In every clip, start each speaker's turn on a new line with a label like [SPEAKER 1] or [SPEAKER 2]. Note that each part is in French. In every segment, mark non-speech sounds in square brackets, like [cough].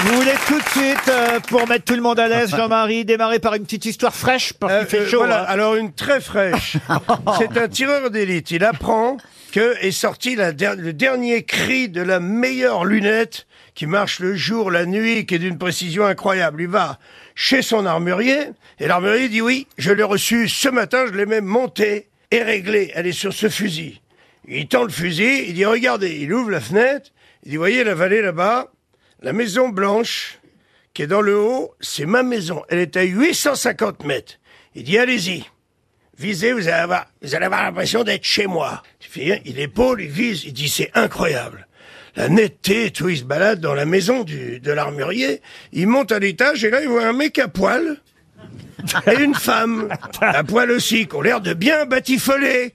[SPEAKER 1] Vous voulez tout de suite, euh, pour mettre tout le monde à
[SPEAKER 2] [laughs]
[SPEAKER 1] l'aise, Jean-Marie, démarrer par une petite histoire fraîche, parce qu'il
[SPEAKER 2] Euh,
[SPEAKER 1] fait
[SPEAKER 2] euh,
[SPEAKER 1] chaud.
[SPEAKER 2] voilà,
[SPEAKER 1] hein.
[SPEAKER 2] alors une très
[SPEAKER 1] [laughs]
[SPEAKER 2] fraîche. C'est un tireur d'élite. Il apprend que est sorti la der- le dernier cri de la meilleure lunette qui marche le jour, la nuit, qui est d'une précision incroyable. Il va chez son armurier et l'armurier dit oui, je l'ai reçu ce matin, je l'ai même montée et réglée. Elle est sur ce fusil. Il tend le fusil, il dit regardez, il ouvre la fenêtre, il dit voyez la vallée là-bas, la maison blanche qui est dans le haut, c'est ma maison. Elle est à 850 mètres. Il dit, allez-y. Visez, vous allez avoir, vous allez avoir l'impression d'être chez moi. Il fait- Il épaule, il vise, il dit, c'est incroyable. La netteté et tout, il se balade dans la maison du, de l'armurier. Il monte à l'étage et là, il voit un mec à poil et une femme à poil aussi, qui ont l'air de bien batifoler.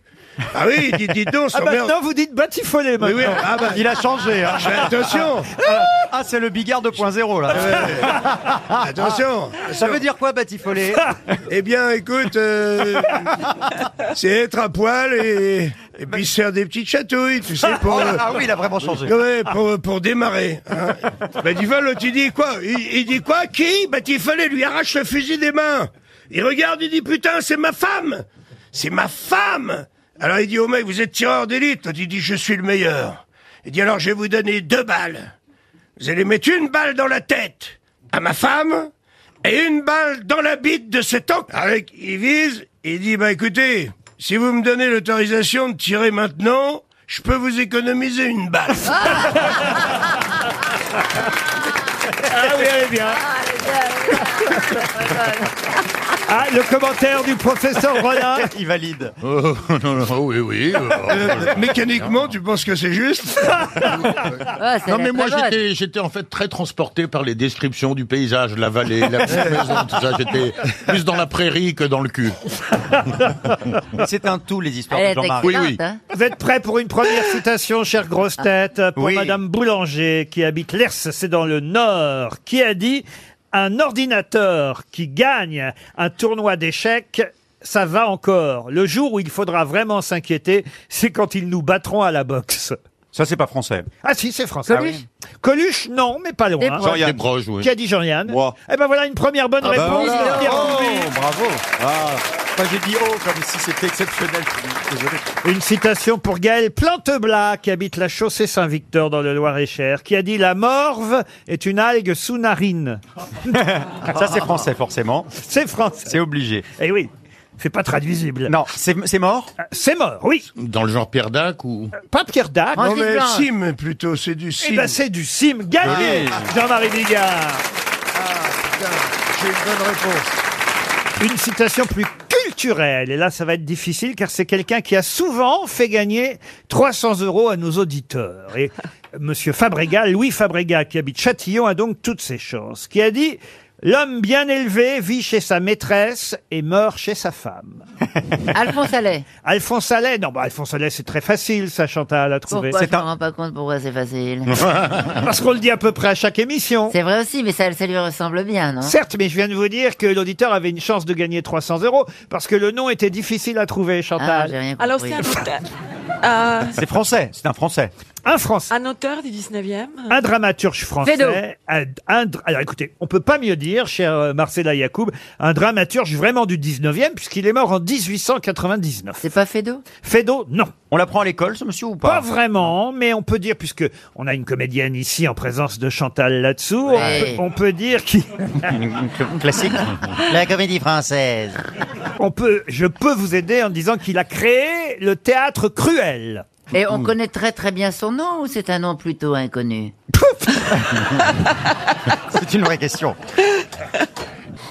[SPEAKER 2] Ah oui, il dit, dis donc,
[SPEAKER 1] Ah,
[SPEAKER 2] son merde.
[SPEAKER 1] maintenant, vous dites batifolé, maintenant.
[SPEAKER 2] Oui, oui, ah bah.
[SPEAKER 1] Il a changé, hein.
[SPEAKER 2] Fais attention,
[SPEAKER 3] Ah, c'est le Bigard 2.0 là.
[SPEAKER 2] attention.
[SPEAKER 4] Ah,
[SPEAKER 3] Ça veut dire quoi, Batifolé
[SPEAKER 2] [laughs] Eh bien, écoute,
[SPEAKER 3] [laughs]
[SPEAKER 2] euh, c'est être à poil et, et puis se faire des petites chatouilles, tu sais, pour, euh,
[SPEAKER 3] [laughs] Ah oui, il a vraiment changé.
[SPEAKER 2] ouais, pour, pour démarrer. Hein. Bah, dis voilà, tu dis quoi il, il dit quoi Qui Bah, il fallait lui arrache le fusil des mains. Il regarde, il dit Putain, c'est ma femme C'est ma femme Alors, il dit au mec Vous êtes tireur d'élite L'autre, Il dit Je suis le meilleur. Il dit Alors, je vais vous donner deux balles. Vous allez mettre une balle dans la tête à ma femme et une balle dans la bite de cet homme. Avec, il vise, il dit, bah écoutez, si vous me donnez l'autorisation de tirer maintenant, je peux vous économiser une balle. [laughs]
[SPEAKER 1] Ah oui, elle est bien. Ah, le commentaire du
[SPEAKER 5] [laughs]
[SPEAKER 1] professeur Rollin.
[SPEAKER 3] Il valide.
[SPEAKER 5] Oh, non, non, oui,
[SPEAKER 1] [laughs]
[SPEAKER 5] oui. euh,
[SPEAKER 2] Euh, mécaniquement, tu penses que c'est juste
[SPEAKER 1] Ah,
[SPEAKER 5] non, mais moi, j'étais, j'étais en fait très transporté par les descriptions du paysage, la vallée, la petite maison, tout ça. J'étais plus dans la prairie que dans le cul.
[SPEAKER 3] [laughs] C'est un tout, les histoires
[SPEAKER 6] Elle
[SPEAKER 3] de
[SPEAKER 6] est excellente,
[SPEAKER 3] Jean-Marie.
[SPEAKER 5] Oui, oui.
[SPEAKER 6] hein.
[SPEAKER 1] Vous êtes prêts pour une première citation, chère grosse tête, pour
[SPEAKER 3] Oui.
[SPEAKER 1] Madame Boulanger, qui habite l'Ers, c'est dans le Nord, qui a dit « Un ordinateur qui gagne un tournoi d'échecs, ça va encore. Le jour où il faudra vraiment s'inquiéter, c'est quand ils nous battront à la boxe.
[SPEAKER 3] Ça, c'est pas français. » Ah
[SPEAKER 1] Ah si, c'est français.
[SPEAKER 6] Coluche
[SPEAKER 1] Coluche, non, mais pas loin.
[SPEAKER 6] Desproges.
[SPEAKER 5] Des proches, oui.
[SPEAKER 1] Qui a dit Jean-Yann
[SPEAKER 4] Moi.
[SPEAKER 1] Eh ben voilà une première bonne réponse. de Pierre Bouvier.
[SPEAKER 3] bravo.
[SPEAKER 6] hein.
[SPEAKER 3] Enfin, Ah. j'ai dit oh comme si c'était exceptionnel. Désolé.
[SPEAKER 1] Une citation pour Gaël Planteblat, qui habite la chaussée Saint-Victor dans le Loir-et-Cher, qui a dit La morve est une algue sous-narine.
[SPEAKER 3] [laughs] Ça, c'est français, forcément.
[SPEAKER 1] C'est français.
[SPEAKER 3] C'est obligé.
[SPEAKER 1] Eh oui, c'est pas traduisible.
[SPEAKER 3] Non, c'est c'est mort
[SPEAKER 1] Ah, C'est mort, oui.
[SPEAKER 5] Dans le genre Pierre Dac ou.
[SPEAKER 1] Pas Pierre Dac.
[SPEAKER 6] Francis
[SPEAKER 2] Non, mais
[SPEAKER 6] Blanc.
[SPEAKER 2] sim plutôt, c'est du
[SPEAKER 1] Eh
[SPEAKER 2] sim.
[SPEAKER 1] ben, c'est du cime gagné, Jean-Marie Bigard.
[SPEAKER 2] J'ai une bonne réponse.
[SPEAKER 1] Une citation plus culturelle. Et là, ça va être difficile car c'est quelqu'un qui a souvent fait gagner 300 euros à nos auditeurs.
[SPEAKER 6] [laughs]
[SPEAKER 1] Et monsieur Fabrega, Louis Fabrega, qui habite Châtillon, a donc toutes ses chances. Qui a dit L'homme bien élevé vit chez sa maîtresse et meurt chez
[SPEAKER 6] [laughs]
[SPEAKER 1] sa femme.
[SPEAKER 6] Alphonse Allais.
[SPEAKER 1] Alphonse Allais, non, bah, Alphonse Allais, c'est très facile, ça, Chantal, à trouver.
[SPEAKER 6] Pourquoi je
[SPEAKER 3] C'est
[SPEAKER 6] me
[SPEAKER 3] un-
[SPEAKER 6] rends pas compte pourquoi
[SPEAKER 3] [laughs]
[SPEAKER 6] c'est
[SPEAKER 1] [laughs]
[SPEAKER 6] facile
[SPEAKER 1] [laughs] Parce qu'on le dit à peu près à chaque émission.
[SPEAKER 6] C'est vrai aussi, mais ça, ça lui ressemble bien, non
[SPEAKER 1] Certes, mais je viens de vous dire que l'auditeur avait une chance de gagner 300 euros parce que le nom était difficile à trouver,
[SPEAKER 6] Ah,
[SPEAKER 1] Chantal.
[SPEAKER 6] j'ai rien compris.
[SPEAKER 7] Alors c'est
[SPEAKER 6] [laughs]
[SPEAKER 7] un auteur, euh,
[SPEAKER 3] C'est français, c'est un français.
[SPEAKER 1] Un Français.
[SPEAKER 7] un auteur du 19e.
[SPEAKER 1] un dramaturge
[SPEAKER 6] Feydeau.
[SPEAKER 1] français. Un, un dr- alors écoutez, on peut pas mieux dire, cher euh, Marcella Yacoub, un dramaturge vraiment du 19e, puisqu'il est mort en 1899.
[SPEAKER 6] C'est pas Fedo
[SPEAKER 1] Feydeau, non.
[SPEAKER 3] On l'apprend à l'école, ce monsieur, ou
[SPEAKER 1] Pas
[SPEAKER 3] pas
[SPEAKER 1] vraiment, mais on peut dire, puisque on a une comédienne ici en présence de Chantal là-dessous,
[SPEAKER 6] Ouais.
[SPEAKER 1] on, peut- on peut dire qu'il...
[SPEAKER 3] Classique.
[SPEAKER 6] [laughs] La comédie française.
[SPEAKER 1] On peut, je peux vous aider en disant qu'il a créé le théâtre cruel.
[SPEAKER 6] Et
[SPEAKER 1] Hmm.
[SPEAKER 6] on connaît très très bien son nom ou c'est un nom plutôt inconnu
[SPEAKER 3] C'est une vraie
[SPEAKER 6] [laughs]
[SPEAKER 3] question.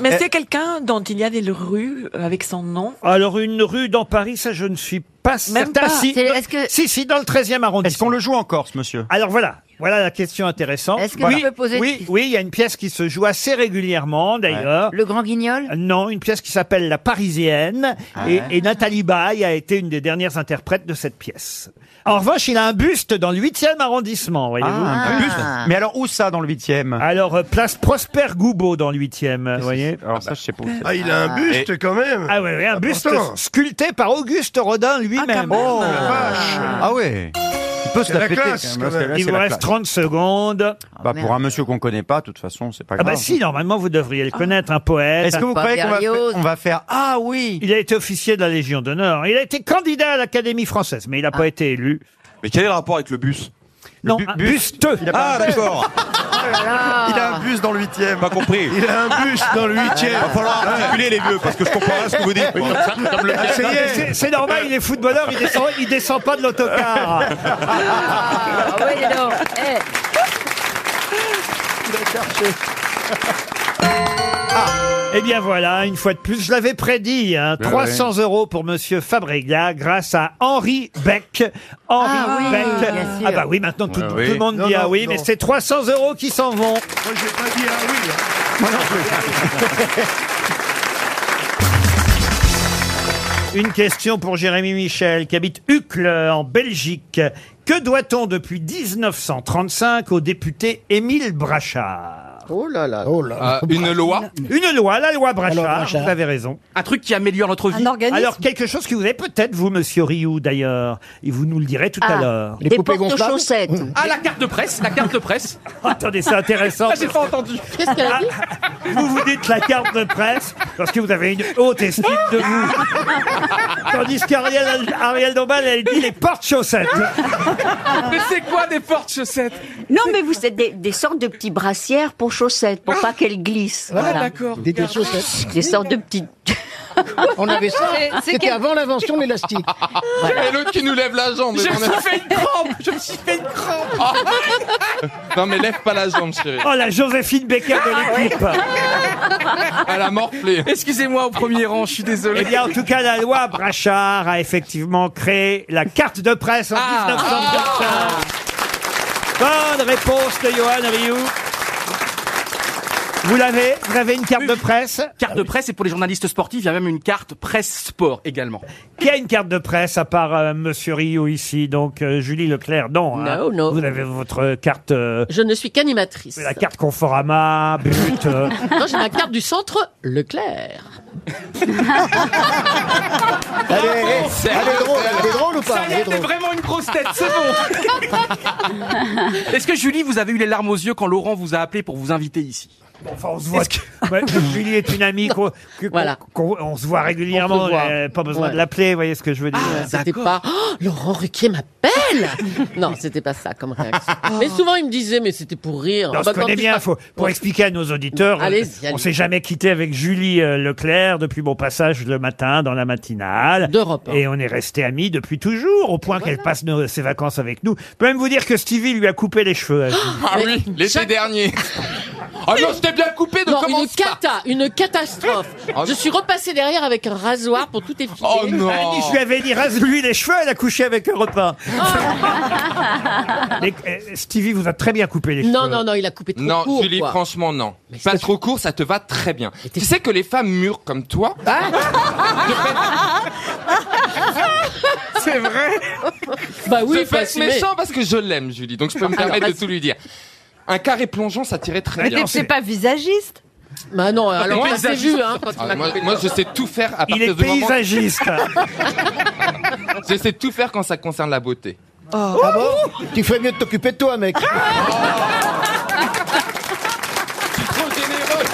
[SPEAKER 7] Mais
[SPEAKER 1] Euh.
[SPEAKER 7] c'est quelqu'un dont il y a des rues euh, avec son nom.
[SPEAKER 1] Alors une rue dans Paris, ça je ne suis pas
[SPEAKER 7] Même
[SPEAKER 1] certain.
[SPEAKER 7] pas.
[SPEAKER 1] Si,
[SPEAKER 6] C'est- est-ce que-
[SPEAKER 1] si, si, dans le 13e arrondissement.
[SPEAKER 3] Est-ce qu'on le joue encore, ce monsieur
[SPEAKER 1] Alors voilà, voilà la question intéressante.
[SPEAKER 6] Est-ce que
[SPEAKER 1] Voilà.
[SPEAKER 6] je peux poser une
[SPEAKER 1] Oui,
[SPEAKER 6] question
[SPEAKER 1] oui, il y a une pièce qui se joue assez régulièrement d'ailleurs.
[SPEAKER 6] Le Grand Guignol Ah
[SPEAKER 1] Non, une pièce qui s'appelle La Parisienne et, et Nathalie Baye a été une des dernières interprètes de cette pièce. En revanche, il a un buste dans le 8e arrondissement, voyez-vous.
[SPEAKER 3] un bus.
[SPEAKER 6] Ah.
[SPEAKER 3] Mais alors où ça dans le huitième
[SPEAKER 1] Alors euh, place Prosper Goubeau dans le 8e, vous voyez.
[SPEAKER 3] Alors ça, je sais pas. où c'est.
[SPEAKER 2] Ah, il a un buste quand même.
[SPEAKER 1] Ah ouais, ouais, un buste
[SPEAKER 2] Important. Oh,
[SPEAKER 1] sculpté par Auguste Rodin Oh,
[SPEAKER 7] Ah, quand
[SPEAKER 1] lui-même.
[SPEAKER 7] même.
[SPEAKER 3] Ah ouais.
[SPEAKER 4] Il peut se
[SPEAKER 8] C'est
[SPEAKER 4] la,
[SPEAKER 8] la
[SPEAKER 4] péter
[SPEAKER 8] classe,
[SPEAKER 4] quand même, parce
[SPEAKER 8] quand
[SPEAKER 4] que là,
[SPEAKER 1] Il
[SPEAKER 4] c'est
[SPEAKER 1] vous
[SPEAKER 4] la
[SPEAKER 1] reste
[SPEAKER 4] classe.
[SPEAKER 1] 30 secondes.
[SPEAKER 4] Bah,
[SPEAKER 9] merde.
[SPEAKER 4] pour un monsieur qu'on connaît pas, de toute façon, c'est pas
[SPEAKER 1] Ah
[SPEAKER 4] grave.
[SPEAKER 1] bah si, normalement, vous devriez le connaître, un poète.
[SPEAKER 4] Est-ce que vous
[SPEAKER 9] Ah. Pas
[SPEAKER 4] croyez qu'on va,
[SPEAKER 9] Berlioz.
[SPEAKER 4] fa- on va faire Ah oui
[SPEAKER 1] Il a été officier de la Légion d'honneur. Il a été candidat à l'Académie française, mais il n'a
[SPEAKER 9] Ah.
[SPEAKER 1] pas été élu.
[SPEAKER 2] Mais quel est le rapport avec le bus
[SPEAKER 1] Non,
[SPEAKER 4] bu-
[SPEAKER 1] un
[SPEAKER 4] buste.
[SPEAKER 1] busteux.
[SPEAKER 2] Ah, d'accord
[SPEAKER 1] Oh
[SPEAKER 9] Ah.
[SPEAKER 4] Il a un bus dans le huitième.
[SPEAKER 2] Pas compris Ah,
[SPEAKER 8] Il a un bus dans le huitième.
[SPEAKER 2] Va falloir articuler les vieux, parce que je comprends pas ce que vous dites.
[SPEAKER 10] Oui, comme ça, comme le
[SPEAKER 1] Non, mais c'est- C'est normal, il est footballeur, il descend, il descend pas de
[SPEAKER 2] [laughs]
[SPEAKER 1] l'autocar.
[SPEAKER 9] Ah ouais, dis donc. [laughs] Eh,
[SPEAKER 1] Eh bien voilà, une fois de plus, je l'avais prédit, hein, 300 euros pour Monsieur Fabrega grâce à Henri Beck. Henri
[SPEAKER 9] Ah oui,
[SPEAKER 1] Beck.
[SPEAKER 9] bien sûr.
[SPEAKER 1] ah bah oui, maintenant tout,
[SPEAKER 4] Ouais,
[SPEAKER 1] tout
[SPEAKER 4] oui.
[SPEAKER 1] le monde
[SPEAKER 8] Non,
[SPEAKER 1] dit ah
[SPEAKER 8] non,
[SPEAKER 1] oui,
[SPEAKER 8] non.
[SPEAKER 1] mais c'est 300 euros qui s'en vont.
[SPEAKER 8] Moi, j'ai pas dit ah oui. hein.
[SPEAKER 1] Une question pour Jérémy Michel qui habite Uccle en Belgique. Que doit-on depuis 1935 au député Émile Brachard
[SPEAKER 2] Oh Ah,
[SPEAKER 11] Euh, une
[SPEAKER 2] [laughs]
[SPEAKER 11] loi.
[SPEAKER 1] Une loi, la loi Brachard, vous avez raison.
[SPEAKER 11] Un truc qui améliore notre vie.
[SPEAKER 7] Un organisme.
[SPEAKER 1] Alors quelque chose que vous avez peut-être vous, Monsieur Rioux d'ailleurs, et vous nous le direz tout à
[SPEAKER 7] Ah.
[SPEAKER 1] l'heure. Mmh.
[SPEAKER 7] Des portes aux chaussettes.
[SPEAKER 11] Ah, la carte de presse. La carte de
[SPEAKER 1] [laughs]
[SPEAKER 11] presse.
[SPEAKER 1] Oh, Attendez, c'est intéressant. Ah.
[SPEAKER 11] Ah, j'ai pas entendu.
[SPEAKER 7] Qu'est-ce qu'elle a dit
[SPEAKER 1] Vous vous dites la carte de presse parce que vous avez une haute estime de vous. [laughs] Tandis qu'Ariel Ariel Dombal, elle dit les portes-chaussettes.
[SPEAKER 11] Mais c'est quoi des portes chaussettes
[SPEAKER 7] Non, mais vous êtes des, des sortes de petits brassières pour chaussettes, pour pas qu'elles glissent.
[SPEAKER 11] Ah,
[SPEAKER 7] Voilà.
[SPEAKER 11] d'accord.
[SPEAKER 7] Des sortes de petites.
[SPEAKER 12] [laughs] On avait ça. C'était avant l'invention de l'élastique.
[SPEAKER 11] Et l'autre qui nous lève la jambe. Je me suis fait une crampe. Je me suis fait une crampe.
[SPEAKER 1] Ah.
[SPEAKER 11] non, mais lève pas la jambe,
[SPEAKER 7] [laughs]
[SPEAKER 11] chérie.
[SPEAKER 1] Oh, la Joséphine Baker
[SPEAKER 7] Ah,
[SPEAKER 1] de l'équipe.
[SPEAKER 11] Elle a morflé. Excusez-moi au premier rang, je suis désolé.
[SPEAKER 1] Eh bien, en tout cas, la loi Brachard a effectivement créé la carte de presse en
[SPEAKER 11] Ah.
[SPEAKER 1] 1935. Bonne réponse de Johan Rioux. Vous l'avez Vous avez une carte de presse
[SPEAKER 11] Carte de presse, et pour les journalistes sportifs, il y a même une carte presse sport également.
[SPEAKER 1] Qui a une carte de presse à part euh, Monsieur Rio ici Donc euh, Julie Leclerc, non. hein.
[SPEAKER 7] Non, non.
[SPEAKER 1] Vous avez votre carte, euh,
[SPEAKER 7] Je ne suis qu'animatrice.
[SPEAKER 1] la carte Conforama, But. euh.
[SPEAKER 7] Non, j'ai la carte du centre Leclerc.
[SPEAKER 12] Elle est, elle est drôle, elle est drôle ou pas
[SPEAKER 11] Ça
[SPEAKER 12] Elle
[SPEAKER 11] y
[SPEAKER 12] est
[SPEAKER 11] est, t'es
[SPEAKER 12] drôle.
[SPEAKER 11] vraiment une grosse tête, c'est bon. Est-ce que Julie, vous avez eu les larmes aux yeux quand Laurent vous a appelé pour vous inviter ici
[SPEAKER 1] Enfin, on se voit. Ouais, Julie est une amie qu'on que- qu'on-
[SPEAKER 7] Voilà.
[SPEAKER 1] qu'on- on se voit régulièrement.
[SPEAKER 12] On se voit.
[SPEAKER 1] euh, pas besoin
[SPEAKER 7] Ouais.
[SPEAKER 1] de l'appeler, vous voyez ce que je veux dire.
[SPEAKER 11] Ah,
[SPEAKER 7] C'était pas Oh, Laurent Ruquier m'appelle. [laughs] non, c'était pas ça comme réaction. Mais souvent il me disait mais c'était pour rire.
[SPEAKER 1] Non, on
[SPEAKER 7] Bah,
[SPEAKER 1] se
[SPEAKER 7] quand
[SPEAKER 1] connaît
[SPEAKER 7] il
[SPEAKER 1] bien,
[SPEAKER 7] passe-
[SPEAKER 1] faut, pour expliquer à nos auditeurs,
[SPEAKER 7] Allez-y,
[SPEAKER 1] euh, on
[SPEAKER 7] allez-y.
[SPEAKER 1] s'est jamais quitté avec Julie euh, Leclerc depuis mon passage le matin dans la matinale.
[SPEAKER 7] D'Europe un.
[SPEAKER 1] Et on est resté amis depuis toujours, au point qu'elle passe nos- ses vacances avec nous. Je peux même vous dire que Stevie lui a coupé les cheveux. à Julie.
[SPEAKER 11] [laughs] Ah oui, l'été dernier. Ah non, c'était bien coupé de
[SPEAKER 7] Non,
[SPEAKER 11] comment
[SPEAKER 7] une cata, une catastrophe. Je suis repassée derrière avec un rasoir pour tout effiler.
[SPEAKER 11] Oh non
[SPEAKER 1] Je lui avais
[SPEAKER 7] [laughs]
[SPEAKER 1] dit rase-lui les cheveux, elle a couché avec un repas. Mais, euh, Stevie vous a très bien coupé les
[SPEAKER 7] Non,
[SPEAKER 1] cheveux.
[SPEAKER 7] non, non, il a coupé trop
[SPEAKER 13] Non,
[SPEAKER 7] court.
[SPEAKER 13] Julie,
[SPEAKER 7] quoi.
[SPEAKER 13] franchement, non.
[SPEAKER 7] Mais c'est-
[SPEAKER 13] Pas trop court, ça te va très bien. Tu sais que les femmes mûres comme toi.
[SPEAKER 7] Ah,
[SPEAKER 11] [laughs] C'est vrai
[SPEAKER 7] Bah oui,
[SPEAKER 13] je
[SPEAKER 7] faut
[SPEAKER 13] fais
[SPEAKER 7] assumer.
[SPEAKER 13] méchant parce que je l'aime, Julie, donc je peux me permettre de tout lui dire. Un carré plongeon, ça tirait très bien.
[SPEAKER 1] c'est-
[SPEAKER 7] pas visagiste Bah non, alors
[SPEAKER 13] Moi,
[SPEAKER 7] ça s'est
[SPEAKER 13] visagiste-
[SPEAKER 7] vu, hein, quand il
[SPEAKER 13] Ah,
[SPEAKER 7] m'a
[SPEAKER 13] moi,
[SPEAKER 7] coupé.
[SPEAKER 13] moi, je sais tout faire à
[SPEAKER 1] Il
[SPEAKER 13] partir
[SPEAKER 1] est
[SPEAKER 13] du moment.
[SPEAKER 1] paysagiste.
[SPEAKER 13] [laughs] Oh.
[SPEAKER 1] Ah
[SPEAKER 13] Je sais tout faire quand ça concerne la beauté.
[SPEAKER 12] Ah bon Tu ferais mieux de t'occuper de toi, mec.
[SPEAKER 13] Trop généreux.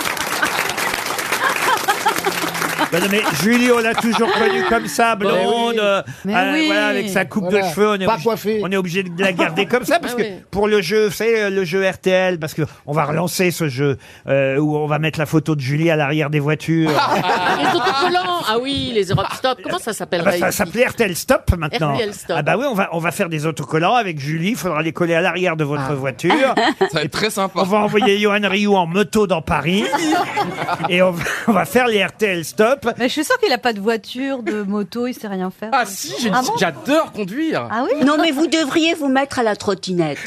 [SPEAKER 1] bah Non, non, mais Julie, on l'a Ah, toujours connue comme ça, blonde, euh,
[SPEAKER 9] Mais
[SPEAKER 1] euh,
[SPEAKER 9] oui.
[SPEAKER 1] voilà, avec sa coupe
[SPEAKER 12] Voilà.
[SPEAKER 1] de cheveux. On est,
[SPEAKER 12] Pas
[SPEAKER 1] obligé-
[SPEAKER 12] coiffée.
[SPEAKER 1] on est obligé de la garder
[SPEAKER 13] [laughs]
[SPEAKER 1] comme ça parce
[SPEAKER 7] Ah
[SPEAKER 1] que
[SPEAKER 7] oui.
[SPEAKER 1] pour le jeu, c'est le jeu RTL parce que on va relancer ce jeu euh, où on va mettre la photo de Julie à l'arrière des voitures.
[SPEAKER 13] [laughs] Ah,
[SPEAKER 7] Les autocollants Ah oui, les Europe Stop, comment ça
[SPEAKER 1] Ah bah,
[SPEAKER 7] s'appellerait
[SPEAKER 1] ça
[SPEAKER 7] ici
[SPEAKER 1] s'appelait RTL Stop maintenant.
[SPEAKER 7] RTL Stop.
[SPEAKER 1] Ah bah oui, on va on va faire des autocollants avec Julie. Il faudra les coller à l'arrière de votre voiture.
[SPEAKER 13] Ah. [laughs] Ça va être très sympa.
[SPEAKER 1] On va envoyer Johan Rioux en moto dans
[SPEAKER 13] [laughs]
[SPEAKER 1] Paris et on va, on va faire les RTL Stop.
[SPEAKER 7] Mais je suis sûre qu'il n'a pas de voiture, de moto, il sait rien faire.
[SPEAKER 11] Ah si, j'ai- j'adore conduire.
[SPEAKER 7] Ah oui
[SPEAKER 12] Non, mais vous devriez vous mettre à la
[SPEAKER 11] [laughs]
[SPEAKER 12] trottinette.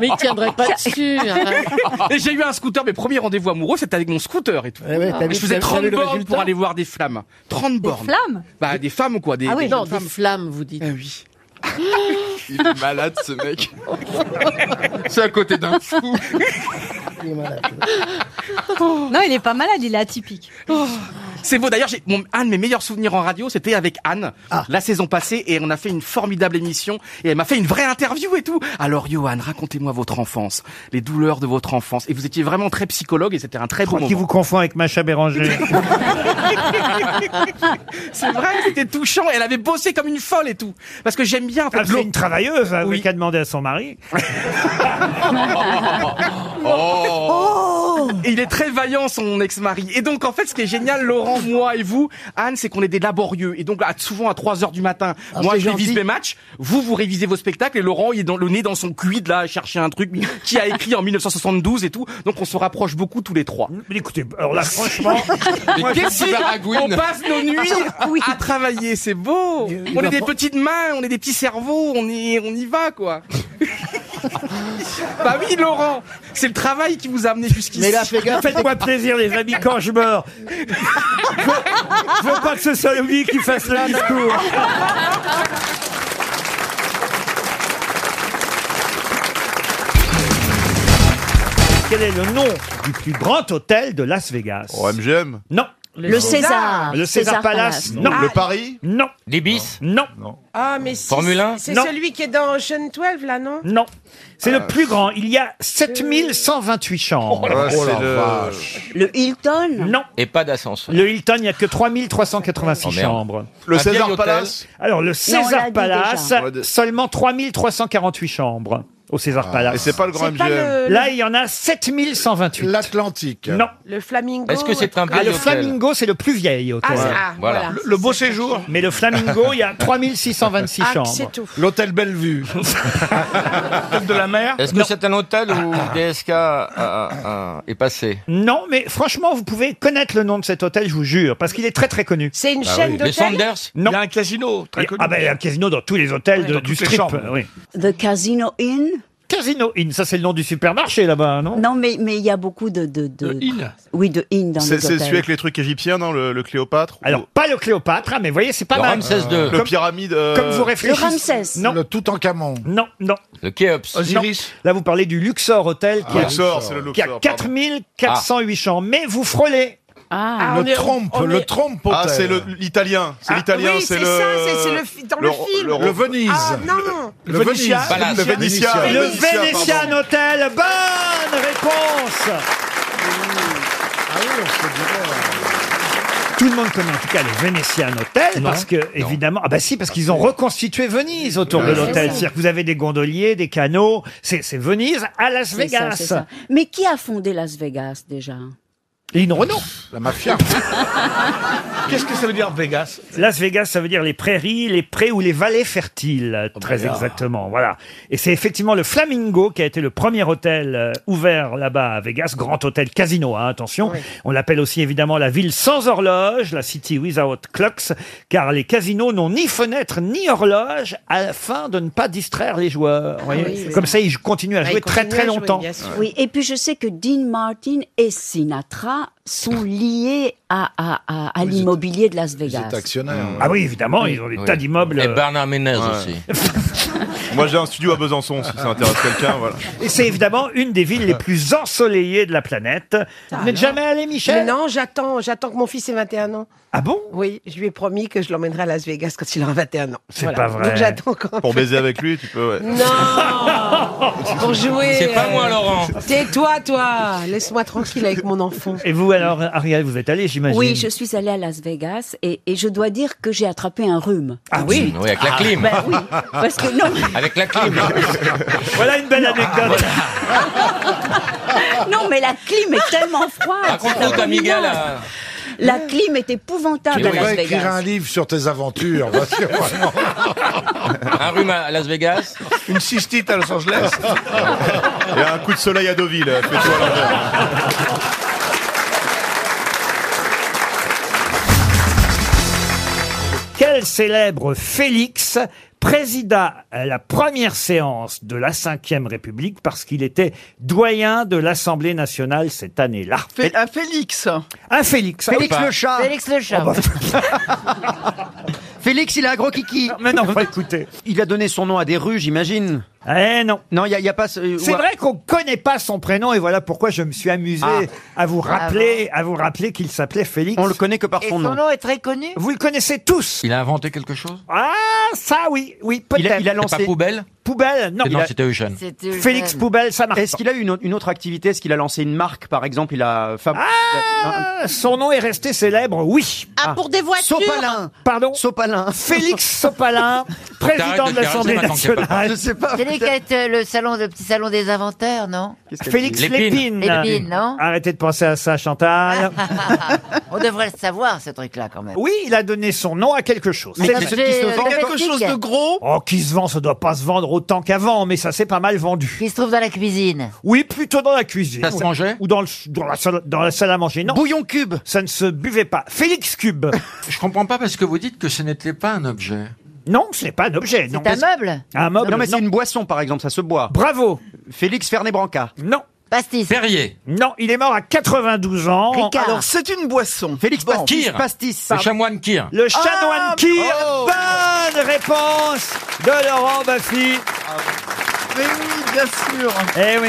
[SPEAKER 7] Mais il tiendrait
[SPEAKER 11] [laughs]
[SPEAKER 7] pas dessus. hein. arrête.
[SPEAKER 11] Et j'ai eu un scooter, mes premiers rendez-vous amoureux, c'était avec mon scooter et tout.
[SPEAKER 12] Eh
[SPEAKER 11] Et je faisais 30 bornes pour aller voir des flammes. 30 bornes.
[SPEAKER 7] flammes
[SPEAKER 11] Bah des femmes ou quoi des,
[SPEAKER 7] Ah oui,
[SPEAKER 11] des jeunes
[SPEAKER 7] non, des
[SPEAKER 11] femmes.
[SPEAKER 7] flammes, vous dites.
[SPEAKER 11] Ah oui.
[SPEAKER 13] Il est malade ce
[SPEAKER 7] [laughs]
[SPEAKER 13] mec. C'est à côté d'un fou.
[SPEAKER 12] Il est malade.
[SPEAKER 7] Non, il est pas malade, il est atypique.
[SPEAKER 11] C'est beau. D'ailleurs, j'ai- mon- un de mes meilleurs souvenirs en radio, c'était avec Anne, la saison passée, et on a fait une formidable émission, et elle m'a fait une vraie interview et tout. Alors, Johan, racontez-moi votre enfance, les douleurs de votre enfance. Et vous étiez vraiment très psychologue, et c'était un très beau
[SPEAKER 1] Qui vous
[SPEAKER 11] moment.
[SPEAKER 1] confond avec Macha Béranger.
[SPEAKER 11] C'est vrai, c'était touchant, et elle avait bossé comme une folle et tout. Parce que j'aime bien... en fait,
[SPEAKER 1] Ah, c'est
[SPEAKER 11] l'au-
[SPEAKER 1] une travailleuse, elle avait qu'à demander à son mari.
[SPEAKER 11] Et il est très vaillant, son ex-mari. Et donc, en fait, ce qui est génial, Laurent, moi et vous, Anne, c'est qu'on est des laborieux. Et donc, à- souvent à 3 heures du matin,
[SPEAKER 14] Ah,
[SPEAKER 11] moi,
[SPEAKER 14] c'est
[SPEAKER 11] je révise
[SPEAKER 14] gentil.
[SPEAKER 11] mes matchs, vous, vous révisez vos spectacles, et Laurent, il est dans, le nez dans son cuid, là, à chercher un truc [laughs] qui a écrit en 1972 et tout. Donc, on se rapproche beaucoup tous les trois.
[SPEAKER 1] Mais écoutez, alors là, franchement,
[SPEAKER 11] [laughs] Mais
[SPEAKER 1] moi, je
[SPEAKER 11] qu'est-ce
[SPEAKER 1] suis
[SPEAKER 11] que-
[SPEAKER 1] Baragouine.
[SPEAKER 11] on passe
[SPEAKER 1] [laughs]
[SPEAKER 11] nos nuits à travailler, c'est beau. On
[SPEAKER 1] va
[SPEAKER 11] est des
[SPEAKER 1] pas-
[SPEAKER 11] petites mains, on est des petits cerveaux, on y, on y va, quoi.
[SPEAKER 7] [laughs]
[SPEAKER 11] bah oui, Laurent, c'est le travail qui vous a amené jusqu'ici.
[SPEAKER 1] Mais là, fais gaffe. Faites-moi plaisir, les amis, quand
[SPEAKER 3] [laughs]
[SPEAKER 1] je meurs. je veux pas que ce soit lui qui fasse
[SPEAKER 15] [laughs]
[SPEAKER 1] le discours. Quel est le nom du plus grand hôtel de Las Vegas Au MGM Non.
[SPEAKER 16] Le César.
[SPEAKER 1] Le César,
[SPEAKER 16] César
[SPEAKER 1] Palace
[SPEAKER 16] Palace.
[SPEAKER 1] Non.
[SPEAKER 16] Ah, Le
[SPEAKER 1] Paris Non. L'Ibis Non.
[SPEAKER 16] Ah, mais si,
[SPEAKER 1] Formule un
[SPEAKER 16] C'est
[SPEAKER 1] Non.
[SPEAKER 16] celui qui est dans Ocean 12, là, non
[SPEAKER 1] Non. C'est le plus grand. Il y a 7128 chambres.
[SPEAKER 17] Oh la- Oh la c'est le- vache.
[SPEAKER 1] le Hilton Non.
[SPEAKER 17] Et pas d'ascenseur.
[SPEAKER 1] Le Hilton, il n'y a que 3386
[SPEAKER 17] Oh, merde.
[SPEAKER 1] chambres.
[SPEAKER 17] Le Un César vieil hôtel Palace
[SPEAKER 1] Alors, le
[SPEAKER 17] Non, on l'a
[SPEAKER 1] César
[SPEAKER 17] dit
[SPEAKER 1] Palace,
[SPEAKER 17] déjà. Ouais, de-
[SPEAKER 1] seulement 3348 chambres au César Palace.
[SPEAKER 17] et c'est pas le grand C'est pas MGM. le-
[SPEAKER 1] Là, il y en a 7128. L'Atlantique. Non.
[SPEAKER 16] Le Flamingo.
[SPEAKER 1] Est-ce que c'est un
[SPEAKER 16] truc-
[SPEAKER 1] Ah, le Flamingo, c'est le plus vieil hôtel.
[SPEAKER 16] Ah, c'est- ah, Voilà. voilà.
[SPEAKER 1] Le, beau séjour. Mais le Flamingo, il y a 3626
[SPEAKER 16] Ah,
[SPEAKER 1] chambres.
[SPEAKER 16] c'est tout.
[SPEAKER 1] L'hôtel Bellevue.
[SPEAKER 17] de la mer Est-ce que c'est un hôtel où DSK euh, euh, euh, est passé
[SPEAKER 1] [laughs] Non, mais franchement, vous pouvez connaître le nom de cet hôtel, je vous jure, parce qu'il est très très connu.
[SPEAKER 16] C'est une
[SPEAKER 17] Ah chaîne oui. Les d'hôtels Sanders
[SPEAKER 1] Non. Il y a un casino
[SPEAKER 17] très connu.
[SPEAKER 1] Ah ben, il y a un casino dans tous les hôtels de-
[SPEAKER 17] Dans
[SPEAKER 1] du
[SPEAKER 17] toutes les
[SPEAKER 1] strip.
[SPEAKER 17] chambres.
[SPEAKER 1] oui.
[SPEAKER 12] The Casino Inn
[SPEAKER 1] Casino Inn, ça c'est le nom du supermarché là-bas, hein, non
[SPEAKER 12] Non, mais mais il y a beaucoup de... De, de... Oui, de Inn dans
[SPEAKER 3] C'est
[SPEAKER 12] les
[SPEAKER 3] c'est
[SPEAKER 12] hôtels.
[SPEAKER 3] celui avec les trucs égyptiens, non le, le Cléopâtre
[SPEAKER 1] Alors, pas le Cléopâtre, hein, mais vous voyez, c'est pas
[SPEAKER 3] le
[SPEAKER 1] mal.
[SPEAKER 3] Ramsès II.
[SPEAKER 1] Euh,
[SPEAKER 3] Le
[SPEAKER 1] comme-
[SPEAKER 3] pyramide. euh,
[SPEAKER 1] Comme vous réfléchissez.
[SPEAKER 12] Le Ramsès.
[SPEAKER 1] Non. Le Toutankhamon. Non, non. Le Khéops.
[SPEAKER 3] Osiris.
[SPEAKER 1] Là, vous parlez du Luxor Hotel qui
[SPEAKER 3] Ah,
[SPEAKER 1] a,
[SPEAKER 3] Luxor, c'est le
[SPEAKER 1] qui a
[SPEAKER 3] Luxor, pardon.
[SPEAKER 1] 4408 chambres. Mais vous frôlez.
[SPEAKER 16] Ah,
[SPEAKER 3] Le trompe, le trompe Ah, c'est le- l'italien. C'est
[SPEAKER 1] Ah,
[SPEAKER 3] l'italien,
[SPEAKER 1] oui,
[SPEAKER 3] c'est
[SPEAKER 1] c'est
[SPEAKER 3] le.
[SPEAKER 1] ça, c'est- c'est le fi-
[SPEAKER 16] dans le film.
[SPEAKER 3] Le Venise.
[SPEAKER 16] Ah, non
[SPEAKER 3] Le Venetian.
[SPEAKER 1] Palace.
[SPEAKER 3] Le Venetian.
[SPEAKER 1] Le
[SPEAKER 3] Venetian,
[SPEAKER 1] Venetian Hotel. Bonne réponse.
[SPEAKER 18] Ah euh,
[SPEAKER 1] Tout le monde connaît en tout cas le Venetian Hotel
[SPEAKER 14] Non.
[SPEAKER 1] parce que évidemment ah bah si parce qu'ils ont reconstitué Venise autour de
[SPEAKER 14] Ouais. C'est
[SPEAKER 1] l'hôtel
[SPEAKER 14] ça.
[SPEAKER 1] c'est-à-dire que vous avez des gondoliers des canaux c'est c'est Venise à Las
[SPEAKER 12] C'est ça,
[SPEAKER 1] Vegas
[SPEAKER 12] c'est ça. Mais qui a fondé Las Vegas, déjà
[SPEAKER 1] Lynn Renault la mafia
[SPEAKER 18] [laughs] Qu'est-ce que ça veut dire Vegas
[SPEAKER 1] Las Vegas, ça veut dire les prairies, les prés ou les vallées
[SPEAKER 18] Oh,
[SPEAKER 1] fertiles, très
[SPEAKER 18] bien.
[SPEAKER 1] exactement. Voilà. Et c'est effectivement le Flamingo qui a été le premier hôtel euh, ouvert là-bas à Vegas, grand hôtel casino, hein, attention. On l'appelle aussi évidemment la ville sans horloge, la city without clocks, car les casinos n'ont ni fenêtre ni horloge afin de ne pas distraire les joueurs. voyez.
[SPEAKER 12] Ah oui, oui.
[SPEAKER 1] Comme ça, ils continuent à
[SPEAKER 12] Ah,
[SPEAKER 1] jouer
[SPEAKER 12] il
[SPEAKER 1] très
[SPEAKER 12] continue
[SPEAKER 1] très
[SPEAKER 12] à jouer,
[SPEAKER 1] longtemps.
[SPEAKER 12] bien sûr. Oui, et puis je sais que Dean Martin et Sinatra
[SPEAKER 3] Ah.
[SPEAKER 12] sont liés à, à, à, à l'immobilier de Las Vegas.
[SPEAKER 18] hein.
[SPEAKER 1] Ah oui, évidemment, ils ont des tas d'immeubles.
[SPEAKER 17] Et Bernard Ménez
[SPEAKER 3] Ouais.
[SPEAKER 17] aussi.
[SPEAKER 3] euh, [laughs] Moi, j'ai un studio à Besançon, si ça intéresse quelqu'un.
[SPEAKER 13] [laughs]
[SPEAKER 3] Voilà.
[SPEAKER 1] Et c'est évidemment une des villes les plus ensoleillées de la planète.
[SPEAKER 12] Ah,
[SPEAKER 1] Vous n'êtes jamais allé, Michel
[SPEAKER 16] Mais non, j'attends, j'attends que mon fils ait 21 ans.
[SPEAKER 1] Ah bon
[SPEAKER 16] Oui, je lui ai promis que je l'emmènerai à Las Vegas quand il aura 21 ans.
[SPEAKER 3] C'est
[SPEAKER 16] Voilà.
[SPEAKER 3] pas vrai.
[SPEAKER 16] Donc j'attends quand
[SPEAKER 3] Pour baiser avec lui, tu peux. Ouais.
[SPEAKER 16] Non [laughs] Pour jouer. euh,
[SPEAKER 3] C'est pas
[SPEAKER 12] euh,
[SPEAKER 3] moi, Laurent.
[SPEAKER 16] Tais-toi, toi. Laisse-moi tranquille avec mon enfant.
[SPEAKER 1] Et vous alors, Ariel, vous êtes allé, j'imagine
[SPEAKER 12] Oui, je suis allée à Las Vegas et, et je dois dire que j'ai attrapé un rhume.
[SPEAKER 1] Ah
[SPEAKER 17] oui Oui, avec la clim.
[SPEAKER 12] Ben oui, parce que non,
[SPEAKER 17] [laughs] Avec la clim.
[SPEAKER 1] [laughs] voilà une belle anecdote.
[SPEAKER 12] non, mais la clim est tellement froide.
[SPEAKER 18] Ah,
[SPEAKER 17] Raconte-nous
[SPEAKER 12] c'est
[SPEAKER 17] ta Miguel. euh,
[SPEAKER 12] abominable.
[SPEAKER 17] à-
[SPEAKER 12] La clim est épouvantable
[SPEAKER 17] Mais
[SPEAKER 12] à
[SPEAKER 17] oui.
[SPEAKER 12] Las
[SPEAKER 17] Ouais, écrire
[SPEAKER 12] Vegas.
[SPEAKER 17] un
[SPEAKER 18] livre sur tes aventures. [laughs] parce que vraiment-
[SPEAKER 17] Un rhume à Las Vegas.
[SPEAKER 18] Une cystite à Los Angeles. Ah,
[SPEAKER 3] Et un coup de soleil à Deauville. euh, Fais-toi à l'envers.
[SPEAKER 1] Quel célèbre Félix présida à la première séance de la Ve République parce qu'il était doyen de l'Assemblée nationale cette année-là.
[SPEAKER 15] Un Félix.
[SPEAKER 1] Un
[SPEAKER 15] Félix
[SPEAKER 1] Félix. Ah bah. oui.
[SPEAKER 15] le chat. Félix le chat. Félix, il a un gros kiki.
[SPEAKER 4] Ah,
[SPEAKER 1] Mais non, pas écouter. [laughs]
[SPEAKER 4] bah,
[SPEAKER 15] Il a donné son nom à des rues, j'imagine.
[SPEAKER 1] Eh non.
[SPEAKER 17] Non, il n'y a, pas. ce-
[SPEAKER 1] C'est
[SPEAKER 17] ouais.
[SPEAKER 1] vrai qu'on connaît pas son prénom et voilà pourquoi je me suis amusé
[SPEAKER 17] Ah.
[SPEAKER 1] à vous rappeler, à vous rappeler qu'il s'appelait Félix. On le connaît que par
[SPEAKER 15] Et son nom est très connu
[SPEAKER 1] Vous le connaissez tous.
[SPEAKER 17] Il a inventé quelque chose
[SPEAKER 1] Ah, ça oui, oui, peut-être.
[SPEAKER 17] Il a- il a C'est lancé- pas Poubelle
[SPEAKER 1] Poubelle, non.
[SPEAKER 17] Non,
[SPEAKER 1] Il a-
[SPEAKER 17] c'était Eugène.
[SPEAKER 1] C'était Eugène. Félix Poubelle, ça marche
[SPEAKER 17] Est-ce
[SPEAKER 1] pas.
[SPEAKER 17] qu'il a eu une, au- une autre activité Est-ce qu'il a lancé une marque, par exemple Il a fab-
[SPEAKER 1] Ah, son nom est resté célèbre, oui.
[SPEAKER 17] Ah, pour des voitures
[SPEAKER 1] Sopalin. Pardon Sopalin. Félix
[SPEAKER 17] [laughs]
[SPEAKER 1] Sopalin, président
[SPEAKER 17] T'arrêtes de
[SPEAKER 1] de
[SPEAKER 17] caresser
[SPEAKER 1] l'Assemblée
[SPEAKER 17] maintenant qu'il y a pas
[SPEAKER 1] nationale.
[SPEAKER 6] C'est lui qui a été le salon, le petit salon des inventeurs, non
[SPEAKER 1] Félix Lépine.
[SPEAKER 6] Lépine, non
[SPEAKER 1] Arrêtez de penser à
[SPEAKER 6] [laughs]
[SPEAKER 1] ça, Chantal.
[SPEAKER 6] On devrait le savoir, ce truc-là, quand même.
[SPEAKER 1] Oui, il a donné son nom à quelque chose.
[SPEAKER 6] Mais parce que c'est quelque chose de
[SPEAKER 1] gros Oh, qui se vend, ça doit pas se vendre autant qu'avant, mais ça s'est pas mal vendu.
[SPEAKER 6] Qui se trouve dans la cuisine
[SPEAKER 1] Oui, plutôt dans la cuisine.
[SPEAKER 6] Ça se
[SPEAKER 1] Ou-
[SPEAKER 6] mangeait
[SPEAKER 1] Ou dans, le- dans, la salle, dans la salle à manger, non. Bouillon cube Ça ne se buvait pas. Félix Cube
[SPEAKER 19] [laughs] Je comprends pas parce que vous dites que ce n'était pas un objet.
[SPEAKER 1] Non, ce n'est pas un objet. non.
[SPEAKER 6] C'est un
[SPEAKER 1] [laughs]
[SPEAKER 6] meuble
[SPEAKER 1] Un Ah, meuble,
[SPEAKER 17] Non, mais
[SPEAKER 1] non.
[SPEAKER 17] c'est une boisson, par exemple, ça se boit.
[SPEAKER 1] Bravo
[SPEAKER 17] Félix Fernet-Branca.
[SPEAKER 1] Non.
[SPEAKER 6] Pastis.
[SPEAKER 19] Perrier.
[SPEAKER 1] Non, il est mort à 92 ans.
[SPEAKER 19] Ricard.
[SPEAKER 1] Alors,
[SPEAKER 17] c'est une boisson. Félix Pastis.
[SPEAKER 19] Kir.
[SPEAKER 17] Pastis.
[SPEAKER 19] Le chamoine Kir.
[SPEAKER 1] Le chanoine
[SPEAKER 19] Ah,
[SPEAKER 1] Kir.
[SPEAKER 19] bravo.
[SPEAKER 1] Bonne réponse de Laurent Baffy.
[SPEAKER 17] Ah,
[SPEAKER 19] Mais oui, bien sûr.
[SPEAKER 1] Eh oui.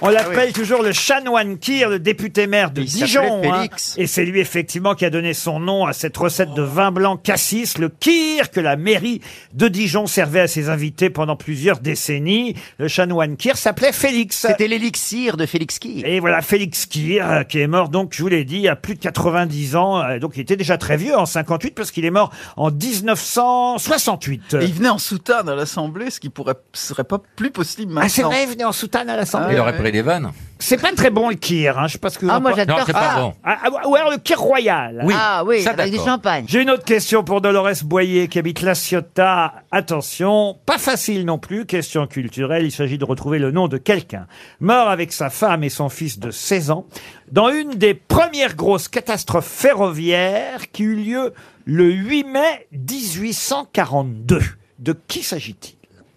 [SPEAKER 1] On l'appelle
[SPEAKER 19] Ah oui.
[SPEAKER 1] toujours le chanoine Kir, le député maire de
[SPEAKER 17] Il s'appelait
[SPEAKER 1] Dijon. hein.
[SPEAKER 17] Félix.
[SPEAKER 1] Et c'est lui effectivement qui a donné son nom à cette recette de vin blanc cassis, le Kir que la mairie de Dijon servait à ses invités pendant plusieurs décennies. Le chanoine Kir s'appelait Félix. C'était
[SPEAKER 17] l'élixir de Félix Kir.
[SPEAKER 1] Et voilà Félix Kir euh, qui est mort donc, je vous l'ai dit, à plus de 90 ans. Euh, Donc il était déjà très vieux en 58 parce qu'il est mort en 1968.
[SPEAKER 15] Et il venait en soutane à l'Assemblée, ce qui pourrait serait pas plus possible maintenant.
[SPEAKER 1] Ah, c'est vrai, il venait en soutane à l'Assemblée.
[SPEAKER 19] Il aurait pris des vannes.
[SPEAKER 1] C'est pas très bon le kir, hein. je sais pas ce que vous
[SPEAKER 6] Ah,
[SPEAKER 1] en
[SPEAKER 6] moi,
[SPEAKER 1] pensez.
[SPEAKER 6] j'adore Non, c'est pas ça. bon.
[SPEAKER 1] Ah, ah, ou alors le kir royal.
[SPEAKER 6] Oui, Ah oui, ça, avec du d'accord. champagne.
[SPEAKER 1] J'ai une autre question pour Dolores Boyer qui habite La Ciotat. Attention, pas facile non plus, question culturelle, il s'agit de retrouver le nom de quelqu'un mort avec sa femme et son fils de 16 ans dans une des premières grosses catastrophes ferroviaires qui eut lieu le 8 mai 1842. De qui s'agit-il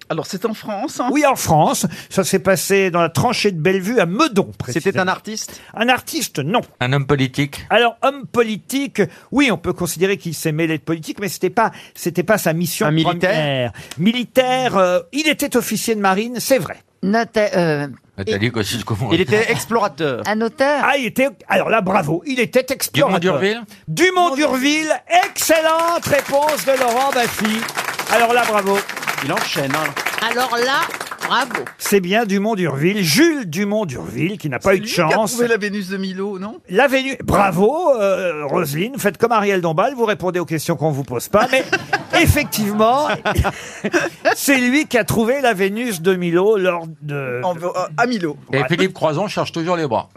[SPEAKER 15] Alors c'est en France. hein
[SPEAKER 1] oui, en France. Ça s'est passé dans la tranchée de Bellevue à Meudon, C'était un
[SPEAKER 17] artiste
[SPEAKER 1] Un artiste, non.
[SPEAKER 19] Un homme politique.
[SPEAKER 1] Alors, homme politique, oui, on peut considérer qu'il s'est mêlé de politique, mais c'était pas, c'était pas sa mission
[SPEAKER 17] Un militaire
[SPEAKER 1] première. Militaire, euh, il était officier de marine, c'est vrai.
[SPEAKER 6] Nota- euh,
[SPEAKER 19] T'as dit que c'est ce qu'on-
[SPEAKER 17] Il était explorateur.
[SPEAKER 6] un auteur
[SPEAKER 1] Ah, il était, alors là, bravo, il était explorateur.
[SPEAKER 19] Dumont-Durville
[SPEAKER 1] Dumont-Durville, excellente réponse de Laurent Baffy. Alors là, bravo.
[SPEAKER 17] Il enchaîne. hein.
[SPEAKER 15] Alors là, bravo.
[SPEAKER 1] C'est bien Dumont-Durville, Jules Dumont-Durville, qui n'a pas eu de
[SPEAKER 15] Lui qui a
[SPEAKER 1] chance.
[SPEAKER 15] trouvé la Vénus de Milo, non
[SPEAKER 1] La Vénus. Bravo, euh, Roselyne. Faites comme Ariel Dombal, vous répondez aux questions qu'on vous pose pas. Mais effectivement, [laughs] c'est lui qui a trouvé la Vénus de Milo lors de.
[SPEAKER 15] à Milo.
[SPEAKER 19] Et Philippe Croison charge toujours les bras.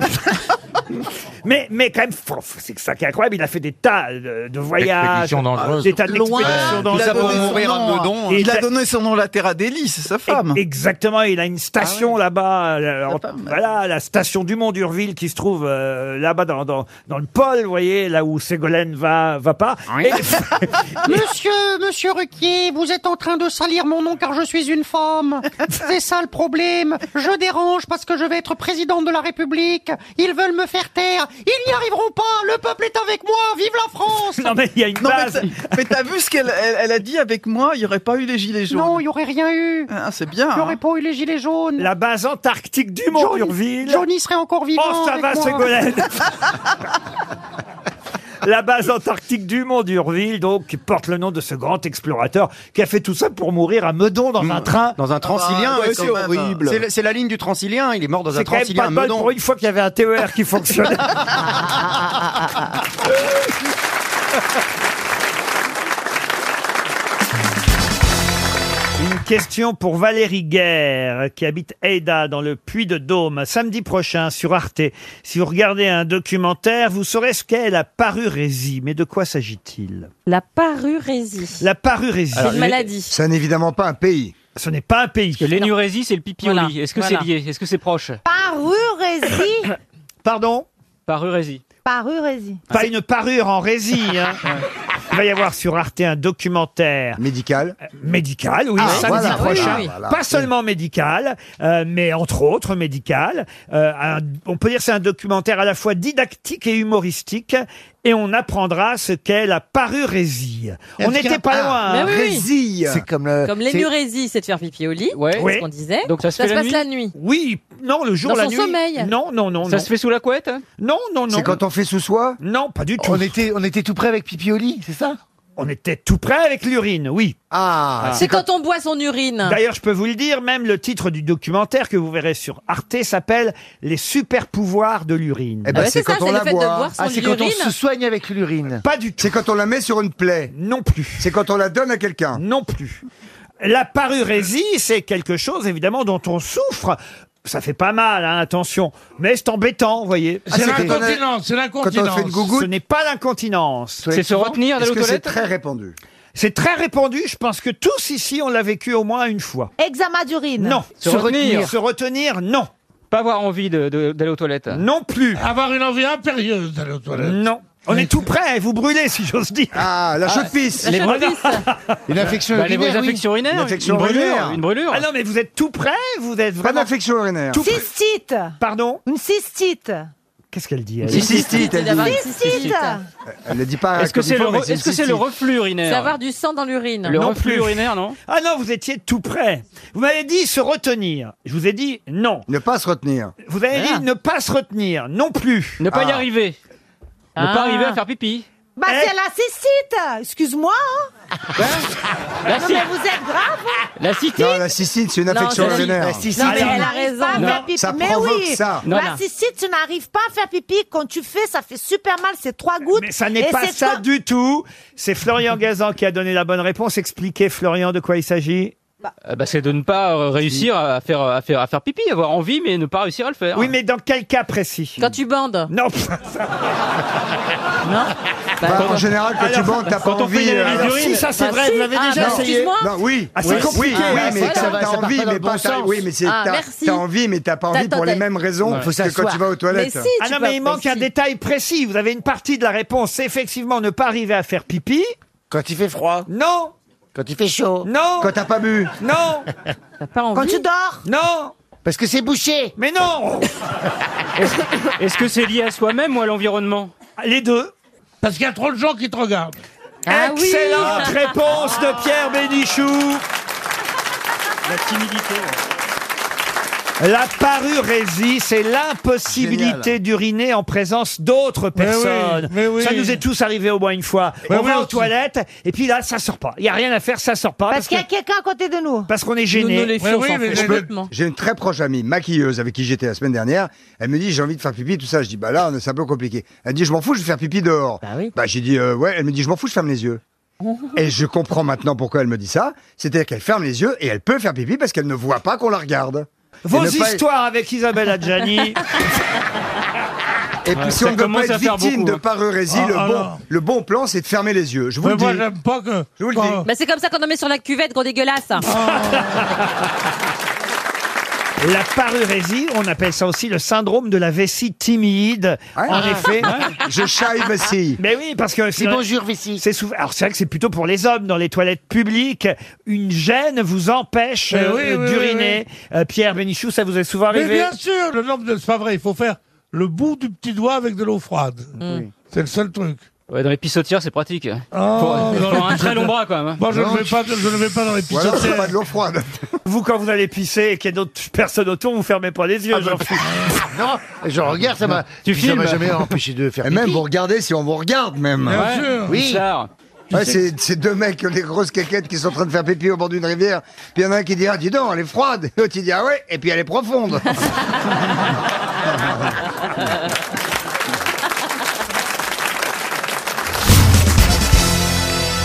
[SPEAKER 1] Mais, mais quand même, fr- c'est que ça qui est incroyable. Il a fait des tas de, de voyages,
[SPEAKER 19] Expéditions dangereuses.
[SPEAKER 1] des tas d'expéditions
[SPEAKER 15] il a
[SPEAKER 1] dangereuses.
[SPEAKER 15] donné son nom à-
[SPEAKER 1] Et
[SPEAKER 15] Il
[SPEAKER 1] il
[SPEAKER 15] a
[SPEAKER 1] a-
[SPEAKER 15] donné son nom à la Terra d'Eli, c'est sa femme. Ah
[SPEAKER 1] Exactement, il a une station là-bas, alors, voilà, la station du Mont d'Urville qui se trouve euh, là-bas dans, dans, dans le pôle, vous voyez, là où Ségolène va, va pas. Et-
[SPEAKER 20] [laughs] Monsieur, monsieur Ruquier, vous êtes en train de salir mon nom car je suis une femme. C'est ça le problème. Je dérange parce que je vais être présidente de la République. Ils veulent me faire taire. Ils n'y arriveront pas. Le peuple est avec moi. Vive la France.
[SPEAKER 1] Non mais il y a une
[SPEAKER 15] Non, mais
[SPEAKER 1] base.
[SPEAKER 15] t'as- mais t'as vu ce qu'elle elle, elle a dit avec moi Il n'y aurait pas eu les gilets jaunes.
[SPEAKER 20] Non, il n'y aurait rien eu.
[SPEAKER 15] [laughs] Ah, c'est bien.
[SPEAKER 20] Il n'y aurait
[SPEAKER 15] hein.
[SPEAKER 20] pas eu les gilets jaunes.
[SPEAKER 1] La base antarctique du Mont d'Urville.
[SPEAKER 20] Johnny serait encore vivant.
[SPEAKER 1] Oh, ça
[SPEAKER 20] avec
[SPEAKER 1] va,
[SPEAKER 20] moi.
[SPEAKER 1] Ségolène
[SPEAKER 20] [laughs]
[SPEAKER 1] La base antarctique du Mont d'Urville, donc, qui porte le nom de ce grand explorateur qui a fait tout ça pour mourir à Meudon dans
[SPEAKER 21] Hmm.
[SPEAKER 1] un train.
[SPEAKER 17] Dans un Transilien,
[SPEAKER 1] ouais,
[SPEAKER 17] ouais,
[SPEAKER 1] c'est
[SPEAKER 17] quand même.
[SPEAKER 1] horrible.
[SPEAKER 17] C'est la- C'est la ligne du Transilien. Il est mort dans un
[SPEAKER 1] C'est quand même
[SPEAKER 17] Transilien.
[SPEAKER 1] pas de bol pour une fois qu'il y avait un TER
[SPEAKER 21] [laughs]
[SPEAKER 1] qui fonctionnait. Une question pour Valérie Guerre, qui habite Eida dans le Puy de Dôme, samedi prochain sur Arte. Si vous regardez un documentaire, vous saurez ce qu'est la parurésie. Mais de quoi s'agit-il
[SPEAKER 9] La parurésie.
[SPEAKER 1] La parurésie.
[SPEAKER 9] C'est une maladie.
[SPEAKER 1] Ça n'est évidemment pas un pays. Ce n'est pas un pays.
[SPEAKER 21] L'énurésie, c'est le pipi
[SPEAKER 9] Voilà.
[SPEAKER 21] au lit. Est-ce que
[SPEAKER 9] Voilà.
[SPEAKER 21] c'est lié Est-ce que c'est proche
[SPEAKER 7] [coughs]
[SPEAKER 22] Parurésie.
[SPEAKER 1] Pardon
[SPEAKER 21] Parurésie.
[SPEAKER 22] Parurésie.
[SPEAKER 1] Pas une parure en résine. hein. Il va y avoir sur Arte un documentaire. Médical Médical, oui,
[SPEAKER 17] Ah,
[SPEAKER 1] samedi
[SPEAKER 17] voilà.
[SPEAKER 1] prochain.
[SPEAKER 17] Oui, oui, oui.
[SPEAKER 1] Pas seulement médical, euh, mais entre autres médical. Euh, un- on peut dire que c'est un documentaire à la fois didactique et humoristique. et on apprendra ce qu'est la parurésie. On n'était pas
[SPEAKER 16] Ah,
[SPEAKER 1] loin. hein.
[SPEAKER 9] C'est comme le.
[SPEAKER 16] Comme
[SPEAKER 9] c'est-
[SPEAKER 16] l'énurésie, c'est de faire pipi au lit.
[SPEAKER 1] Ouais.
[SPEAKER 16] C'est ce qu'on disait.
[SPEAKER 1] Donc ça se fait la
[SPEAKER 16] passe
[SPEAKER 1] nuit
[SPEAKER 16] la nuit.
[SPEAKER 1] Oui, non, le jour,
[SPEAKER 16] Dans
[SPEAKER 1] la
[SPEAKER 16] son
[SPEAKER 1] nuit.
[SPEAKER 16] sommeil.
[SPEAKER 1] Non, non, non.
[SPEAKER 11] Ça se fait
[SPEAKER 1] sous la couette hein Non, non, non.
[SPEAKER 9] C'est quand on fait sous soi
[SPEAKER 1] Non, pas du tout.
[SPEAKER 9] On était, on était tout près avec pipi au lit, c'est ça
[SPEAKER 1] On était tout près avec l'urine, oui.
[SPEAKER 9] Ah,
[SPEAKER 16] C'est quand on boit son urine.
[SPEAKER 1] D'ailleurs, je peux vous le dire, même le titre du documentaire que vous verrez sur Arte s'appelle Les super pouvoirs de l'urine.
[SPEAKER 16] Ah
[SPEAKER 9] Eh ben, c'est quand on la boit. Ah, c'est quand on se soigne avec l'urine.
[SPEAKER 1] Pas du tout.
[SPEAKER 9] C'est quand on la met sur une plaie.
[SPEAKER 1] Non plus.
[SPEAKER 9] C'est quand on la donne à quelqu'un.
[SPEAKER 1] Non plus. La parurésie, c'est quelque chose, évidemment, dont on souffre. Ça fait pas mal, hein, attention. Mais c'est embêtant, vous voyez.
[SPEAKER 9] Ah,
[SPEAKER 18] C'est l'incontinence, c'est l'incontinence. Quand on fait une gougoute.
[SPEAKER 1] Ce n'est pas l'incontinence.
[SPEAKER 9] C'est se retenir d'aller Est-ce aux que c'est toilettes très répandu
[SPEAKER 1] C'est très répandu. Je pense que tous ici, on l'a vécu au moins une fois.
[SPEAKER 7] Examen d'urine.
[SPEAKER 1] Non.
[SPEAKER 11] Se retenir.
[SPEAKER 1] Se retenir, non.
[SPEAKER 11] Pas avoir envie de- de- d'aller aux toilettes.
[SPEAKER 1] Non plus.
[SPEAKER 18] Avoir une envie impérieuse d'aller aux toilettes.
[SPEAKER 1] Non. On est tout prêt, vous brûlez si j'ose dire.
[SPEAKER 9] Ah, la chaude-pisse.
[SPEAKER 1] Les brûlures.
[SPEAKER 9] Une infection
[SPEAKER 11] Bah, les
[SPEAKER 9] urinaire. oui.
[SPEAKER 11] infections urinaires,
[SPEAKER 9] Une infection
[SPEAKER 11] une brûlure,
[SPEAKER 9] urinaire.
[SPEAKER 11] une brûlure.
[SPEAKER 1] Ah non, mais vous êtes tout prêt, vous êtes
[SPEAKER 9] Pas
[SPEAKER 1] vraiment.
[SPEAKER 9] d'infection urinaire.
[SPEAKER 1] Tout-
[SPEAKER 7] Cystite.
[SPEAKER 1] Pardon
[SPEAKER 7] Une cystite.
[SPEAKER 1] Qu'est-ce qu'elle dit elle
[SPEAKER 9] Une cystite, elle dit.
[SPEAKER 7] Cystite.
[SPEAKER 9] Elle le dit pas.
[SPEAKER 11] Est-ce que
[SPEAKER 9] comme
[SPEAKER 11] c'est
[SPEAKER 9] il
[SPEAKER 11] le,
[SPEAKER 9] faut, mais
[SPEAKER 11] re-
[SPEAKER 9] c'est une
[SPEAKER 11] est-ce que c'est le
[SPEAKER 9] cystite.
[SPEAKER 11] reflux
[SPEAKER 16] C'est
[SPEAKER 11] urinaire
[SPEAKER 16] avoir du sang dans l'urine.
[SPEAKER 11] Le
[SPEAKER 1] Non
[SPEAKER 11] reflux
[SPEAKER 1] plus.
[SPEAKER 11] urinaire, non
[SPEAKER 1] Ah non, vous étiez tout près. Vous m'avez dit se retenir. Je vous ai dit non.
[SPEAKER 9] Ne pas se retenir.
[SPEAKER 1] Vous avez dit ne pas se retenir, non plus.
[SPEAKER 11] Ne pas y
[SPEAKER 9] Ah.
[SPEAKER 11] arriver. Ne
[SPEAKER 16] Ah.
[SPEAKER 11] pas arriver à faire pipi.
[SPEAKER 7] Bah, c'est la cystite. Excuse-moi. hein.
[SPEAKER 11] La,
[SPEAKER 7] Non,
[SPEAKER 11] cy-
[SPEAKER 7] mais vous êtes grave. hein.
[SPEAKER 11] la cystite
[SPEAKER 9] Non, la cystine, c'est une infection
[SPEAKER 16] c'est la-
[SPEAKER 9] urinaire. La cystite.
[SPEAKER 7] Non, mais elle
[SPEAKER 11] non.
[SPEAKER 7] n'arrive pas à
[SPEAKER 9] Non,
[SPEAKER 7] faire pipi.
[SPEAKER 9] ça
[SPEAKER 7] mais
[SPEAKER 9] provoque
[SPEAKER 7] oui,
[SPEAKER 9] ça.
[SPEAKER 11] Non,
[SPEAKER 7] la
[SPEAKER 11] non.
[SPEAKER 7] cystite, tu n'arrives pas à faire pipi. Quand tu fais, ça fait super mal. C'est trois gouttes.
[SPEAKER 1] Mais ça
[SPEAKER 7] Et
[SPEAKER 1] n'est pas
[SPEAKER 7] c'est
[SPEAKER 1] ça
[SPEAKER 7] toi-
[SPEAKER 1] du tout. C'est Florian Gazan qui a donné la bonne réponse. Expliquez, Florian, de quoi il s'agit.
[SPEAKER 11] Euh, bah, c'est de ne pas euh, réussir à faire, à, faire, à faire pipi, avoir envie, mais ne pas réussir à le faire.
[SPEAKER 1] Oui, mais dans quel cas précis
[SPEAKER 16] Quand tu bandes.
[SPEAKER 1] Non. [laughs]
[SPEAKER 9] Bah, en général, quand tu bandes, t'as pas
[SPEAKER 11] quand on fait
[SPEAKER 9] envie.
[SPEAKER 11] une analyse
[SPEAKER 9] euh,
[SPEAKER 11] d'urine,
[SPEAKER 1] Si, ça c'est
[SPEAKER 16] Ah,
[SPEAKER 1] vrai,
[SPEAKER 16] si.
[SPEAKER 1] vous l'avez
[SPEAKER 16] Ah,
[SPEAKER 1] déjà
[SPEAKER 16] bah,
[SPEAKER 1] essayé.
[SPEAKER 16] excuse-moi.
[SPEAKER 9] Non, oui,
[SPEAKER 1] Ah, c'est
[SPEAKER 9] oui,
[SPEAKER 1] compliqué.
[SPEAKER 9] Oui,
[SPEAKER 1] Ah,
[SPEAKER 9] mais
[SPEAKER 1] voilà.
[SPEAKER 9] que ça,
[SPEAKER 1] Ça
[SPEAKER 9] t'as
[SPEAKER 1] part
[SPEAKER 9] envie,
[SPEAKER 1] pas dans
[SPEAKER 9] mais
[SPEAKER 1] le
[SPEAKER 9] pas
[SPEAKER 1] bon
[SPEAKER 9] t'as-
[SPEAKER 1] sens.
[SPEAKER 9] oui, mais c'est
[SPEAKER 16] Ah,
[SPEAKER 9] t'as-
[SPEAKER 16] merci.
[SPEAKER 9] t'as envie, mais t'as pas envie
[SPEAKER 16] T'as-
[SPEAKER 9] pour
[SPEAKER 16] t'as-
[SPEAKER 9] les mêmes raisons Faut que quand s'asseoir. tu vas aux
[SPEAKER 16] Mais
[SPEAKER 9] toilettes.
[SPEAKER 16] si,
[SPEAKER 1] Ah
[SPEAKER 16] tu
[SPEAKER 1] non,
[SPEAKER 16] peux-
[SPEAKER 1] mais il manque un détail précis. Vous avez une partie de la réponse. C'est effectivement ne pas arriver à faire pipi.
[SPEAKER 4] Quand il fait froid,
[SPEAKER 1] Non,
[SPEAKER 4] quand il fait chaud,
[SPEAKER 1] non,
[SPEAKER 9] Quand t'as pas bu.
[SPEAKER 1] non,
[SPEAKER 16] T'as pas envie.
[SPEAKER 7] Quand tu dors.
[SPEAKER 1] non,
[SPEAKER 4] parce que c'est bouché.
[SPEAKER 1] mais
[SPEAKER 4] [laughs]
[SPEAKER 1] non
[SPEAKER 11] Est-ce que c'est lié à soi-même ou à l'environnement
[SPEAKER 1] Les deux.
[SPEAKER 18] Parce qu'il y a trop de gens qui te regardent.
[SPEAKER 16] Ah oui.
[SPEAKER 1] Excellente réponse de Pierre Bénichou.
[SPEAKER 11] La timidité.
[SPEAKER 1] La parurésie, c'est l'impossibilité d'uriner en présence d'autres personnes.
[SPEAKER 18] mais oui.
[SPEAKER 1] Ça nous est tous arrivé au moins une fois.
[SPEAKER 18] Mais
[SPEAKER 1] On
[SPEAKER 18] oui,
[SPEAKER 1] va aux
[SPEAKER 18] aussi.
[SPEAKER 1] toilettes et puis là, ça sort pas. Il y a rien à faire, ça sort pas parce,
[SPEAKER 7] Parce qu'il y a
[SPEAKER 1] que-
[SPEAKER 7] quelqu'un à côté de nous.
[SPEAKER 1] parce qu'on est
[SPEAKER 16] Nous,
[SPEAKER 1] gêné.
[SPEAKER 16] nous, les filles,
[SPEAKER 18] Ouais,
[SPEAKER 16] on
[SPEAKER 18] oui,
[SPEAKER 16] s'en
[SPEAKER 18] mais
[SPEAKER 16] fout
[SPEAKER 18] je-
[SPEAKER 16] complètement.
[SPEAKER 9] J'ai une très proche amie, maquilleuse, avec qui j'étais la semaine dernière. Elle me dit j'ai envie de faire pipi, tout ça. Je dis bah là c'est un peu compliqué. Elle dit je m'en fous, je vais faire pipi dehors. Bah, j'ai dit Euh, ouais. Elle me dit je m'en fous, je ferme
[SPEAKER 16] [laughs]
[SPEAKER 9] les yeux. et je comprends maintenant pourquoi elle me dit ça. C'est-à-dire qu'elle ferme les yeux et elle peut faire pipi parce qu'elle ne voit pas qu'on la regarde.
[SPEAKER 1] Vos
[SPEAKER 9] Et ne pas-
[SPEAKER 1] histoires avec
[SPEAKER 18] [laughs]
[SPEAKER 1] Isabelle Adjani.
[SPEAKER 9] Et puis si
[SPEAKER 11] ça
[SPEAKER 9] on ne veut
[SPEAKER 11] commence
[SPEAKER 9] pas
[SPEAKER 11] à
[SPEAKER 9] être
[SPEAKER 11] faire
[SPEAKER 9] victime
[SPEAKER 11] beaucoup,
[SPEAKER 9] de
[SPEAKER 11] hein.
[SPEAKER 9] parurésie,
[SPEAKER 18] Ah,
[SPEAKER 9] le,
[SPEAKER 18] ah,
[SPEAKER 9] bon,
[SPEAKER 18] non.
[SPEAKER 9] le bon plan c'est de fermer les yeux. Je vous
[SPEAKER 18] Mais
[SPEAKER 9] le
[SPEAKER 18] moi,
[SPEAKER 9] dis.
[SPEAKER 18] j'aime pas que.
[SPEAKER 9] Je vous le dis.
[SPEAKER 16] Bah, c'est comme ça qu'on en met sur la cuvette, gros dégueulasse. [laughs]
[SPEAKER 1] La parurésie, on appelle ça aussi le syndrome de la vessie timide.
[SPEAKER 18] Ah.
[SPEAKER 9] Ouais.
[SPEAKER 1] En effet.
[SPEAKER 9] Hein Ah. [laughs] Je chaille vessie.
[SPEAKER 1] Mais oui, parce que c'est
[SPEAKER 4] C'est
[SPEAKER 1] vrai-
[SPEAKER 4] bonjour, Vessi.
[SPEAKER 1] c'est souvent. Alors c'est vrai que c'est plutôt pour les hommes dans les toilettes publiques. Une gêne vous empêche
[SPEAKER 18] Mais
[SPEAKER 1] euh,
[SPEAKER 18] Eh oui, oui,
[SPEAKER 1] d'uriner. Euh, Pierre Bénichou, ça vous est souvent
[SPEAKER 18] Mais
[SPEAKER 1] arrivé
[SPEAKER 18] bien sûr, le nombre de. C'est pas vrai, il faut faire le bout du petit doigt avec de l'eau froide.
[SPEAKER 12] Mm.
[SPEAKER 18] C'est le seul truc.
[SPEAKER 11] Ouais, dans les pissotières, c'est pratique.
[SPEAKER 18] Oh,
[SPEAKER 11] Pour,
[SPEAKER 18] dans
[SPEAKER 11] pour
[SPEAKER 18] les
[SPEAKER 11] un très
[SPEAKER 18] pissotières.
[SPEAKER 11] long bras, quand même.
[SPEAKER 18] Moi, je ne le mets pas, je le mets pas dans les
[SPEAKER 9] Ou alors c'est pas
[SPEAKER 18] pissotières.
[SPEAKER 9] de l'eau froide.
[SPEAKER 1] [laughs] Vous, quand vous allez pisser et qu'il y a d'autres personnes autour, vous fermez pas les yeux, j'en fous.
[SPEAKER 5] Non, je regarde, ça m'a.
[SPEAKER 11] Tu
[SPEAKER 5] puis ça m'a
[SPEAKER 11] filmes
[SPEAKER 5] jamais empêché de faire
[SPEAKER 9] Et même
[SPEAKER 5] pipi.
[SPEAKER 9] vous regardez si on vous regarde même.
[SPEAKER 18] Bien sûr.
[SPEAKER 5] Oui.
[SPEAKER 11] Richard.
[SPEAKER 9] Ouais, c'est c'est deux mecs, les grosses caquettes qui sont en train de faire pipi au bord d'une rivière. Puis il y en a un qui dit Ah, dis donc, elle est froide. [laughs] Et l'autre, il dit Ah ouais, et puis elle
[SPEAKER 5] [laughs]
[SPEAKER 9] est profonde. [laughs]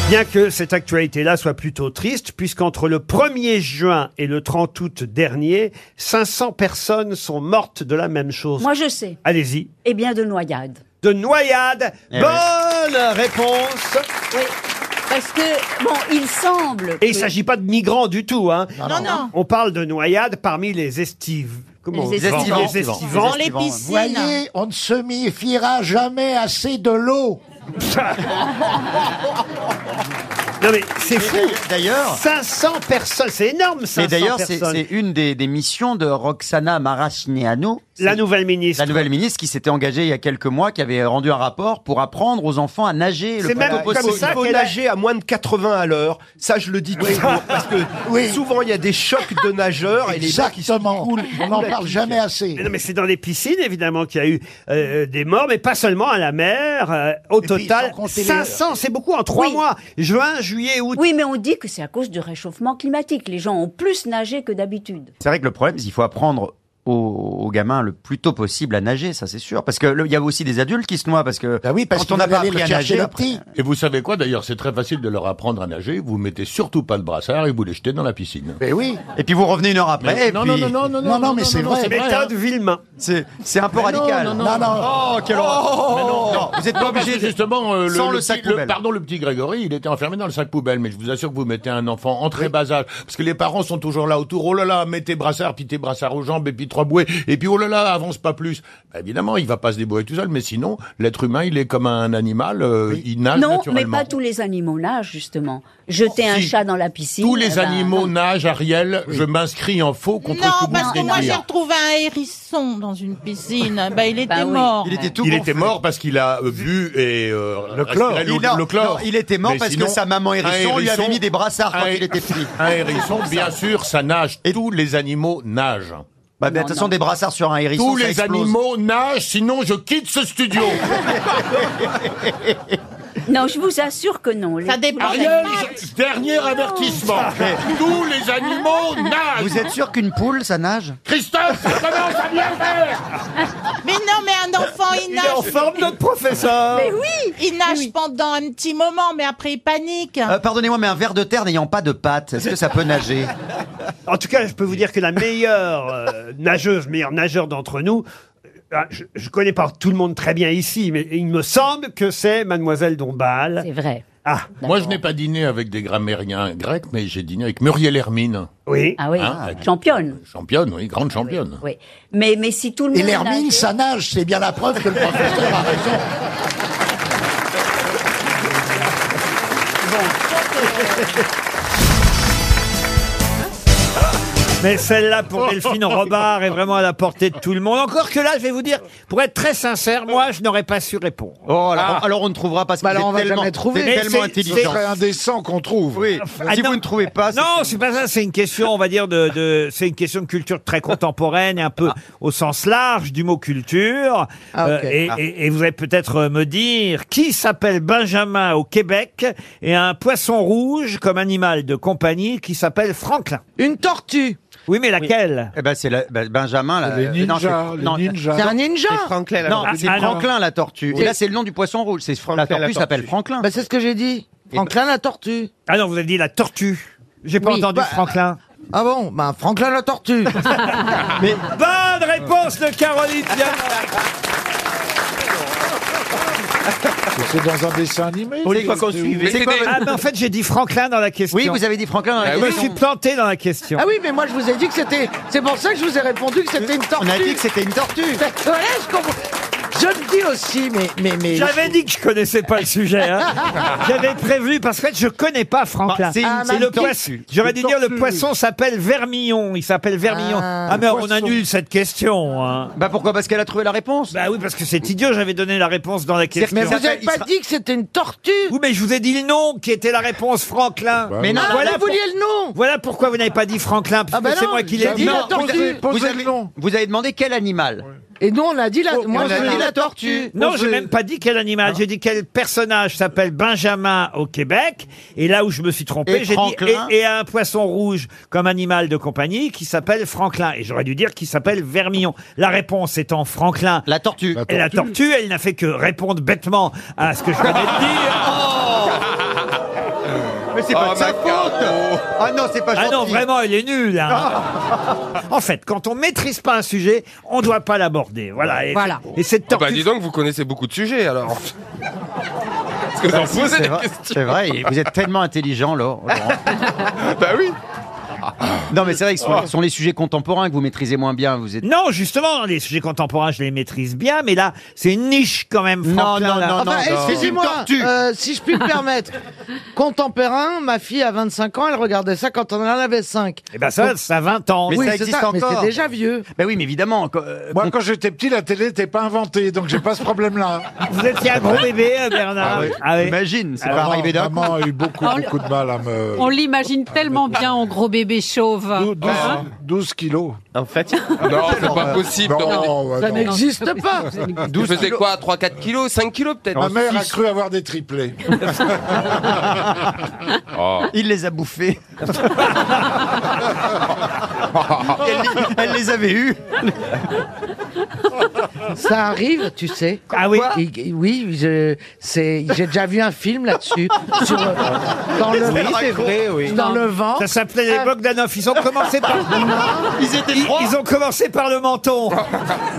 [SPEAKER 1] Bien que cette actualité-là soit plutôt triste, puisqu'entre le 1er juin et le 30 août dernier, 500 personnes sont mortes de la même chose.
[SPEAKER 12] Moi, je sais.
[SPEAKER 1] Allez-y.
[SPEAKER 12] Eh bien, de noyade.
[SPEAKER 1] De noyade. Bonne réponse.
[SPEAKER 12] Oui. Parce que, bon, il semble.
[SPEAKER 1] Et il
[SPEAKER 12] que-
[SPEAKER 1] s'agit pas de migrants du tout. Hein.
[SPEAKER 12] non, non.
[SPEAKER 1] On parle de noyade parmi les estives. Comment
[SPEAKER 12] Les
[SPEAKER 1] on dit
[SPEAKER 12] estivants.
[SPEAKER 1] Les estivants.
[SPEAKER 12] Dans les piscines.
[SPEAKER 5] Voyez, on ne se méfiera jamais assez de l'eau.
[SPEAKER 1] [laughs] Non mais c'est fou.
[SPEAKER 4] D'ailleurs,
[SPEAKER 1] 500 personnes, c'est énorme 500
[SPEAKER 4] mais d'ailleurs, c'est
[SPEAKER 1] personnes.
[SPEAKER 4] c'est une des, des missions de Roxana Maracineanu
[SPEAKER 1] La nouvelle ministre.
[SPEAKER 4] La nouvelle ministre qui s'était engagée il y a quelques mois, qui avait rendu un rapport pour apprendre aux enfants à nager. le
[SPEAKER 1] C'est
[SPEAKER 4] plus
[SPEAKER 1] même
[SPEAKER 4] tôt
[SPEAKER 1] comme
[SPEAKER 4] possible.
[SPEAKER 1] ça
[SPEAKER 4] Il faut
[SPEAKER 1] qu'elle a-
[SPEAKER 4] nager à moins de 80 à l'heure. Ça, je le dis toujours parce que souvent il y a des chocs de nageurs et les mecs qui sont cool.
[SPEAKER 1] On n'en parle jamais assez. non, mais c'est dans les piscines, évidemment, qu'il y a eu euh, des morts, mais pas seulement à la mer. euh, au total, [laughs] 500, c'est beaucoup en trois mois. Juin, juillet, août.
[SPEAKER 12] Oui, mais on dit que c'est à cause du réchauffement climatique. Les gens ont plus nagé que d'habitude.
[SPEAKER 4] C'est vrai que le problème, c'est qu'il faut apprendre aux, aux gamins le plus tôt possible à nager, ça c'est sûr. Parce que le- il y a aussi des adultes qui se noient parce que Bah oui,
[SPEAKER 5] parce
[SPEAKER 4] quand on n'a pas appris à nager,
[SPEAKER 5] Et vous savez quoi d'ailleurs, c'est très facile de leur apprendre à nager. Vous mettez surtout pas le brassard et vous les jetez dans la piscine.
[SPEAKER 4] Mais oui. Et puis vous revenez une heure après.
[SPEAKER 5] Mais-
[SPEAKER 4] et
[SPEAKER 5] non,
[SPEAKER 4] puis-
[SPEAKER 5] non, non, non, non, Non, non, non, mais non, c'est non, vrai. c'est vrai,
[SPEAKER 1] Méthode
[SPEAKER 5] hein.
[SPEAKER 1] Villemain.
[SPEAKER 4] C'est c'est un peu radical.
[SPEAKER 5] Oh, quelle horreur. Mais non, non.
[SPEAKER 4] Vous êtes pas
[SPEAKER 5] Non, parce
[SPEAKER 4] obligé
[SPEAKER 5] que
[SPEAKER 4] de-
[SPEAKER 5] justement euh, le,
[SPEAKER 4] sans
[SPEAKER 5] le
[SPEAKER 4] le
[SPEAKER 5] petit-
[SPEAKER 4] sac
[SPEAKER 5] le-
[SPEAKER 4] poubelle.
[SPEAKER 5] pardon le petit Grégory, il était enfermé dans le sac poubelle mais je vous assure que vous mettez un enfant en très bas âge parce que les parents sont toujours là autour. Oh là là, mets tes brassards, puis tes brassards aux jambes et puis trois bouées et puis oh là là, avance pas plus. Bah, évidemment, il va pas se débrouiller tout seul mais sinon l'être humain, il est comme un animal, euh, il
[SPEAKER 1] Ah,
[SPEAKER 5] nage
[SPEAKER 12] non, mais
[SPEAKER 5] naturellement.
[SPEAKER 12] pas tous les animaux nagent, justement. Jeter un
[SPEAKER 5] Si.
[SPEAKER 12] chat dans la piscine.
[SPEAKER 5] Tous
[SPEAKER 12] eh
[SPEAKER 5] les
[SPEAKER 12] ben,
[SPEAKER 5] animaux nagent, Ariel, je m'inscris en faux contre tout bon
[SPEAKER 7] Non, parce que moi j'ai
[SPEAKER 5] délire.
[SPEAKER 7] retrouvé un hérisson dans une piscine. Bah, il était
[SPEAKER 4] Bah oui.
[SPEAKER 7] mort.
[SPEAKER 5] Il était mort parce qu'il a euh, bu et euh,
[SPEAKER 4] Le chlore.
[SPEAKER 5] respiré l'eau-
[SPEAKER 4] Il- non,
[SPEAKER 5] le chlore.
[SPEAKER 4] non, il était mort
[SPEAKER 5] Mais
[SPEAKER 4] parce que
[SPEAKER 5] sinon,
[SPEAKER 4] sa maman
[SPEAKER 5] un
[SPEAKER 4] hérisson lui avait mis des brassards quand
[SPEAKER 5] un-
[SPEAKER 4] il était petit.
[SPEAKER 5] Un hérisson, bien sûr, ça nage. Tous les animaux nagent.
[SPEAKER 4] Bah, de toute façon, des brassards sur un hérisson.
[SPEAKER 5] Tous
[SPEAKER 4] ça
[SPEAKER 5] les
[SPEAKER 4] explose.
[SPEAKER 5] animaux nagent, sinon je quitte ce
[SPEAKER 4] [laughs]
[SPEAKER 5] studio.
[SPEAKER 12] Non, je vous assure que non. Ça dépend.
[SPEAKER 5] Ariel, je- dernier
[SPEAKER 4] [laughs]
[SPEAKER 5] avertissement. Tous les animaux nagent.
[SPEAKER 4] Vous êtes sûr qu'une poule, ça nage
[SPEAKER 5] Christophe, ça commence à bien
[SPEAKER 4] [laughs]
[SPEAKER 5] faire.
[SPEAKER 7] Mais non, mais un enfant, il,
[SPEAKER 4] Il est
[SPEAKER 7] nage.
[SPEAKER 4] en forme, notre professeur. Mais
[SPEAKER 7] oui Il nage pendant un petit moment, mais après il panique.
[SPEAKER 4] Euh, Pardonnez-moi, mais un ver de terre n'ayant pas de pattes, est-ce que ça peut nager
[SPEAKER 1] En tout cas, je peux vous dire que la meilleure euh, nageuse, meilleure nageur d'entre nous, euh, ah, je, je connais pas tout le monde très bien ici, mais il me semble que c'est Mademoiselle Dombal. C'est
[SPEAKER 12] vrai.
[SPEAKER 1] Ah.
[SPEAKER 5] Moi, je n'ai pas dîné avec des grammairiens grecs, mais j'ai dîné avec Muriel Hermine.
[SPEAKER 1] Oui.
[SPEAKER 12] Ah oui,
[SPEAKER 5] Hein, avec-
[SPEAKER 12] championne. Ah
[SPEAKER 5] Championne, oui, grande championne.
[SPEAKER 12] Oui. Mais, mais si tout le monde.
[SPEAKER 23] Et l'hermine,
[SPEAKER 12] nageait- Ah.
[SPEAKER 23] ça nage, c'est bien la preuve que le professeur a raison.
[SPEAKER 1] Mais celle-là pour Delphine Robard est vraiment à la portée de tout le monde. Encore que là, je vais vous dire, pour être très sincère, moi, je n'aurais pas su répondre.
[SPEAKER 4] Oh, alors, alors on ne trouvera pas ce
[SPEAKER 1] Bah
[SPEAKER 4] qu'il est
[SPEAKER 1] alors, on va
[SPEAKER 4] tellement,
[SPEAKER 1] jamais trouver.
[SPEAKER 4] c'est
[SPEAKER 1] Mais
[SPEAKER 4] tellement
[SPEAKER 1] c'est-
[SPEAKER 4] intelligent.
[SPEAKER 1] ce serait
[SPEAKER 4] indécent qu'on trouve. Oui.
[SPEAKER 1] Ah
[SPEAKER 4] si
[SPEAKER 1] non.
[SPEAKER 4] vous ne trouvez pas, c'est-
[SPEAKER 1] Non, c'est pas ça. C'est une question, on va dire, de, de- c'est une question de culture très contemporaine, et un
[SPEAKER 4] Ah.
[SPEAKER 1] peu au sens large du mot culture. Euh,
[SPEAKER 24] Ah, ok.
[SPEAKER 1] et,
[SPEAKER 24] Ah.
[SPEAKER 1] et- et vous allez peut-être euh, me dire qui s'appelle Benjamin au Québec et a un poisson rouge comme animal de compagnie qui s'appelle Franklin. Une tortue. Oui, mais laquelle
[SPEAKER 4] Eh ben c'est la- ben, Benjamin là.
[SPEAKER 1] Les
[SPEAKER 4] euh, non,
[SPEAKER 1] ninjas,
[SPEAKER 4] c'est-
[SPEAKER 1] les
[SPEAKER 4] non,
[SPEAKER 1] ninjas.
[SPEAKER 4] c'est-
[SPEAKER 1] C'est un ninja.
[SPEAKER 4] c'est Franklin la
[SPEAKER 1] Non,
[SPEAKER 4] tortue.
[SPEAKER 1] ah,
[SPEAKER 4] c'est
[SPEAKER 1] ah, non.
[SPEAKER 4] Franklin la tortue.
[SPEAKER 1] Oui.
[SPEAKER 4] Et là c'est le nom du poisson rouge. C'est Franklin. La tortue s'appelle Franklin.
[SPEAKER 24] Bah, c'est ce que j'ai dit. Franklin la tortue.
[SPEAKER 1] Ah non, vous avez dit la tortue. J'ai pas entendu Franklin.
[SPEAKER 24] Ah bon Bah Franklin la tortue.
[SPEAKER 1] [laughs] Mais bonne réponse de Caroline Diamant.
[SPEAKER 24] c'est dans un dessin animé.
[SPEAKER 1] Ah, mais en fait, j'ai dit Franklin dans la question.
[SPEAKER 24] Oui, vous avez
[SPEAKER 4] dit Franklin dans
[SPEAKER 24] la
[SPEAKER 1] Je me
[SPEAKER 24] question.
[SPEAKER 1] suis planté dans la question.
[SPEAKER 24] Ah oui, mais moi je vous ai dit que c'était. C'est pour ça que je vous ai répondu que c'était une tortue. On a dit que
[SPEAKER 4] c'était une tortue.
[SPEAKER 24] [laughs] voilà, je comprends. Je le dis aussi, mais mais mais.
[SPEAKER 1] J'avais dit que je connaissais pas le sujet. hein. J'avais prévu parce que en fait, je connais pas Franklin.
[SPEAKER 24] Ah, c'est une- Ah,
[SPEAKER 1] c'est
[SPEAKER 24] une
[SPEAKER 1] le
[SPEAKER 24] tortue.
[SPEAKER 1] poisson. J'aurais dû
[SPEAKER 24] Une
[SPEAKER 1] dire le
[SPEAKER 24] tortue.
[SPEAKER 1] poisson s'appelle Vermillon. Il s'appelle Vermillon. Ah,
[SPEAKER 4] Ah,
[SPEAKER 1] mais
[SPEAKER 4] le
[SPEAKER 1] on
[SPEAKER 4] poisson.
[SPEAKER 1] annule cette question. hein.
[SPEAKER 4] Bah pourquoi Parce qu'elle a trouvé la réponse.
[SPEAKER 1] Bah oui, parce que c'est idiot. J'avais donné la réponse dans la question.
[SPEAKER 24] Mais vous n'avez pas dit que c'était une tortue.
[SPEAKER 1] Oui, mais je vous ai dit le nom qui était la réponse, Franklin.
[SPEAKER 24] Bah Mais non,
[SPEAKER 1] voilà
[SPEAKER 24] vous vouliez le nom.
[SPEAKER 1] Voilà pourquoi vous n'avez pas dit Franklin, puisque
[SPEAKER 24] bah
[SPEAKER 1] c'est
[SPEAKER 24] non,
[SPEAKER 1] moi qui l'ai
[SPEAKER 24] j'avais
[SPEAKER 1] dit.
[SPEAKER 24] dit la tortue.
[SPEAKER 4] vous, avez,
[SPEAKER 24] Posez
[SPEAKER 4] vous avez- vous avez demandé quel animal
[SPEAKER 24] Et nous on a dit la. moi
[SPEAKER 1] on a
[SPEAKER 24] je
[SPEAKER 1] dit
[SPEAKER 24] dis
[SPEAKER 1] la
[SPEAKER 24] la tortue. Ah.
[SPEAKER 1] Non, j'ai même pas dit quel animal. J'ai dit quel personnage s'appelle Benjamin au Québec. Et là où je me suis trompé,
[SPEAKER 4] Et
[SPEAKER 1] j'ai dit
[SPEAKER 4] Franklin.
[SPEAKER 1] et, et un poisson rouge comme animal de compagnie qui s'appelle Franklin. Et j'aurais dû dire qu'il s'appelle Vermillon. La réponse étant Franklin.
[SPEAKER 4] La tortue.
[SPEAKER 1] Et la tortue, elle n'a fait que répondre bêtement à ce que je venais de dire.
[SPEAKER 4] Mais c'est pas
[SPEAKER 7] Oh,
[SPEAKER 4] de sa faute. Ah non, c'est pas
[SPEAKER 1] Ah non,
[SPEAKER 4] gentil.
[SPEAKER 1] vraiment, elle est nulle. hein. [laughs] en fait, quand on maîtrise pas un sujet, on doit pas l'aborder. Voilà. Et,
[SPEAKER 23] Voilà.
[SPEAKER 1] et cette
[SPEAKER 23] Ah
[SPEAKER 1] tortue
[SPEAKER 23] bah, dis donc, vous connaissez beaucoup de sujets alors. Parce que
[SPEAKER 4] Bah
[SPEAKER 23] vous
[SPEAKER 4] si,
[SPEAKER 23] posez
[SPEAKER 4] c'est
[SPEAKER 23] des
[SPEAKER 4] vrai,
[SPEAKER 23] questions.
[SPEAKER 1] [laughs]
[SPEAKER 4] c'est vrai, et vous êtes tellement intelligent, Laure- Laurent.
[SPEAKER 23] bah oui.
[SPEAKER 4] Non, mais c'est vrai que ce sont, ce sont les sujets contemporains que vous maîtrisez moins bien. Vous êtes...
[SPEAKER 1] Oh. Non, justement, les sujets contemporains, je les maîtrise bien, mais là, c'est une niche quand même. Franklin, là. eh,
[SPEAKER 7] Ah bah, Excusez-moi, euh, si je puis me permettre. Contemporain, ma fille a 25 ans, elle regardait ça quand on en avait 5.
[SPEAKER 1] Eh ben ça, ça a 20 ans.
[SPEAKER 7] oui, c'est ça, Mais c'est déjà vieux.
[SPEAKER 4] Ben oui, mais évidemment.
[SPEAKER 18] Moi, quand j'étais petit, la télé n'était pas inventée, donc j'ai pas ce problème-là.
[SPEAKER 1] [laughs] Vous étiez un gros bébé, euh, Bernard.
[SPEAKER 18] Ah oui.
[SPEAKER 1] Ah oui.
[SPEAKER 4] Imagine, c'est
[SPEAKER 18] Maman-
[SPEAKER 4] pas arrivé d'un coup.
[SPEAKER 18] Maman a eu beaucoup, beaucoup de mal à me...
[SPEAKER 25] Euh, On
[SPEAKER 7] Ah,
[SPEAKER 25] l'imagine tellement bien en gros bébé chauve. Hein
[SPEAKER 18] 12, 12 kilos.
[SPEAKER 26] En fait.
[SPEAKER 13] Ah. Non, c'est pas possible.
[SPEAKER 18] euh, Non, ouais,
[SPEAKER 7] Ça
[SPEAKER 18] non.
[SPEAKER 7] n'existe pas.
[SPEAKER 13] Tu faisais quoi 3, 4 kilos 5 kilos peut-être
[SPEAKER 18] Ma mère a
[SPEAKER 13] Six.
[SPEAKER 18] cru avoir des
[SPEAKER 13] [laughs]
[SPEAKER 18] triplés.
[SPEAKER 13] Oh.
[SPEAKER 4] Il les a bouffés.
[SPEAKER 5] Oh,
[SPEAKER 4] elle, les- [laughs] elle les avait
[SPEAKER 1] [laughs]
[SPEAKER 4] eus.
[SPEAKER 7] Ah. Ça arrive, tu sais. Ah oui Oui, je- c'est- j'ai déjà vu un film
[SPEAKER 1] [laughs]
[SPEAKER 7] là-dessus. [laughs] Sur, euh, dans le,
[SPEAKER 1] Oui, c'est vrai, oui.
[SPEAKER 7] Dans le vent.
[SPEAKER 1] Ça s'appelait l'époque d'Anoff. Ils ont commencé
[SPEAKER 7] [laughs]
[SPEAKER 1] par.
[SPEAKER 4] Ils étaient
[SPEAKER 1] trois. Ils ont commencé par le menton.
[SPEAKER 7] Ah.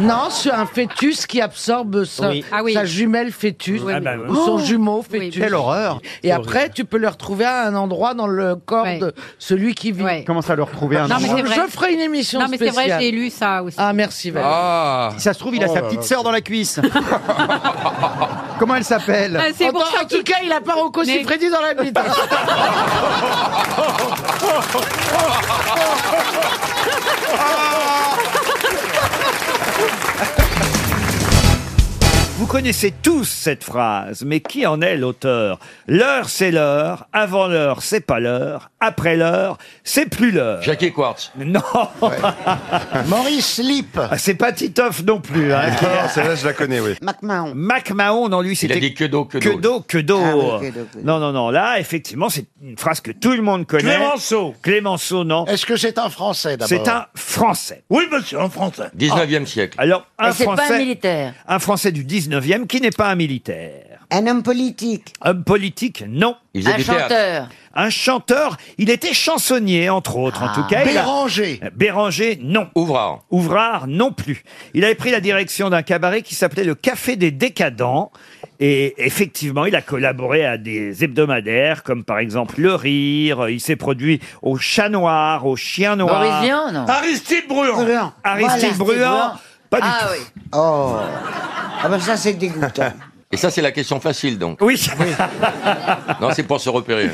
[SPEAKER 7] Non, c'est un fœtus qui absorbe sa,
[SPEAKER 1] Oui. Ah oui.
[SPEAKER 7] sa jumelle fœtus
[SPEAKER 1] Ah bah oui.
[SPEAKER 7] ou son
[SPEAKER 1] Oh.
[SPEAKER 7] jumeau
[SPEAKER 1] Oui,
[SPEAKER 7] fœtus.
[SPEAKER 1] oui. Quelle
[SPEAKER 4] horreur.
[SPEAKER 7] Et après, tu peux le retrouver à un endroit dans le corps de celui qui vit.
[SPEAKER 4] Comment ça le retrouver un
[SPEAKER 7] Non, mais
[SPEAKER 4] jour
[SPEAKER 7] c'est vrai. Je ferai une émission
[SPEAKER 25] Non, mais c'est vrai,
[SPEAKER 7] spéciale.
[SPEAKER 25] j'ai lu ça aussi.
[SPEAKER 7] Ah, merci Valérie.
[SPEAKER 13] Ah.
[SPEAKER 4] Si ça se trouve, il a
[SPEAKER 7] Oh
[SPEAKER 4] sa
[SPEAKER 7] là
[SPEAKER 4] petite
[SPEAKER 7] là.
[SPEAKER 4] sœur dans la cuisse. [laughs] Comment elle s'appelle
[SPEAKER 25] Ah, c'est
[SPEAKER 7] En,
[SPEAKER 25] pour
[SPEAKER 7] tout-
[SPEAKER 25] ça
[SPEAKER 7] en tout cas, il a pas reconnu
[SPEAKER 25] Mais-
[SPEAKER 7] Freddy dans la bite.
[SPEAKER 1] Vous connaissez tous cette phrase, mais qui en est l'auteur L'heure, c'est l'heure. Avant l'heure, c'est pas l'heure. Après l'heure, c'est plus l'heure.
[SPEAKER 13] Jackie Quartz.
[SPEAKER 1] Non [laughs]
[SPEAKER 2] Maurice Lipp.
[SPEAKER 1] Ah, C'est pas Titoff non plus. Hein, qui-
[SPEAKER 27] Non, celle-là, je la connais, oui.
[SPEAKER 7] MacMahon.
[SPEAKER 1] MacMahon, non, lui,
[SPEAKER 13] Il a
[SPEAKER 1] c'était
[SPEAKER 13] dit que d'eau, que
[SPEAKER 1] que
[SPEAKER 13] d'eau.
[SPEAKER 1] d'eau, que d'eau.
[SPEAKER 13] Ah oui, que d'eau, que d'eau.
[SPEAKER 1] Non, non, non. Là, effectivement, c'est une phrase que tout le monde connaît.
[SPEAKER 2] Clémenceau.
[SPEAKER 1] Clémenceau, non.
[SPEAKER 2] Est-ce que c'est un Français d'abord
[SPEAKER 1] C'est un Français.
[SPEAKER 2] Oui, monsieur, un Français.
[SPEAKER 13] 19e siècle.
[SPEAKER 1] Alors, un
[SPEAKER 6] Et c'est pas un
[SPEAKER 1] Français,
[SPEAKER 6] militaire.
[SPEAKER 1] un Français du 19e qui n'est pas un militaire.
[SPEAKER 6] Un homme politique.
[SPEAKER 1] Homme politique, non.
[SPEAKER 13] faisait Un du théâtre. chanteur.
[SPEAKER 1] Un chanteur. Il était chansonnier, entre autres,
[SPEAKER 6] Ah.
[SPEAKER 1] en tout cas. il a- Euh,
[SPEAKER 2] Béranger.
[SPEAKER 1] Béranger, non.
[SPEAKER 13] Ouvrard.
[SPEAKER 1] Ouvrard, non plus. Il avait pris la direction d'un cabaret qui s'appelait le Café des Décadents. Et effectivement, il a collaboré à des hebdomadaires, comme par exemple Le Rire. Il s'est produit au Chat Noir, au Chien Noir. Ah,
[SPEAKER 6] Boris Vian, non
[SPEAKER 2] Aristide Bruand.
[SPEAKER 1] Aristide Bruand. Pas du
[SPEAKER 6] Ah
[SPEAKER 1] tout.
[SPEAKER 6] oui.
[SPEAKER 13] Oh. Ah ben ça, c'est dégoûtant. Et ça, c'est la question facile, donc.
[SPEAKER 1] Oui. [laughs]
[SPEAKER 13] non, c'est pour se repérer.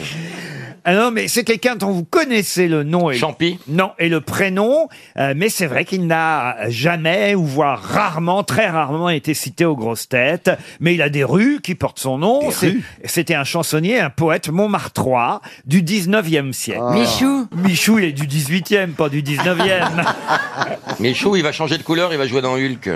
[SPEAKER 1] Ah non, mais c'est quelqu'un dont vous connaissez le nom. Et
[SPEAKER 13] Champi
[SPEAKER 1] Non, et le prénom, euh, mais c'est vrai qu'il n'a jamais, ou voire rarement, très rarement été cité aux grosses têtes. Mais il a des rues qui portent son nom. C'est- C'était un chansonnier, un poète montmartrois du 19e siècle.
[SPEAKER 25] Ah.
[SPEAKER 13] Ah.
[SPEAKER 6] Michou
[SPEAKER 1] Michou, il est du 18e, pas
[SPEAKER 13] [laughs]
[SPEAKER 1] du 19e.
[SPEAKER 13] Mais Chou, il va changer de couleur, il va jouer dans
[SPEAKER 3] [laughs]
[SPEAKER 13] Hulk.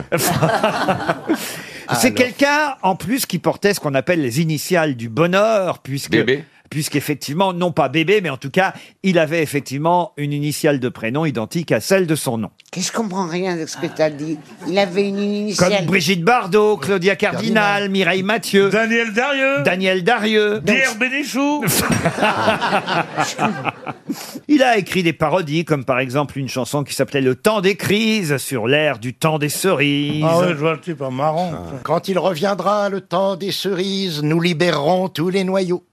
[SPEAKER 3] Ah,
[SPEAKER 1] C'est quelqu'un, en plus, qui portait ce qu'on appelle les initiales du bonheur, puisque...
[SPEAKER 13] Bébé.
[SPEAKER 1] Puisqu'effectivement, non pas bébé, mais en tout cas, il avait effectivement une initiale de prénom identique à celle de son nom.
[SPEAKER 24] Qu'est-ce [laughs] que je comprends rien de ce que t'as dit. Il avait une
[SPEAKER 1] Comme
[SPEAKER 24] initiale.
[SPEAKER 1] Brigitte Bardot, Claudia Cardinal, Mireille Mathieu.
[SPEAKER 2] Daniel Darieux.
[SPEAKER 1] Daniel Darieux.
[SPEAKER 2] Pierre Bénichou.
[SPEAKER 18] Ah
[SPEAKER 1] Il a écrit des parodies, comme par exemple une chanson qui s'appelait Le temps des crises, sur l'air du temps des cerises.
[SPEAKER 2] Ah ouais, je vois le type, hein, marrant. ça.
[SPEAKER 18] Quand il reviendra le temps des cerises, nous libérerons tous les noyaux.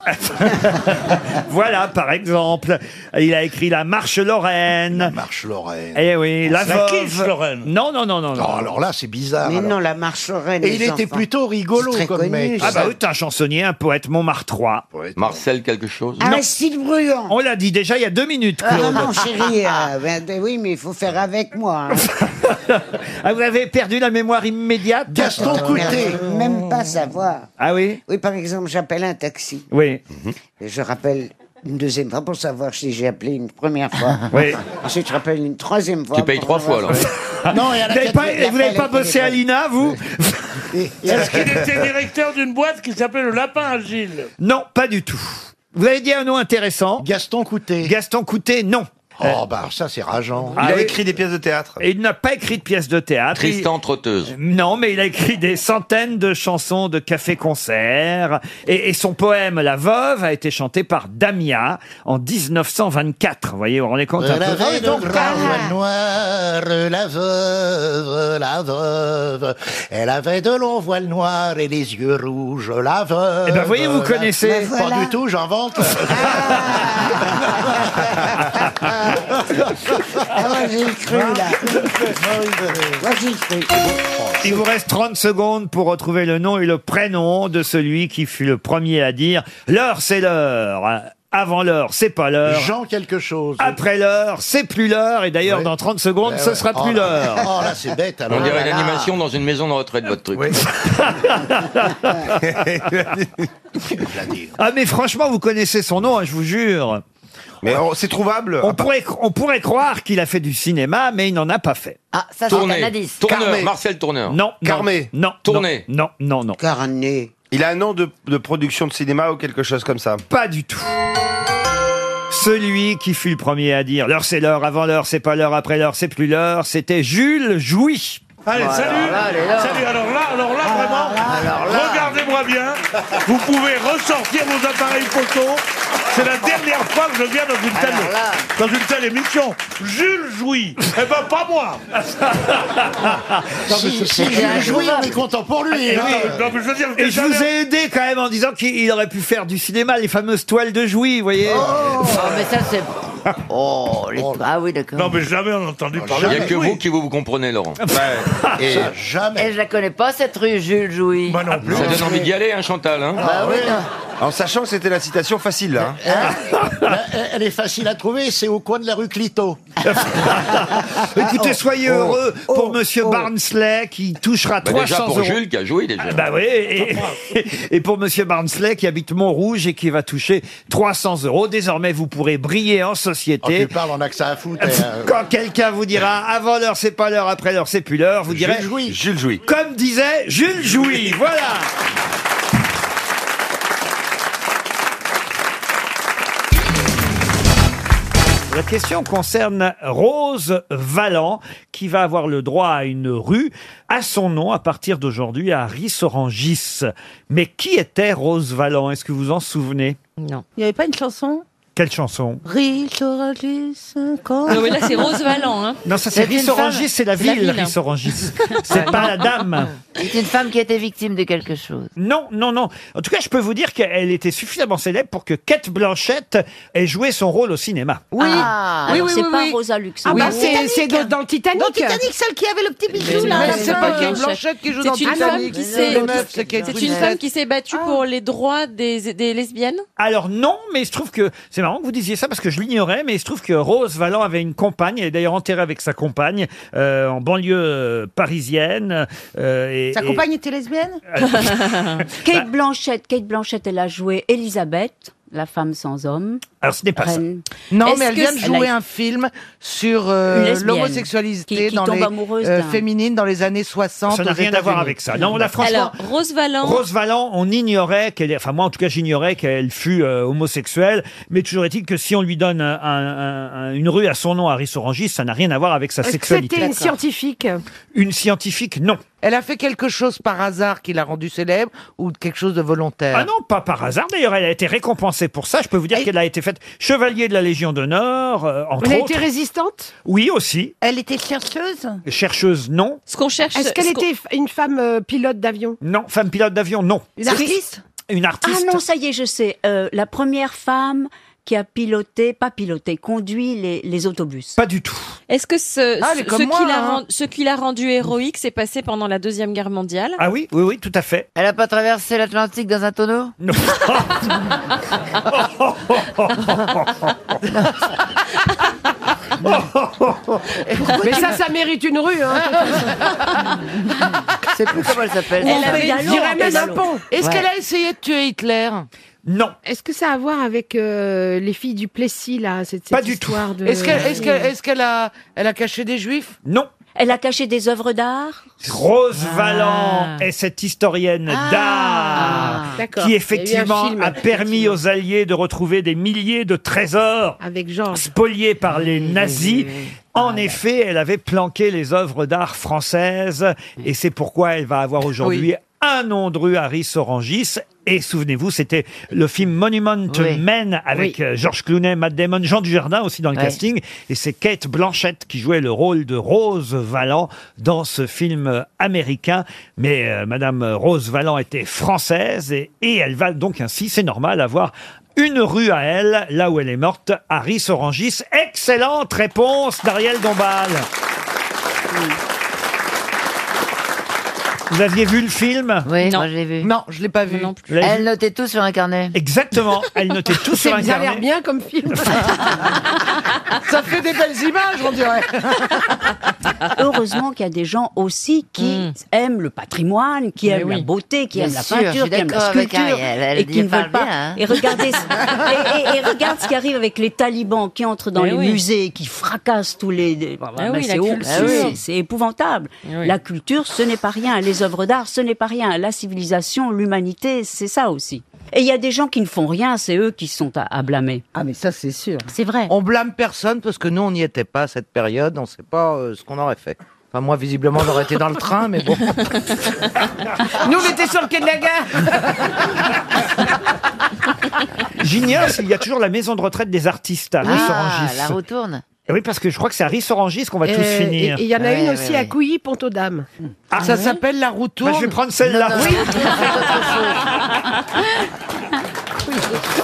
[SPEAKER 1] Voilà, par exemple. Il a écrit La Marche Lorraine. La
[SPEAKER 18] Marche Lorraine.
[SPEAKER 1] Eh oui, La,
[SPEAKER 2] La
[SPEAKER 1] Veuve.
[SPEAKER 2] Kif Lorraine.
[SPEAKER 1] Non, non, non, non. non.
[SPEAKER 18] Oh, alors là, c'est
[SPEAKER 7] Ah,
[SPEAKER 18] bizarre.
[SPEAKER 24] Mais
[SPEAKER 18] alors.
[SPEAKER 24] non, la marche reine.
[SPEAKER 18] Et il était plutôt rigolo
[SPEAKER 24] C'est très
[SPEAKER 18] comme
[SPEAKER 24] connu,
[SPEAKER 18] mec.
[SPEAKER 1] Ah bah
[SPEAKER 24] ça.
[SPEAKER 1] oui, t'es un chansonnier, un poète Montmartrois.
[SPEAKER 13] Marcel quelque chose
[SPEAKER 1] Non.
[SPEAKER 24] Aristide Bruand.
[SPEAKER 1] On l'a dit déjà il y a deux minutes,
[SPEAKER 24] Ah non,
[SPEAKER 1] Claude.
[SPEAKER 24] non,
[SPEAKER 7] [laughs]
[SPEAKER 24] chérie. euh, ben, ben oui, mais il faut faire avec moi. hein.
[SPEAKER 1] [laughs] Ah, vous avez perdu la mémoire immédiate [laughs]
[SPEAKER 24] Euh, mais [laughs] Même pas savoir.
[SPEAKER 1] Ah oui
[SPEAKER 24] Oui, par exemple, j'appelle un taxi.
[SPEAKER 1] Oui.
[SPEAKER 24] Et Je rappelle une deuxième fois pour savoir si j'ai appelé une première fois.
[SPEAKER 1] [laughs] Oui.
[SPEAKER 24] Ensuite, je rappelle une troisième fois.
[SPEAKER 13] Tu payes
[SPEAKER 24] pour
[SPEAKER 13] trois
[SPEAKER 24] [laughs]
[SPEAKER 13] fois,
[SPEAKER 24] savoir-
[SPEAKER 13] alors.
[SPEAKER 1] [laughs]
[SPEAKER 24] Non, et à la
[SPEAKER 1] Vous n'avez pas,
[SPEAKER 24] quatrième,
[SPEAKER 1] vous n'avez
[SPEAKER 24] il
[SPEAKER 1] pas
[SPEAKER 24] appelle
[SPEAKER 1] bossé à
[SPEAKER 24] les-
[SPEAKER 1] l'INA, vous
[SPEAKER 2] Est-ce
[SPEAKER 24] [laughs]
[SPEAKER 18] [laughs]
[SPEAKER 2] qu'il était directeur d'une boîte qui s'appelait Le Lapin Agile
[SPEAKER 1] Non, pas du tout. Vous avez dit un nom intéressant.
[SPEAKER 18] Gaston Coutet.
[SPEAKER 1] Gaston Coutet, non.
[SPEAKER 18] Oh, bah ça, c'est rageant.
[SPEAKER 1] Ah
[SPEAKER 27] Il a
[SPEAKER 1] oui.
[SPEAKER 27] écrit des pièces de théâtre.
[SPEAKER 1] Et il n'a pas écrit de pièces de théâtre.
[SPEAKER 13] Tristan Trotteuse.
[SPEAKER 1] Il- Non, mais il a écrit des centaines de chansons de café-concert. Et, et son poème La Veuve a été chanté par Damia en 1924. Vous voyez, vous vous rendez compte
[SPEAKER 18] Euh,
[SPEAKER 1] un peu
[SPEAKER 24] Et donc, ah,
[SPEAKER 18] noir, la veuve, la veuve. Elle avait de longs voiles noirs et les yeux rouges, la veuve.
[SPEAKER 1] Eh ben, voyez, vous
[SPEAKER 18] la-
[SPEAKER 1] connaissez. [laughs]
[SPEAKER 24] Voilà.
[SPEAKER 18] Pas du tout, j'invente.
[SPEAKER 28] Ah ouais, j'ai cru, là. Moi, j'ai cru.
[SPEAKER 1] Il vous reste 30 secondes pour retrouver le nom et le prénom de celui qui fut le premier à dire l'heure c'est l'heure. Avant l'heure, c'est pas l'heure.
[SPEAKER 18] Jean quelque chose.
[SPEAKER 1] Après l'heure, c'est plus l'heure. Et d'ailleurs, dans 30 secondes,
[SPEAKER 18] Ouais,
[SPEAKER 1] ce
[SPEAKER 18] ouais.
[SPEAKER 1] sera
[SPEAKER 18] Oh
[SPEAKER 1] plus
[SPEAKER 18] là-
[SPEAKER 1] l'heure.
[SPEAKER 18] Oh là, c'est bête alors.
[SPEAKER 17] On dirait
[SPEAKER 18] Oh là là.
[SPEAKER 17] une animation dans une maison de retraite, votre truc.
[SPEAKER 1] Ah mais franchement, vous connaissez son nom, hein, je vous jure. Mais c'est trouvable. On pourrait, on pourrait croire qu'il a fait du cinéma, mais il n'en a pas fait.
[SPEAKER 6] Ah, ça c'est un indice.
[SPEAKER 17] Tourneur, Marcel Tourneur.
[SPEAKER 1] Non.
[SPEAKER 19] Carmé.
[SPEAKER 1] Non.
[SPEAKER 19] Tourné.
[SPEAKER 1] Non, non, non.
[SPEAKER 19] Carné. Il a un nom de, de production de cinéma ou quelque chose comme ça.
[SPEAKER 1] Pas du tout. Celui qui fut le premier à dire l'heure c'est l'heure, avant l'heure c'est pas l'heure, après l'heure c'est plus l'heure, c'était Jules Jouy.
[SPEAKER 2] Allez, salut Salut, alors là, alors
[SPEAKER 18] Ah,
[SPEAKER 2] là, vraiment, regardez-moi bien. Vous pouvez ressortir vos appareils photos. C'est la dernière fois que je viens dans une telle, dans une telle émission. Jules Jouy Eh ben, pas moi
[SPEAKER 18] Si, si, Jules Jouy, on est content pour lui.
[SPEAKER 1] Et,
[SPEAKER 6] Ah,
[SPEAKER 2] Ah,
[SPEAKER 18] hein.
[SPEAKER 1] Et je vous ai aidé quand même en disant qu'il il aurait pu faire du cinéma, les fameuses toiles de Jouy, vous voyez.
[SPEAKER 6] Oh, mais ça c'est. Oh, les... ah oui, d'accord.
[SPEAKER 2] Non, mais jamais on a entendu
[SPEAKER 17] Il n'y
[SPEAKER 2] parler
[SPEAKER 17] a
[SPEAKER 2] de
[SPEAKER 17] que
[SPEAKER 2] Jouy.
[SPEAKER 17] vous qui vous, vous comprenez,
[SPEAKER 2] [laughs]
[SPEAKER 17] Laurent.
[SPEAKER 6] Et, Eh, je la connais pas cette rue Jules Jouy. Ah, Moi non
[SPEAKER 17] Ça donne envie d'y aller, hein, Chantal. hein.
[SPEAKER 6] Bah oui, non.
[SPEAKER 23] En sachant que c'était la citation facile, là. hein.
[SPEAKER 18] Là, elle- Elle est facile à trouver, c'est au coin de la rue
[SPEAKER 2] [laughs]
[SPEAKER 18] Clito. Ah,
[SPEAKER 1] [laughs]
[SPEAKER 6] Oh.
[SPEAKER 1] Écoutez, soyez heureux pour Monsieur Barnsley qui touchera
[SPEAKER 17] Bah,
[SPEAKER 1] 300
[SPEAKER 17] déjà pour
[SPEAKER 1] euros.
[SPEAKER 17] Jules qui a joué déjà.
[SPEAKER 1] Ah, bah oui, et, [laughs] et pour Monsieur Barnsley qui habite Montrouge et qui va toucher 300 euros. Désormais, vous pourrez briller en
[SPEAKER 18] Oh, tu
[SPEAKER 1] société.
[SPEAKER 18] parles, on a que ça à
[SPEAKER 2] [laughs]
[SPEAKER 18] foutre. et, euh,
[SPEAKER 1] Quand quelqu'un vous dira avant l'heure c'est pas l'heure, après l'heure c'est plus l'heure, vous direz
[SPEAKER 23] Jules Jouy.
[SPEAKER 1] comme disait
[SPEAKER 23] [laughs]
[SPEAKER 1] Jules Jouy. Voilà. La question concerne Rose Valland, qui va avoir le droit à une rue à son nom à partir d'aujourd'hui à Rissorangis. Mais qui était Rose Valland Est-ce que vous en souvenez
[SPEAKER 29] Non.
[SPEAKER 22] Il n'y avait pas une chanson
[SPEAKER 1] Quelle chanson
[SPEAKER 22] Riche, orangis, quand
[SPEAKER 29] Non, mais là, c'est Rose Valland, hein.
[SPEAKER 1] Non, ça c'est
[SPEAKER 29] C'est une
[SPEAKER 1] Rissorangis,
[SPEAKER 29] femme.
[SPEAKER 1] c'est la
[SPEAKER 29] C'est la
[SPEAKER 1] ville,
[SPEAKER 29] ville.
[SPEAKER 6] [laughs]
[SPEAKER 1] Rissorangis. C'est pas la dame.
[SPEAKER 6] C'est une femme qui a été victime de quelque chose.
[SPEAKER 1] Non, non, non. En tout cas, je peux vous dire qu'elle était suffisamment célèbre pour que Kate Blanchett ait joué son rôle au cinéma.
[SPEAKER 6] Oui. Ah,
[SPEAKER 22] Oui,
[SPEAKER 6] alors
[SPEAKER 22] oui,
[SPEAKER 6] c'est
[SPEAKER 22] oui,
[SPEAKER 6] pas
[SPEAKER 22] oui.
[SPEAKER 6] Rosa
[SPEAKER 22] Ah
[SPEAKER 6] Luxembourg.
[SPEAKER 22] bah c'est
[SPEAKER 6] c'est
[SPEAKER 22] Titanic.
[SPEAKER 6] dans Titanic.
[SPEAKER 22] Dans Titanic, celle qui avait le petit bijou
[SPEAKER 6] Mais
[SPEAKER 22] là. à la
[SPEAKER 6] c'est
[SPEAKER 22] fin.
[SPEAKER 6] pas
[SPEAKER 22] Euh,
[SPEAKER 6] Kate
[SPEAKER 22] Blanchette.
[SPEAKER 6] C'est
[SPEAKER 29] C'est
[SPEAKER 6] une
[SPEAKER 29] une
[SPEAKER 6] femme
[SPEAKER 29] femme qui
[SPEAKER 6] qui
[SPEAKER 29] s'est
[SPEAKER 6] s'est-
[SPEAKER 29] c'est une femme qui s'est battue pour les droits des, des lesbiennes.
[SPEAKER 1] Alors non, mais il se trouve que c'est marrant que vous disiez ça parce que je l'ignorais, mais il se trouve que Rose Valland avait une compagne. Elle est d'ailleurs enterrée avec sa compagne euh, en banlieue euh, parisienne. euh, et,
[SPEAKER 22] Sa
[SPEAKER 1] et- Ah, Bah,
[SPEAKER 22] compagne était
[SPEAKER 1] [laughs]
[SPEAKER 22] lesbienne
[SPEAKER 12] [laughs] Kate Blanchett, Kate Blanchett, elle a joué Elisabeth, la femme sans homme.
[SPEAKER 1] Alors ce n'est pas ça.
[SPEAKER 12] Reine.
[SPEAKER 16] Non,
[SPEAKER 12] Est-ce
[SPEAKER 16] mais elle
[SPEAKER 12] que
[SPEAKER 16] vient de
[SPEAKER 12] c'est-
[SPEAKER 16] jouer
[SPEAKER 12] elle a-
[SPEAKER 16] un film sur euh,
[SPEAKER 12] Une lesbienne
[SPEAKER 16] l'homosexualité
[SPEAKER 12] qui- qui
[SPEAKER 16] dans
[SPEAKER 12] tombe
[SPEAKER 16] les
[SPEAKER 12] amoureuse
[SPEAKER 16] euh,
[SPEAKER 12] d'un-
[SPEAKER 16] féminines dans les années 60.
[SPEAKER 1] Ça n'a
[SPEAKER 16] aux
[SPEAKER 1] rien à voir
[SPEAKER 16] États-Unis.
[SPEAKER 1] avec ça. Non, là, franchement,
[SPEAKER 29] Alors, Rose Valland.
[SPEAKER 1] Rose Valland, on ignorait qu'elle, enfin moi en tout cas j'ignorais qu'elle fût euh, homosexuelle, mais toujours est-il que si on lui donne un- un- un- une rue à son nom, Harris Orangis, ça n'a rien à voir avec sa sexualité.
[SPEAKER 16] scientifique
[SPEAKER 1] Une scientifique, non.
[SPEAKER 16] Elle a fait quelque chose par hasard qui l'a rendue célèbre ou quelque chose de volontaire
[SPEAKER 1] Ah non, pas par hasard. D'ailleurs, elle a été récompensée pour ça. Je peux vous dire qu'elle a été faite chevalier de la Légion d'honneur, euh, entre
[SPEAKER 7] Elle a
[SPEAKER 1] autres.
[SPEAKER 7] été résistante
[SPEAKER 1] Oui, aussi.
[SPEAKER 7] Elle était chercheuse
[SPEAKER 1] Chercheuse, non.
[SPEAKER 29] Ce qu'on cherche.
[SPEAKER 7] Est-ce qu'elle
[SPEAKER 29] ce qu'on-
[SPEAKER 7] était une femme euh, pilote d'avion
[SPEAKER 1] Non. Femme pilote d'avion, non.
[SPEAKER 7] Une artiste
[SPEAKER 1] Une
[SPEAKER 12] Ah
[SPEAKER 1] artiste.
[SPEAKER 12] non, ça y est, je sais. Euh, la première femme qui a piloté, pas piloté, conduit les, les autobus.
[SPEAKER 1] Pas du tout.
[SPEAKER 29] Est-ce que
[SPEAKER 16] Euh,
[SPEAKER 29] ce,
[SPEAKER 12] Ah, elle est
[SPEAKER 29] ce,
[SPEAKER 12] comme
[SPEAKER 29] ce
[SPEAKER 12] moi,
[SPEAKER 29] qui l'a
[SPEAKER 12] hein.
[SPEAKER 29] rend- ce qui l'a rendu héroïque s'est passé pendant la Deuxième Guerre mondiale
[SPEAKER 1] Ah oui, oui, oui, tout à fait.
[SPEAKER 6] Elle a pas traversé l'Atlantique dans un tonneau
[SPEAKER 1] Non.
[SPEAKER 7] Mais ça, [laughs] ça mérite une rue, [laughs] hein
[SPEAKER 6] C'est plus comment elle s'appelle.
[SPEAKER 7] Elle avait-
[SPEAKER 6] pédalo,
[SPEAKER 7] dirait
[SPEAKER 6] en
[SPEAKER 7] même un
[SPEAKER 6] pédalo.
[SPEAKER 7] pont.
[SPEAKER 16] Est-ce
[SPEAKER 6] Ouais.
[SPEAKER 16] qu'elle a essayé de tuer Hitler
[SPEAKER 1] Non.
[SPEAKER 7] Est-ce que ça a à voir avec euh, les filles du Plessis, là cette,
[SPEAKER 1] Pas
[SPEAKER 7] cette
[SPEAKER 1] du
[SPEAKER 7] histoire de...
[SPEAKER 16] Est-ce qu'elle est-ce qu'elle- est-ce qu'elle a, elle a caché des juifs
[SPEAKER 1] Non.
[SPEAKER 12] Elle a caché des œuvres d'art.
[SPEAKER 1] Rose
[SPEAKER 7] Ah.
[SPEAKER 1] Valland est cette historienne d'art
[SPEAKER 7] Ah, d'accord.
[SPEAKER 1] qui
[SPEAKER 7] Il y a eu
[SPEAKER 1] effectivement
[SPEAKER 7] un film,
[SPEAKER 1] a permis aux Alliés de retrouver des milliers de trésors
[SPEAKER 7] Avec Georges.
[SPEAKER 1] spoliés par les nazis.
[SPEAKER 7] Ah,
[SPEAKER 1] En effet, elle avait planqué les œuvres d'art françaises et c'est pourquoi elle va avoir aujourd'hui un nom de rue Harris Orangis. Et souvenez-vous, c'était le film Monument
[SPEAKER 6] Oui.
[SPEAKER 1] Men avec
[SPEAKER 6] Oui.
[SPEAKER 1] euh, Georges Clooney, Matt Damon, Jean Dujardin aussi dans le
[SPEAKER 6] Ouais.
[SPEAKER 1] casting. Et c'est Kate Blanchett qui jouait le rôle de Rose Valland dans ce film euh, américain. Mais euh, Madame Rose Valland était française et, et elle va donc ainsi, c'est normal, avoir une rue à elle, là où elle est morte, Harris Orangis. Excellente réponse d'Ariel Dombal. Vous aviez vu le film
[SPEAKER 6] Oui, moi je l'ai vu.
[SPEAKER 1] Non, je l'ai pas vu.
[SPEAKER 6] Elle Elle notait tout sur un carnet.
[SPEAKER 1] Exactement, elle notait
[SPEAKER 7] [laughs]
[SPEAKER 1] tout sur
[SPEAKER 7] C'est-
[SPEAKER 1] un
[SPEAKER 7] Ça a l'air
[SPEAKER 1] carnet.
[SPEAKER 7] bien comme film.
[SPEAKER 24] Ça fait des belles images, on dirait.
[SPEAKER 12] [laughs] Heureusement qu'il y a des gens aussi qui aiment le patrimoine, qui
[SPEAKER 6] Hmm. Mais
[SPEAKER 12] aiment
[SPEAKER 6] oui.
[SPEAKER 12] la beauté, qui
[SPEAKER 6] Bien
[SPEAKER 12] aiment la
[SPEAKER 6] sûr, je suis
[SPEAKER 12] peinture, qui aiment la
[SPEAKER 6] d'accord avec
[SPEAKER 12] sculpture,
[SPEAKER 6] Ariel, elle
[SPEAKER 12] et qui
[SPEAKER 6] y
[SPEAKER 12] ne
[SPEAKER 6] parle
[SPEAKER 12] veulent pas.
[SPEAKER 6] bien, hein.
[SPEAKER 12] Et regardez,
[SPEAKER 6] [laughs]
[SPEAKER 12] et, et- et regarde ce qui arrive avec les talibans qui entrent dans
[SPEAKER 6] Mais
[SPEAKER 12] les
[SPEAKER 6] oui.
[SPEAKER 12] musées, qui fracassent tous les. Voilà,
[SPEAKER 6] Ah
[SPEAKER 12] ben
[SPEAKER 6] oui, la
[SPEAKER 12] c'est honteux,
[SPEAKER 6] culture.
[SPEAKER 12] c'est- c'est épouvantable. La culture, ce n'est pas rien. Les œuvres d'art, ce n'est pas rien. La civilisation, l'humanité, c'est ça aussi. Et il y a des gens qui ne font rien, c'est eux qui sont à, à blâmer.
[SPEAKER 3] Ah mais ça c'est
[SPEAKER 12] [laughs]
[SPEAKER 3] sûr.
[SPEAKER 12] C'est vrai.
[SPEAKER 3] On blâme personne parce que nous on n'y était pas à cette période, on ne sait pas euh, ce qu'on aurait fait. Enfin moi visiblement j'aurais été dans le train, mais bon.
[SPEAKER 7] Nous, on était sur le quai de la gare.
[SPEAKER 1] J'ignore s'il y a toujours la maison de retraite des artistes à Harris
[SPEAKER 6] Ah,
[SPEAKER 1] Orangis.
[SPEAKER 6] la retourne.
[SPEAKER 1] Eh Oui, parce que je crois que c'est Harris Orangis qu'on va tous
[SPEAKER 7] Euh,
[SPEAKER 1] finir. Ah,
[SPEAKER 7] et- et Il y en a une aussi à Couilly, pont aux dames
[SPEAKER 1] Ça s'appelle
[SPEAKER 7] la
[SPEAKER 1] Bah,
[SPEAKER 7] routourne.
[SPEAKER 1] je vais prendre celle-là.
[SPEAKER 7] Oui.
[SPEAKER 1] [laughs]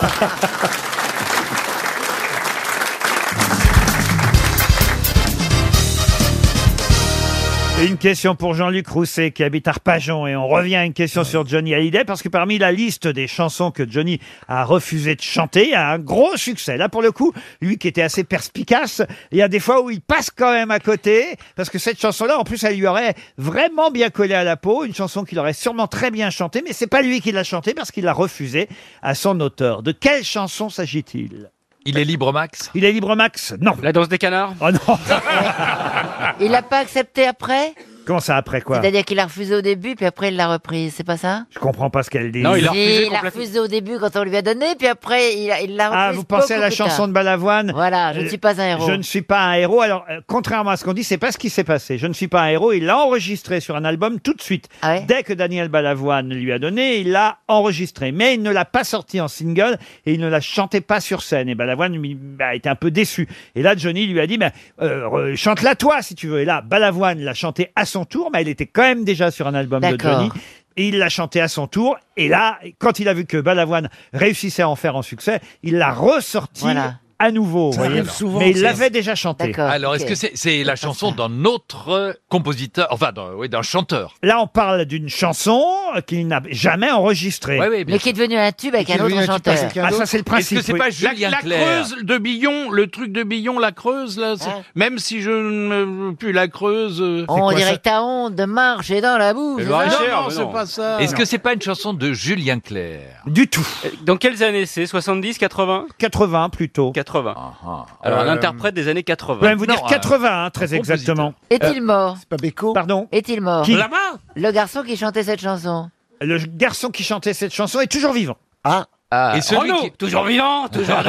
[SPEAKER 1] Une question pour Jean-Luc Rousset qui habite Arpajon et on revient à une question sur Johnny Hallyday parce que parmi la liste des chansons que Johnny a refusé de chanter, il y a un gros succès. Là pour le coup, lui qui était assez perspicace, il y a des fois où il passe quand même à côté parce que cette chanson-là en plus elle lui aurait vraiment bien collé à la peau, une chanson qu'il aurait sûrement très bien chantée mais c'est pas lui qui l'a chantée parce qu'il l'a refusée à son auteur. De quelle chanson s'agit-il
[SPEAKER 24] Il est libre, Max
[SPEAKER 1] Il est libre, Max Non.
[SPEAKER 24] La danse des canards
[SPEAKER 1] Oh non
[SPEAKER 6] [laughs]
[SPEAKER 1] [laughs]
[SPEAKER 6] Il l'a pas accepté après
[SPEAKER 1] Comment ça après quoi
[SPEAKER 6] C'est-à-dire qu'il l'a refusé au début, puis après il l'a reprise, c'est pas ça
[SPEAKER 1] Je comprends pas ce qu'elle dit.
[SPEAKER 6] Si, il l'a refusé au début quand on lui a donné, puis après il a- il l'a reprise.
[SPEAKER 1] Ah, vous pensez à la chanson de Balavoine
[SPEAKER 6] Voilà, je ne
[SPEAKER 1] Euh,
[SPEAKER 6] suis pas un héros.
[SPEAKER 1] Je ne suis pas un héros. Alors, euh, contrairement à ce qu'on dit, c'est pas ce qui s'est passé. Je ne suis pas un héros. Il l'a enregistré sur un album tout de suite.
[SPEAKER 6] Ah
[SPEAKER 1] Dès que Daniel Balavoine lui a donné, il l'a enregistré. Mais il ne l'a pas sorti en single et il ne la chantait pas sur scène. Et Balavoine lui, bah, était un peu déçu. Et là, Johnny lui a dit, bah, euh, re- chante-la toi si tu veux. Et là, Balavoine l'a chanté à son tour, mais elle était quand même déjà sur un album de
[SPEAKER 6] D'accord.
[SPEAKER 1] Johnny. Et il l'a chanté à son tour. Et là, quand il a vu que Balavoine réussissait à en faire un succès, il l'a ressorti
[SPEAKER 6] Voilà.
[SPEAKER 1] à nouveau.
[SPEAKER 14] Ça
[SPEAKER 1] vous voyez.
[SPEAKER 14] arrive souvent,
[SPEAKER 1] Mais il
[SPEAKER 14] ça.
[SPEAKER 1] l'avait déjà chanté.
[SPEAKER 14] Alors, est-ce que c'est c'est la chanson d'un autre euh, compositeur, enfin, d'un oui, d'un chanteur
[SPEAKER 1] Là, on parle d'une chanson qu'il n'a jamais enregistrée.
[SPEAKER 6] mais qui est devenu un tube avec
[SPEAKER 1] qui
[SPEAKER 6] un
[SPEAKER 1] est devenu
[SPEAKER 6] autre
[SPEAKER 1] un tube avec
[SPEAKER 6] chanteur.
[SPEAKER 1] quelqu'un Ah, ça, c'est le
[SPEAKER 11] Est-ce
[SPEAKER 1] principe,
[SPEAKER 11] que c'est
[SPEAKER 1] oui.
[SPEAKER 11] pas
[SPEAKER 1] La-
[SPEAKER 11] Julien
[SPEAKER 1] la
[SPEAKER 11] Clerc
[SPEAKER 1] Creuse
[SPEAKER 11] de Billon, le truc de Billon, la Creuse, là, c'est-
[SPEAKER 18] Hein
[SPEAKER 11] même si je ne plus la Creuse. euh,
[SPEAKER 6] On dirait que ta honte de marche est dans la bouche.
[SPEAKER 11] Non,
[SPEAKER 6] c'est ça
[SPEAKER 11] non, c'est pas ça.
[SPEAKER 14] Est-ce que c'est pas une chanson de Julien Clerc
[SPEAKER 1] Du tout.
[SPEAKER 21] Euh, Dans quelles années c'est 70, 80
[SPEAKER 1] 80 plutôt.
[SPEAKER 21] 80.
[SPEAKER 14] Ah,
[SPEAKER 9] Ah.
[SPEAKER 21] Ah. Alors,
[SPEAKER 1] Euh,
[SPEAKER 21] l'interprète des années 80.
[SPEAKER 1] Je vais vous dire 80, hein, très exactement.
[SPEAKER 6] Est-il mort
[SPEAKER 1] pas Pardon
[SPEAKER 6] Est-il mort
[SPEAKER 1] Qui Là-bas
[SPEAKER 6] Le garçon qui chantait cette chanson.
[SPEAKER 1] Le garçon qui chantait cette chanson est toujours vivant. Ah,
[SPEAKER 14] Et celui qui-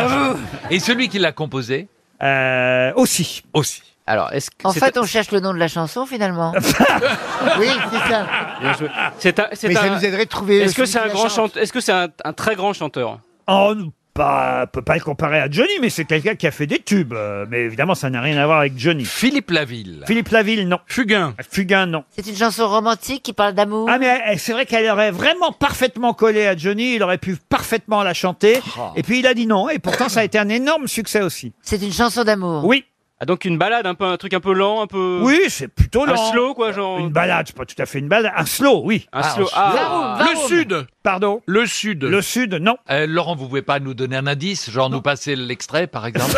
[SPEAKER 14] [laughs] Et celui qui l'a composé
[SPEAKER 1] Euh, Aussi.
[SPEAKER 14] Aussi.
[SPEAKER 21] Alors, est-ce que
[SPEAKER 6] En
[SPEAKER 21] c'est-
[SPEAKER 6] fait, on cherche le nom de la chanson
[SPEAKER 1] [laughs]
[SPEAKER 6] finalement.
[SPEAKER 24] Oui, c'est
[SPEAKER 1] hein.
[SPEAKER 24] ça.
[SPEAKER 21] Bien joué. [laughs] C'est un- c'est
[SPEAKER 24] Mais ça
[SPEAKER 21] un-
[SPEAKER 24] nous aiderait de trouver
[SPEAKER 21] Est-ce que
[SPEAKER 24] celui
[SPEAKER 21] c'est
[SPEAKER 24] qui
[SPEAKER 21] un
[SPEAKER 24] la
[SPEAKER 21] grand
[SPEAKER 24] chante.
[SPEAKER 21] chante- Est-ce que c'est un, un très grand chanteur
[SPEAKER 1] Oh, on ne peut pas le comparer à Johnny, mais c'est quelqu'un qui a fait des tubes. Euh, Mais évidemment, ça n'a rien à voir avec Johnny.
[SPEAKER 14] Philippe Laville.
[SPEAKER 1] Philippe Laville, non.
[SPEAKER 14] Fugain.
[SPEAKER 1] Fugain, non.
[SPEAKER 6] C'est une chanson romantique qui parle d'amour.
[SPEAKER 1] Ah mais euh, c'est vrai qu'elle aurait vraiment parfaitement collé à Johnny, il aurait pu parfaitement la chanter.
[SPEAKER 21] Ah.
[SPEAKER 1] Et puis il a dit non, et pourtant ça a été un énorme succès aussi.
[SPEAKER 6] C'est une chanson d'amour.
[SPEAKER 1] Oui.
[SPEAKER 21] Ah, donc une balade, un peu un truc un peu lent, un peu.
[SPEAKER 1] Oui, c'est plutôt lent.
[SPEAKER 21] Un slow quoi, genre.
[SPEAKER 1] Une balade, c'est pas tout à fait une balade, un slow, oui.
[SPEAKER 21] Un slow. Ah.
[SPEAKER 14] Le Sud
[SPEAKER 1] Pardon
[SPEAKER 14] Le Sud. Euh,
[SPEAKER 1] Le Sud, non.
[SPEAKER 14] Laurent, vous pouvez pas nous donner un indice, genre nous passer l'extrait, par
[SPEAKER 1] [laughs]
[SPEAKER 14] exemple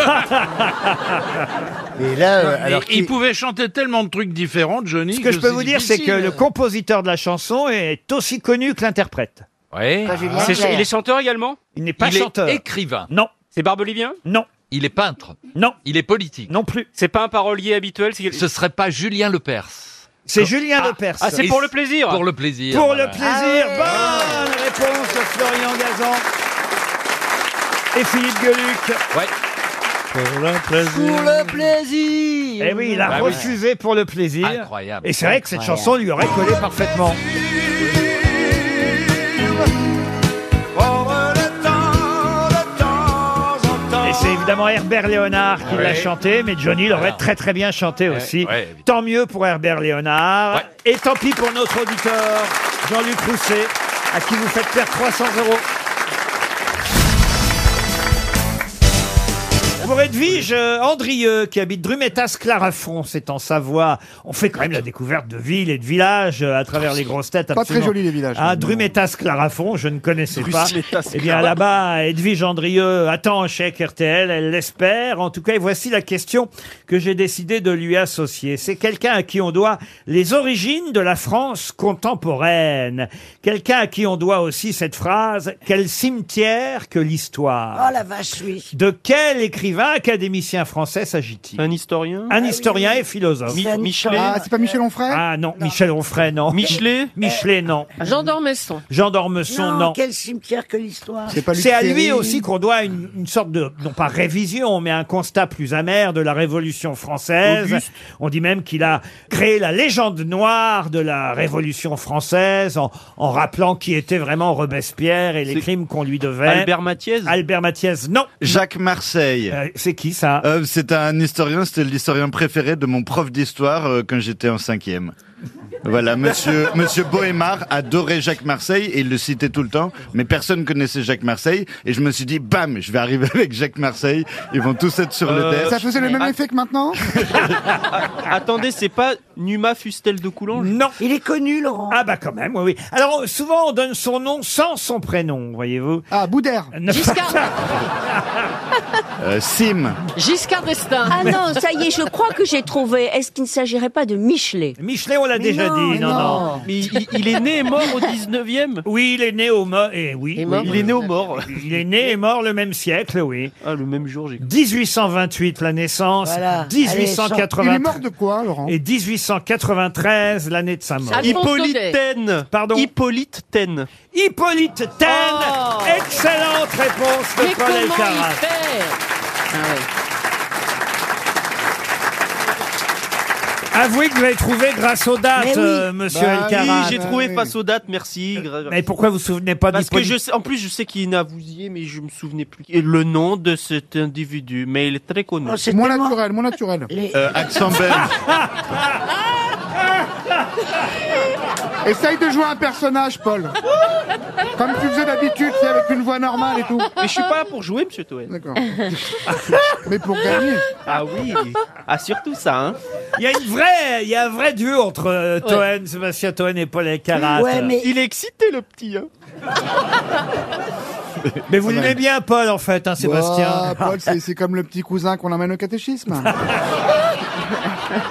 [SPEAKER 24] Et là,
[SPEAKER 14] euh,
[SPEAKER 11] Mais
[SPEAKER 14] alors
[SPEAKER 11] il
[SPEAKER 14] qui-
[SPEAKER 11] pouvait chanter tellement de trucs différents, Johnny.
[SPEAKER 1] Ce que je peux vous dire, c'est que
[SPEAKER 11] difficile.
[SPEAKER 1] le compositeur de la chanson est aussi connu que l'interprète.
[SPEAKER 14] Oui.
[SPEAKER 1] Pas Julien
[SPEAKER 21] C'est-
[SPEAKER 1] Clerc.
[SPEAKER 21] Il est chanteur également
[SPEAKER 1] Il n'est pas
[SPEAKER 14] Il est
[SPEAKER 1] chanteur.
[SPEAKER 14] écrivain.
[SPEAKER 1] Non.
[SPEAKER 21] C'est Barbelivien
[SPEAKER 1] Non.
[SPEAKER 14] Il est peintre.
[SPEAKER 1] Non.
[SPEAKER 14] Il est politique.
[SPEAKER 1] Non plus.
[SPEAKER 21] C'est pas un parolier habituel
[SPEAKER 14] Ce serait pas Julien Lepers.
[SPEAKER 1] C'est Julien Lepers.
[SPEAKER 14] Ah, c'est pour le plaisir. Ah Pour le plaisir.
[SPEAKER 1] Pour
[SPEAKER 14] voilà.
[SPEAKER 1] le plaisir, bonne réponse de Florian Gazan et Philippe Gueluc.
[SPEAKER 14] Ouais.
[SPEAKER 1] Pour le plaisir.
[SPEAKER 6] plaisir
[SPEAKER 1] Eh oui, il a
[SPEAKER 14] Bah oui.
[SPEAKER 1] refusé pour le plaisir.
[SPEAKER 14] Incroyable.
[SPEAKER 1] Et c'est vrai que cette
[SPEAKER 14] Incroyable.
[SPEAKER 1] chanson lui aurait collé parfaitement. Et c'est évidemment Herbert Léonard qui
[SPEAKER 14] Ah Ouais.
[SPEAKER 1] l'a chanté, mais Johnny l'aurait
[SPEAKER 14] Voilà.
[SPEAKER 1] très très bien chanté
[SPEAKER 14] Ouais.
[SPEAKER 1] aussi.
[SPEAKER 14] Ouais, évidemment.
[SPEAKER 1] Tant mieux pour Herbert Léonard. Et tant pis pour notre auditeur, Jean-Luc Rousset, à qui vous faites perdre 300 euros. pour Edwige euh, Andrieux, qui habite Drumetas Clarafond, c'est en Savoie. On fait quand même la découverte de villes et de villages euh, à travers les grosses têtes.
[SPEAKER 5] Pas très
[SPEAKER 1] absolument.
[SPEAKER 5] joli, les villages. hein.
[SPEAKER 1] Ah, Drumetas Clarafond, je ne connaissais pas.
[SPEAKER 5] Drumetas
[SPEAKER 1] Eh bien là-bas, Edwige Andrieux attend un chèque RTL, elle l'espère. En tout cas, et voici la question que j'ai décidé de lui associer. C'est quelqu'un à qui on doit les origines de la France contemporaine. Quelqu'un à qui on doit aussi cette phrase, quel cimetière que l'histoire.
[SPEAKER 15] Oh la vache, oui.
[SPEAKER 1] De quel écrivain académicien français s'agit-il Un historien Un historien et philosophe.
[SPEAKER 5] Mi- Michelet Ah, c'est pas
[SPEAKER 1] Michel Onfray Ah non, Michel Onfray, non. Michelet Michelet, non.
[SPEAKER 15] Jean Dormesson.
[SPEAKER 1] Jean Dormesson, non.
[SPEAKER 15] Quel cimetière que l'histoire.
[SPEAKER 1] C'est à lui aussi qu'on doit une, une sorte de, non pas révision, mais un constat plus amer de la Révolution française.
[SPEAKER 20] Auguste.
[SPEAKER 1] On dit même qu'il a créé la légende noire de la Révolution française en, en rappelant qui était vraiment Robespierre et les crimes qu'on lui devait.
[SPEAKER 9] Albert
[SPEAKER 1] Mathiez Albert Mathiez, non.
[SPEAKER 9] Jacques Marseille.
[SPEAKER 1] Euh, c'est qui ça
[SPEAKER 9] Euh, C'est un historien, c'était l'historien préféré de mon prof d'histoire euh, quand j'étais en cinquième.
[SPEAKER 1] [laughs]
[SPEAKER 9] Voilà, monsieur, monsieur Bohémard adorait Jacques Marseille et il le citait tout le temps, mais personne connaissait Jacques Marseille et je me suis dit, bam, je vais arriver [laughs] avec Jacques Marseille, ils vont tous être sur
[SPEAKER 1] Euh,
[SPEAKER 9] le
[SPEAKER 5] Ça
[SPEAKER 9] derrière.
[SPEAKER 5] faisait le
[SPEAKER 7] Ah.
[SPEAKER 5] même effet que maintenant
[SPEAKER 9] Attendez, c'est pas
[SPEAKER 1] Numa Fustel de Coulanges Non. Il est connu, Laurent. Ah bah quand même, oui, oui. Alors souvent on donne son nom sans son prénom, voyez-vous. Ah, Boudère. Euh,
[SPEAKER 9] Sim.
[SPEAKER 5] Giscard d'Estaing.
[SPEAKER 12] Ah non, ça y est, je crois que j'ai trouvé. Est-ce qu'il ne s'agirait pas de Michelet
[SPEAKER 1] Michelet, on l'a déjà dit, non, non.
[SPEAKER 9] Mais il, est né et mort au 19e
[SPEAKER 1] Oui, il est né au mort. Et oui, oui.
[SPEAKER 9] mort. Il est né au mort.
[SPEAKER 1] Il est né et mort le même siècle, oui. Ah, le même jour, j'ai 1828, la naissance.
[SPEAKER 5] Voilà. Il est
[SPEAKER 1] 1880.
[SPEAKER 5] mort de quoi, Laurent
[SPEAKER 1] Et 1893, l'année de sa mort.
[SPEAKER 5] Alphonse Hippolyte Daudet. Taine.
[SPEAKER 1] Pardon Hippolyte Taine. Hippolyte
[SPEAKER 24] Oh.
[SPEAKER 1] Taine Excellente réponse de Paul Elkarat.
[SPEAKER 9] Ah
[SPEAKER 1] Avouez que vous avez trouvé grâce aux dates, euh, monsieur
[SPEAKER 9] Bah
[SPEAKER 1] Elkarat.
[SPEAKER 9] Oui, j'ai trouvé
[SPEAKER 11] Ah
[SPEAKER 9] face aux dates, merci. Gra-
[SPEAKER 1] Mais pourquoi vous vous souvenez pas
[SPEAKER 9] Parce que
[SPEAKER 1] d'Hippolyte
[SPEAKER 9] je sais, en plus, je sais qui est Navousier, mais je me souvenais plus. Et le nom de cet individu, mais il est très connu.
[SPEAKER 2] Oh,
[SPEAKER 17] Oh,
[SPEAKER 5] Moins
[SPEAKER 17] [laughs]
[SPEAKER 5] naturel, moins naturel.
[SPEAKER 9] Euh, accent belge.
[SPEAKER 5] [laughs] Essaye de jouer un personnage, Paul.
[SPEAKER 1] [laughs]
[SPEAKER 5] Comme tu faisais d'habitude, c'est avec une voix normale et tout.
[SPEAKER 9] Mais je suis pas là pour jouer, monsieur Toen.
[SPEAKER 7] [laughs]
[SPEAKER 5] D'accord. [laughs] Mais pour gagner.
[SPEAKER 9] Ah oui. Ah, surtout ça, hein.
[SPEAKER 1] Il y a une vraie, il y a un vrai duo entre euh, Toen, Sébastien Toen et Paul Elkarat.
[SPEAKER 9] Il est excité, le petit. Hein.
[SPEAKER 1] Mais vous l'aimez bien, Paul, en fait, hein, Sébastien.
[SPEAKER 5] Bah, Paul, c'est c'est comme le petit cousin qu'on amène au catéchisme.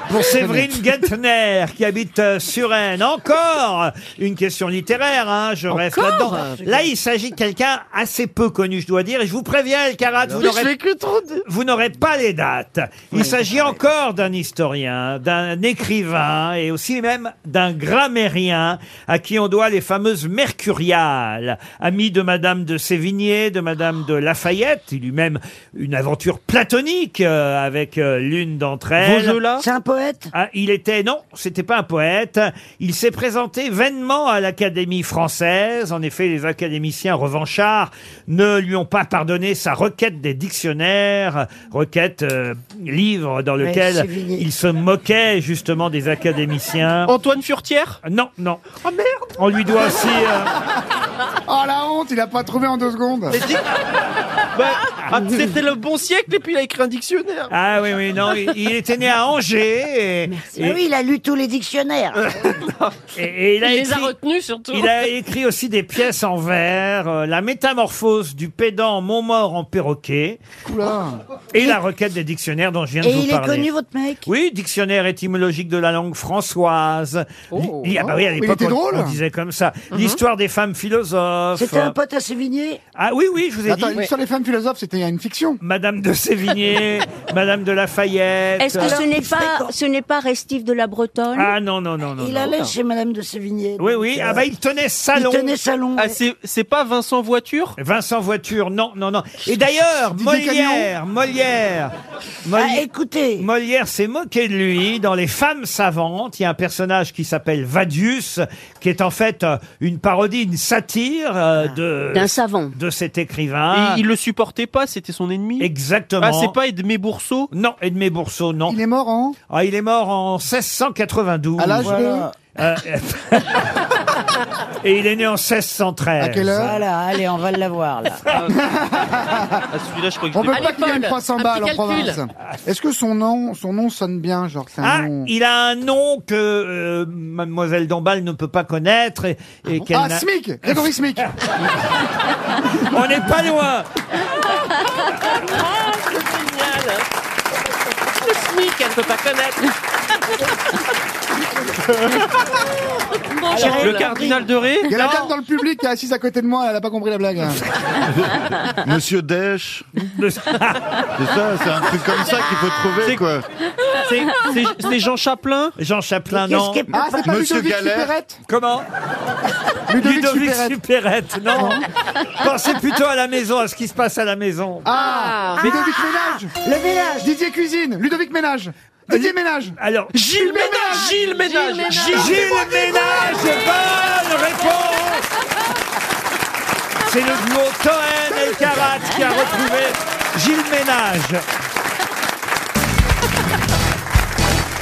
[SPEAKER 1] Pour Séverine Gentner, qui habite euh, Suresnes. Encore une question littéraire, hein, je reste
[SPEAKER 5] Encore
[SPEAKER 1] là-dedans. Là, il s'agit de quelqu'un assez peu connu, je dois dire, et je vous préviens, Elkarat, vous
[SPEAKER 5] Mais je
[SPEAKER 1] n'aurez
[SPEAKER 5] l'ai
[SPEAKER 1] vous n'aurez pas les dates. Il
[SPEAKER 5] Ah
[SPEAKER 1] s'agit encore d'un historien, d'un écrivain, et aussi même d'un grammairien, à qui on doit les fameuses mercuriales. Ami de Madame de Sévigné, de Madame de Lafayette, il eut même une aventure platonique euh, avec euh, l'une d'entre elles.
[SPEAKER 15] Vaugelas
[SPEAKER 1] C'est un poète Il était, non, c'était pas un poète. Il s'est présenté vainement à l'Académie française. En effet, les académiciens revanchards ne lui ont pas pardonné sa requête des dictionnaires, requête euh, livre dans
[SPEAKER 15] Mais
[SPEAKER 1] lequel
[SPEAKER 15] Sévigné.
[SPEAKER 1] il se moquait justement des académiciens.
[SPEAKER 9] Antoine Furtière
[SPEAKER 1] Non, non. Oh merde On lui doit
[SPEAKER 9] [laughs]
[SPEAKER 1] aussi... euh,
[SPEAKER 5] Oh la honte, il a pas trouvé en deux secondes.
[SPEAKER 9] Ah, c'était le bon siècle, et puis il a écrit un dictionnaire.
[SPEAKER 1] Ah oui, oui, non, il, il était né à Angers. Et,
[SPEAKER 15] Ah
[SPEAKER 1] et-
[SPEAKER 15] oui, il a lu
[SPEAKER 1] [laughs]
[SPEAKER 15] tous les dictionnaires.
[SPEAKER 1] Euh, et- et il a
[SPEAKER 15] Il les
[SPEAKER 1] écrit,
[SPEAKER 15] a retenus, surtout.
[SPEAKER 1] Il
[SPEAKER 7] [laughs]
[SPEAKER 1] a écrit aussi des pièces en vers, euh, La métamorphose du pédant Montmort en perroquet, et La requête des dictionnaires dont je viens
[SPEAKER 15] Et
[SPEAKER 1] de vous
[SPEAKER 15] il est
[SPEAKER 1] parler.
[SPEAKER 15] connu, votre mec
[SPEAKER 1] Oui, dictionnaire étymologique de la langue françoise. Li- ah bah oui, à
[SPEAKER 15] Oh, il
[SPEAKER 1] l'époque,
[SPEAKER 15] était
[SPEAKER 1] on-
[SPEAKER 15] drôle.
[SPEAKER 1] on, disait comme ça. L'histoire des femmes philosophes.
[SPEAKER 15] C'était un
[SPEAKER 1] Euh,
[SPEAKER 15] pote à Sévigné
[SPEAKER 1] Ah oui, oui, je vous ai
[SPEAKER 5] Attends,
[SPEAKER 1] dit.
[SPEAKER 5] sur les femmes philosophes, c'était une fiction.
[SPEAKER 1] Madame
[SPEAKER 15] [laughs]
[SPEAKER 1] de Sévigné, Madame de Lafayette.
[SPEAKER 12] Est-ce que ce n'est pas, ce n'est pas Restif de la Bretonne
[SPEAKER 1] Ah non, non, non, non.
[SPEAKER 15] Il
[SPEAKER 1] non.
[SPEAKER 15] allait chez Madame de Sévigné.
[SPEAKER 1] Oui, oui. Ah bah, il tenait salon.
[SPEAKER 15] euh, Il tenait salon.
[SPEAKER 9] Ah, c'est c'est pas Vincent Voiture
[SPEAKER 1] Vincent Voiture, non, non, non. Et d'ailleurs, Molière, Molière, Molière.
[SPEAKER 15] Ah, écoutez.
[SPEAKER 1] Molière s'est moqué de lui dans Les Femmes Savantes. Il y a un personnage qui s'appelle Vadius, qui est en fait euh, une parodie, une satire
[SPEAKER 15] Ah.
[SPEAKER 1] euh, de.
[SPEAKER 12] D'un savant.
[SPEAKER 1] De cet écrivain.
[SPEAKER 9] Et il le supportait pas, c'était son ennemi.
[SPEAKER 1] Exactement.
[SPEAKER 9] Ah, c'est pas Edmé Bourseau
[SPEAKER 1] Non, Edmé Bourseau, non.
[SPEAKER 5] Il est mort en
[SPEAKER 1] Ah, il est mort en 1692.
[SPEAKER 5] À l'âge de-
[SPEAKER 1] Euh, Et il est né en 1613.
[SPEAKER 15] Voilà, allez, on va l'avoir, là.
[SPEAKER 5] Ah, Celui-là, je On peut pas Ah, qu'il gagne 300 balles en province. Est-ce que son nom, son nom sonne bien, genre c'est un
[SPEAKER 1] Ah,
[SPEAKER 5] nom-
[SPEAKER 1] il a un nom que euh, Mademoiselle Dombal ne peut pas connaître. Et, et qu'elle
[SPEAKER 5] Ah,
[SPEAKER 1] n'a-
[SPEAKER 5] Smic Grégory Smic
[SPEAKER 1] [laughs] On n'est pas loin
[SPEAKER 7] Ah, Le SMIC, elle ne peut pas connaître.
[SPEAKER 21] Le cardinal de Ré
[SPEAKER 5] Il y a la dame dans le public qui est assise à côté de moi, elle a pas compris la
[SPEAKER 18] [laughs]
[SPEAKER 5] blague.
[SPEAKER 9] [laughs] Monsieur Desch. c'est ça, c'est un truc comme ça qu'il faut trouver, quoi.
[SPEAKER 21] C'est- c'est- C'est Jean Chaplin
[SPEAKER 1] Jean Chaplin,
[SPEAKER 5] Qu'est-ce non.
[SPEAKER 1] non.
[SPEAKER 5] qu'est- Ah, c'est pas Monsieur Ludovic Galère Supérette
[SPEAKER 1] Comment Ludovic, Supérette, non. Pensez plutôt à la maison, à ce qui se passe à la maison.
[SPEAKER 5] Ah, Ludovic Ménage Le Ménage Didier Cuisine Ludovic Ménage Didier Ménage
[SPEAKER 1] Alors,
[SPEAKER 5] Gilles Ménage
[SPEAKER 7] Gilles Ménage
[SPEAKER 1] Gilles Ménage, bonne réponse C'est le duo Toen et Karat qui a retrouvé Gilles Ménage.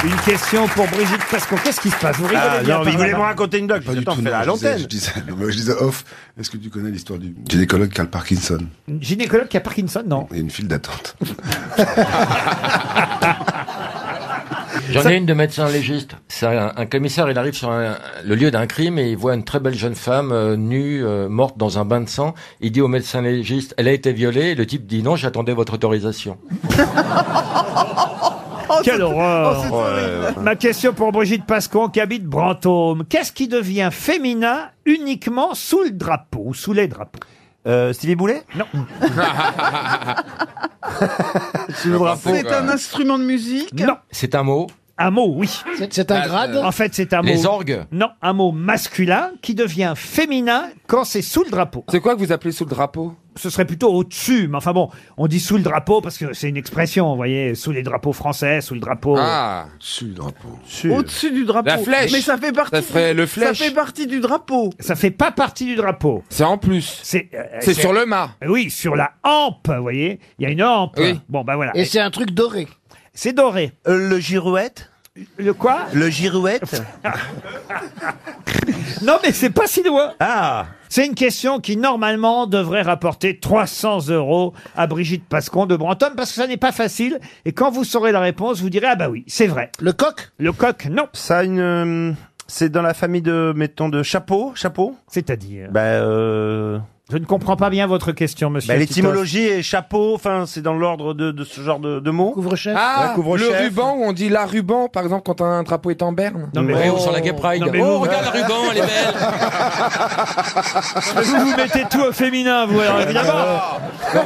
[SPEAKER 1] Une question pour Brigitte Pascon. Qu'est-ce qui se passe Vous rigolez
[SPEAKER 4] Ah,
[SPEAKER 1] bien
[SPEAKER 4] non,
[SPEAKER 1] par
[SPEAKER 4] mais il voulait
[SPEAKER 1] là-bas.
[SPEAKER 4] me raconter une blague.
[SPEAKER 24] Pas du
[SPEAKER 4] Attends,
[SPEAKER 24] tout,
[SPEAKER 4] fais-la
[SPEAKER 24] non,
[SPEAKER 4] à
[SPEAKER 24] je disais-
[SPEAKER 4] l'antenne.
[SPEAKER 24] Je disais, non, mais je disais off. Est-ce que tu connais
[SPEAKER 18] [laughs]
[SPEAKER 24] l'histoire du gynécologue Carl Parkinson
[SPEAKER 1] Gynécologue qui a Parkinson, non
[SPEAKER 24] Il y a une file d'attente.
[SPEAKER 13] J'en ai une de médecin légiste. C'est un, un commissaire, il arrive sur un- le lieu d'un crime et il voit une très belle jeune femme euh, nue, euh, morte dans un bain de sang. Il dit au médecin légiste, elle a été violée. Le type dit non, j'attendais votre autorisation.
[SPEAKER 28] Oh,
[SPEAKER 1] Quelle horreur
[SPEAKER 13] c'est horrible.
[SPEAKER 1] Ma question pour Brigitte Pascon qui habite Brantôme. Qu'est-ce qui devient féminin uniquement sous le drapeau, ou sous les drapeaux
[SPEAKER 4] Euh, Sylvie Boulet
[SPEAKER 1] Non.
[SPEAKER 4] Sous le drapeau.
[SPEAKER 28] [laughs] C'est un instrument de musique
[SPEAKER 1] Non.
[SPEAKER 13] C'est un mot
[SPEAKER 1] Un mot, oui.
[SPEAKER 13] c'est
[SPEAKER 4] Bah,
[SPEAKER 13] un Ah, grade euh,
[SPEAKER 1] En fait, c'est un mot.
[SPEAKER 13] les orgues
[SPEAKER 1] Non, un mot masculin qui devient féminin quand c'est sous le drapeau.
[SPEAKER 4] C'est quoi que vous appelez sous le drapeau
[SPEAKER 1] Ce serait plutôt au-dessus, mais enfin bon, on dit sous le drapeau parce que c'est une expression, vous voyez, sous les drapeaux français, sous le drapeau.
[SPEAKER 4] Ah.
[SPEAKER 24] Sous le drapeau.
[SPEAKER 28] Au-dessus du drapeau.
[SPEAKER 4] La flèche.
[SPEAKER 28] Mais ça fait partie.
[SPEAKER 4] Ça serait le flèche.
[SPEAKER 28] Ça fait partie du drapeau.
[SPEAKER 1] Ça fait pas partie du drapeau.
[SPEAKER 4] C'est en plus.
[SPEAKER 1] C'est euh,
[SPEAKER 4] C'est sur le mât.
[SPEAKER 1] Oui, sur la hampe, vous voyez. Il y a une hampe.
[SPEAKER 4] Oui.
[SPEAKER 1] Bon, ben voilà.
[SPEAKER 24] Et c'est un truc doré.
[SPEAKER 1] C'est doré.
[SPEAKER 24] Euh, le girouette
[SPEAKER 1] Le quoi [laughs]
[SPEAKER 24] Le girouette
[SPEAKER 1] Non, mais c'est pas si loin. Ah C'est une question qui, normalement, devrait rapporter 300 euros à Brigitte Pascon de Brantôme, parce que ça n'est pas facile. Et quand vous saurez la réponse, vous direz, ah bah oui, c'est vrai. Le coq Le coq, non.
[SPEAKER 4] Ça a une. euh, C'est dans la famille de, mettons, de chapeau, chapeau.
[SPEAKER 1] C'est-à-dire.
[SPEAKER 4] Bah, euh,
[SPEAKER 1] Je ne comprends pas bien votre question, monsieur.
[SPEAKER 4] bah,
[SPEAKER 1] Titoff.
[SPEAKER 4] l'étymologie et chapeau, enfin, c'est dans l'ordre de, de ce genre de, de mots. Couvre-chef.
[SPEAKER 1] Ah,
[SPEAKER 4] couvre-chef.
[SPEAKER 3] [laughs]
[SPEAKER 24] Le ruban où on dit la ruban, par exemple, quand un drapeau est en berne
[SPEAKER 1] Non, mais-
[SPEAKER 13] Ouais, ou sur la Gay Pride. oh, regarde la ruban, elle est
[SPEAKER 1] [laughs]
[SPEAKER 13] belle. [laughs]
[SPEAKER 1] Mais vous, vous mettez tout au féminin, vous, alors, évidemment.
[SPEAKER 13] Ah,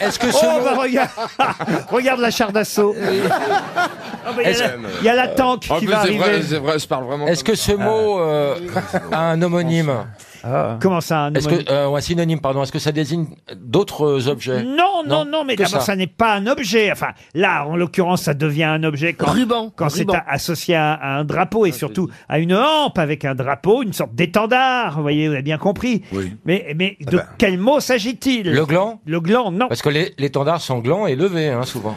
[SPEAKER 13] Est-ce
[SPEAKER 1] que
[SPEAKER 13] ce
[SPEAKER 1] oh,
[SPEAKER 13] mot-
[SPEAKER 1] bah, regarde, regarde [laughs] la char d'assaut. Ah, bah, Il y a la- il y a la tank
[SPEAKER 13] En
[SPEAKER 1] qui
[SPEAKER 13] plus,
[SPEAKER 1] va
[SPEAKER 13] c'est
[SPEAKER 1] arriver.
[SPEAKER 13] vrai, c'est vrai,
[SPEAKER 24] je parle vraiment.
[SPEAKER 13] Est-ce que ce mot euh, a un homonyme
[SPEAKER 1] Ah. Comment ça, un
[SPEAKER 13] Est-ce
[SPEAKER 1] homonyme
[SPEAKER 13] que, euh, ou un synonyme, pardon. Est-ce que ça désigne d'autres objets
[SPEAKER 1] Non, non, non, mais
[SPEAKER 13] que
[SPEAKER 1] d'abord, ça, n'est pas un objet. Enfin, là, en l'occurrence, ça devient un objet quand,
[SPEAKER 24] Ruban,
[SPEAKER 1] quand c'est
[SPEAKER 24] ruban.
[SPEAKER 1] a- associé à, à un drapeau
[SPEAKER 13] Ah,
[SPEAKER 1] et surtout à une hampe avec un drapeau, une sorte d'étendard. Vous voyez, vous avez bien compris. Mais, mais de quel mot s'agit-il
[SPEAKER 13] Ah ben. Le gland
[SPEAKER 1] Le gland, non.
[SPEAKER 13] Parce que les, les tendards sont glands et levés,
[SPEAKER 23] [laughs]
[SPEAKER 13] hein, souvent.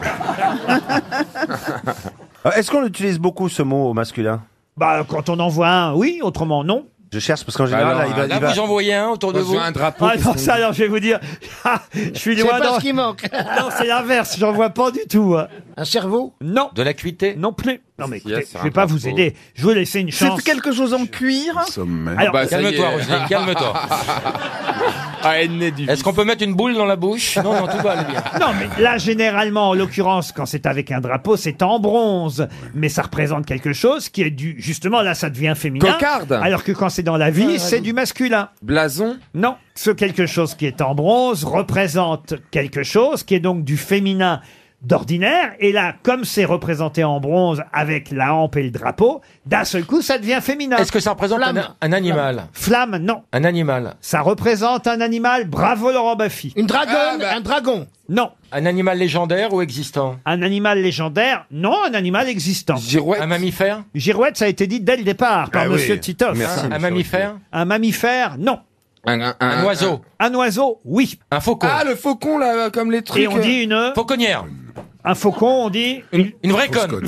[SPEAKER 4] Euh, Est-ce qu'on l'utilise beaucoup, ce mot
[SPEAKER 3] [laughs]
[SPEAKER 4] au masculin
[SPEAKER 1] Bah, quand on en voit un, oui, autrement, non.
[SPEAKER 4] Je cherche parce qu'en général,
[SPEAKER 13] Alors,
[SPEAKER 4] il va-
[SPEAKER 13] là,
[SPEAKER 4] il va-
[SPEAKER 13] vous envoyez un autour de
[SPEAKER 4] Moi, je
[SPEAKER 13] vous
[SPEAKER 4] vois un drapeau
[SPEAKER 1] Ah
[SPEAKER 4] qui
[SPEAKER 1] non,
[SPEAKER 4] se-
[SPEAKER 1] ça, alors, je vais vous dire. [laughs] Ah, je suis
[SPEAKER 24] C'est
[SPEAKER 1] loin.
[SPEAKER 24] pas
[SPEAKER 1] non.
[SPEAKER 24] ce qui manque.
[SPEAKER 1] [laughs] Non, c'est l'inverse, j'en vois pas du tout. hein.
[SPEAKER 24] Un cerveau
[SPEAKER 1] Non.
[SPEAKER 13] De l'acuité
[SPEAKER 1] Non plus. Non, mais écoutez,
[SPEAKER 13] c'est
[SPEAKER 1] je
[SPEAKER 13] un
[SPEAKER 1] vais pas vous
[SPEAKER 13] drapeau.
[SPEAKER 1] aider. Je vous laisser une chance.
[SPEAKER 28] C'est quelque chose en
[SPEAKER 13] [laughs]
[SPEAKER 28] cuir.
[SPEAKER 1] Alors,
[SPEAKER 13] Bah, ça y calme-toi, est. Roselyne, calme-toi.
[SPEAKER 23] Ah,
[SPEAKER 13] Est-ce qu'on peut mettre une boule dans la bouche [laughs] Non, non, tout va aller bien.
[SPEAKER 1] Non, mais là, généralement, en l'occurrence, quand c'est avec un drapeau, c'est en bronze. Mais ça représente quelque chose qui est du. Justement, là, ça devient féminin.
[SPEAKER 24] Cocarde.
[SPEAKER 1] Alors que quand c'est dans la vie, c'est du masculin.
[SPEAKER 24] Blason
[SPEAKER 1] Non. Ce quelque chose qui est en bronze représente quelque chose qui est donc du féminin d'ordinaire. Et là, comme c'est représenté en bronze avec la hampe et le drapeau, d'un seul coup, ça devient féminin.
[SPEAKER 13] Est-ce que ça représente un-
[SPEAKER 1] Flamme.
[SPEAKER 13] un animal
[SPEAKER 1] Flamme, non.
[SPEAKER 13] Un animal.
[SPEAKER 1] Ça représente un animal. Bravo, Laurent Baffy. Une dragonne,
[SPEAKER 13] Ah, bah.
[SPEAKER 1] un dragon. Non.
[SPEAKER 13] Un animal légendaire ou existant
[SPEAKER 1] Un animal légendaire Non, un animal existant.
[SPEAKER 13] Un mammifère
[SPEAKER 1] Girouette, ça a été dit dès le départ par
[SPEAKER 13] Ah oui.
[SPEAKER 1] Monsieur Titoff.
[SPEAKER 13] Merci, Un monsieur mammifère Ruquier.
[SPEAKER 1] Un mammifère Non.
[SPEAKER 13] Un,
[SPEAKER 24] un-
[SPEAKER 13] oiseau
[SPEAKER 1] Un oiseau Oui.
[SPEAKER 13] Un faucon
[SPEAKER 24] Ah, le faucon, là, comme les trucs.
[SPEAKER 1] Et on dit une.
[SPEAKER 13] euh, Fauconnière
[SPEAKER 1] Un faucon, on dit.
[SPEAKER 13] Une, vraie conne
[SPEAKER 1] [laughs]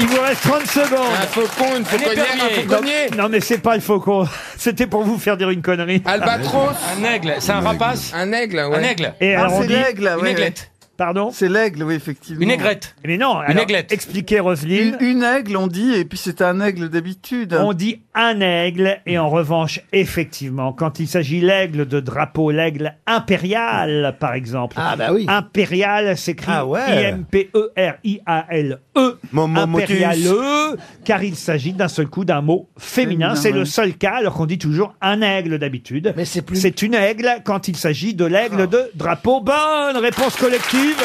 [SPEAKER 1] Il vous reste 30 secondes.
[SPEAKER 23] Un faucon, une fauconnière, un fauconnier.
[SPEAKER 1] Non, non, mais c'est pas le faucon. [laughs] C'était pour vous faire dire une connerie.
[SPEAKER 23] Albatros.
[SPEAKER 13] Un aigle, c'est un rapace
[SPEAKER 23] Un aigle, ouais.
[SPEAKER 13] Un aigle.
[SPEAKER 1] Et
[SPEAKER 23] Ah,
[SPEAKER 1] alors on
[SPEAKER 23] c'est
[SPEAKER 1] dit-
[SPEAKER 23] l'aigle,
[SPEAKER 13] Une
[SPEAKER 23] ouais.
[SPEAKER 13] aiglette.
[SPEAKER 1] Pardon
[SPEAKER 23] C'est l'aigle, oui, effectivement.
[SPEAKER 13] Une aigrette.
[SPEAKER 1] Mais non,
[SPEAKER 23] Une
[SPEAKER 1] alors,
[SPEAKER 23] aiglette.
[SPEAKER 1] expliquez Roselyne.
[SPEAKER 23] Une aigle, on dit, et puis c'est un aigle d'habitude.
[SPEAKER 1] On dit un aigle, et en revanche, effectivement, quand il s'agit l'aigle de drapeau, l'aigle impérial, par exemple.
[SPEAKER 23] Ah, bah oui.
[SPEAKER 1] Impérial s'écrit
[SPEAKER 23] Ah ouais.
[SPEAKER 1] E I-M-P-E-R-I-A-L-E.
[SPEAKER 23] motus.
[SPEAKER 1] Impérial-E, E. car il s'agit d'un seul coup d'un mot féminin.
[SPEAKER 23] Féminin,
[SPEAKER 1] C'est le
[SPEAKER 23] ouais.
[SPEAKER 1] seul cas, alors qu'on dit toujours un aigle d'habitude. Mais c'est plus. C'est une aigle quand il s'agit de
[SPEAKER 23] Oh.
[SPEAKER 1] l'aigle de drapeau. Bonne réponse collective.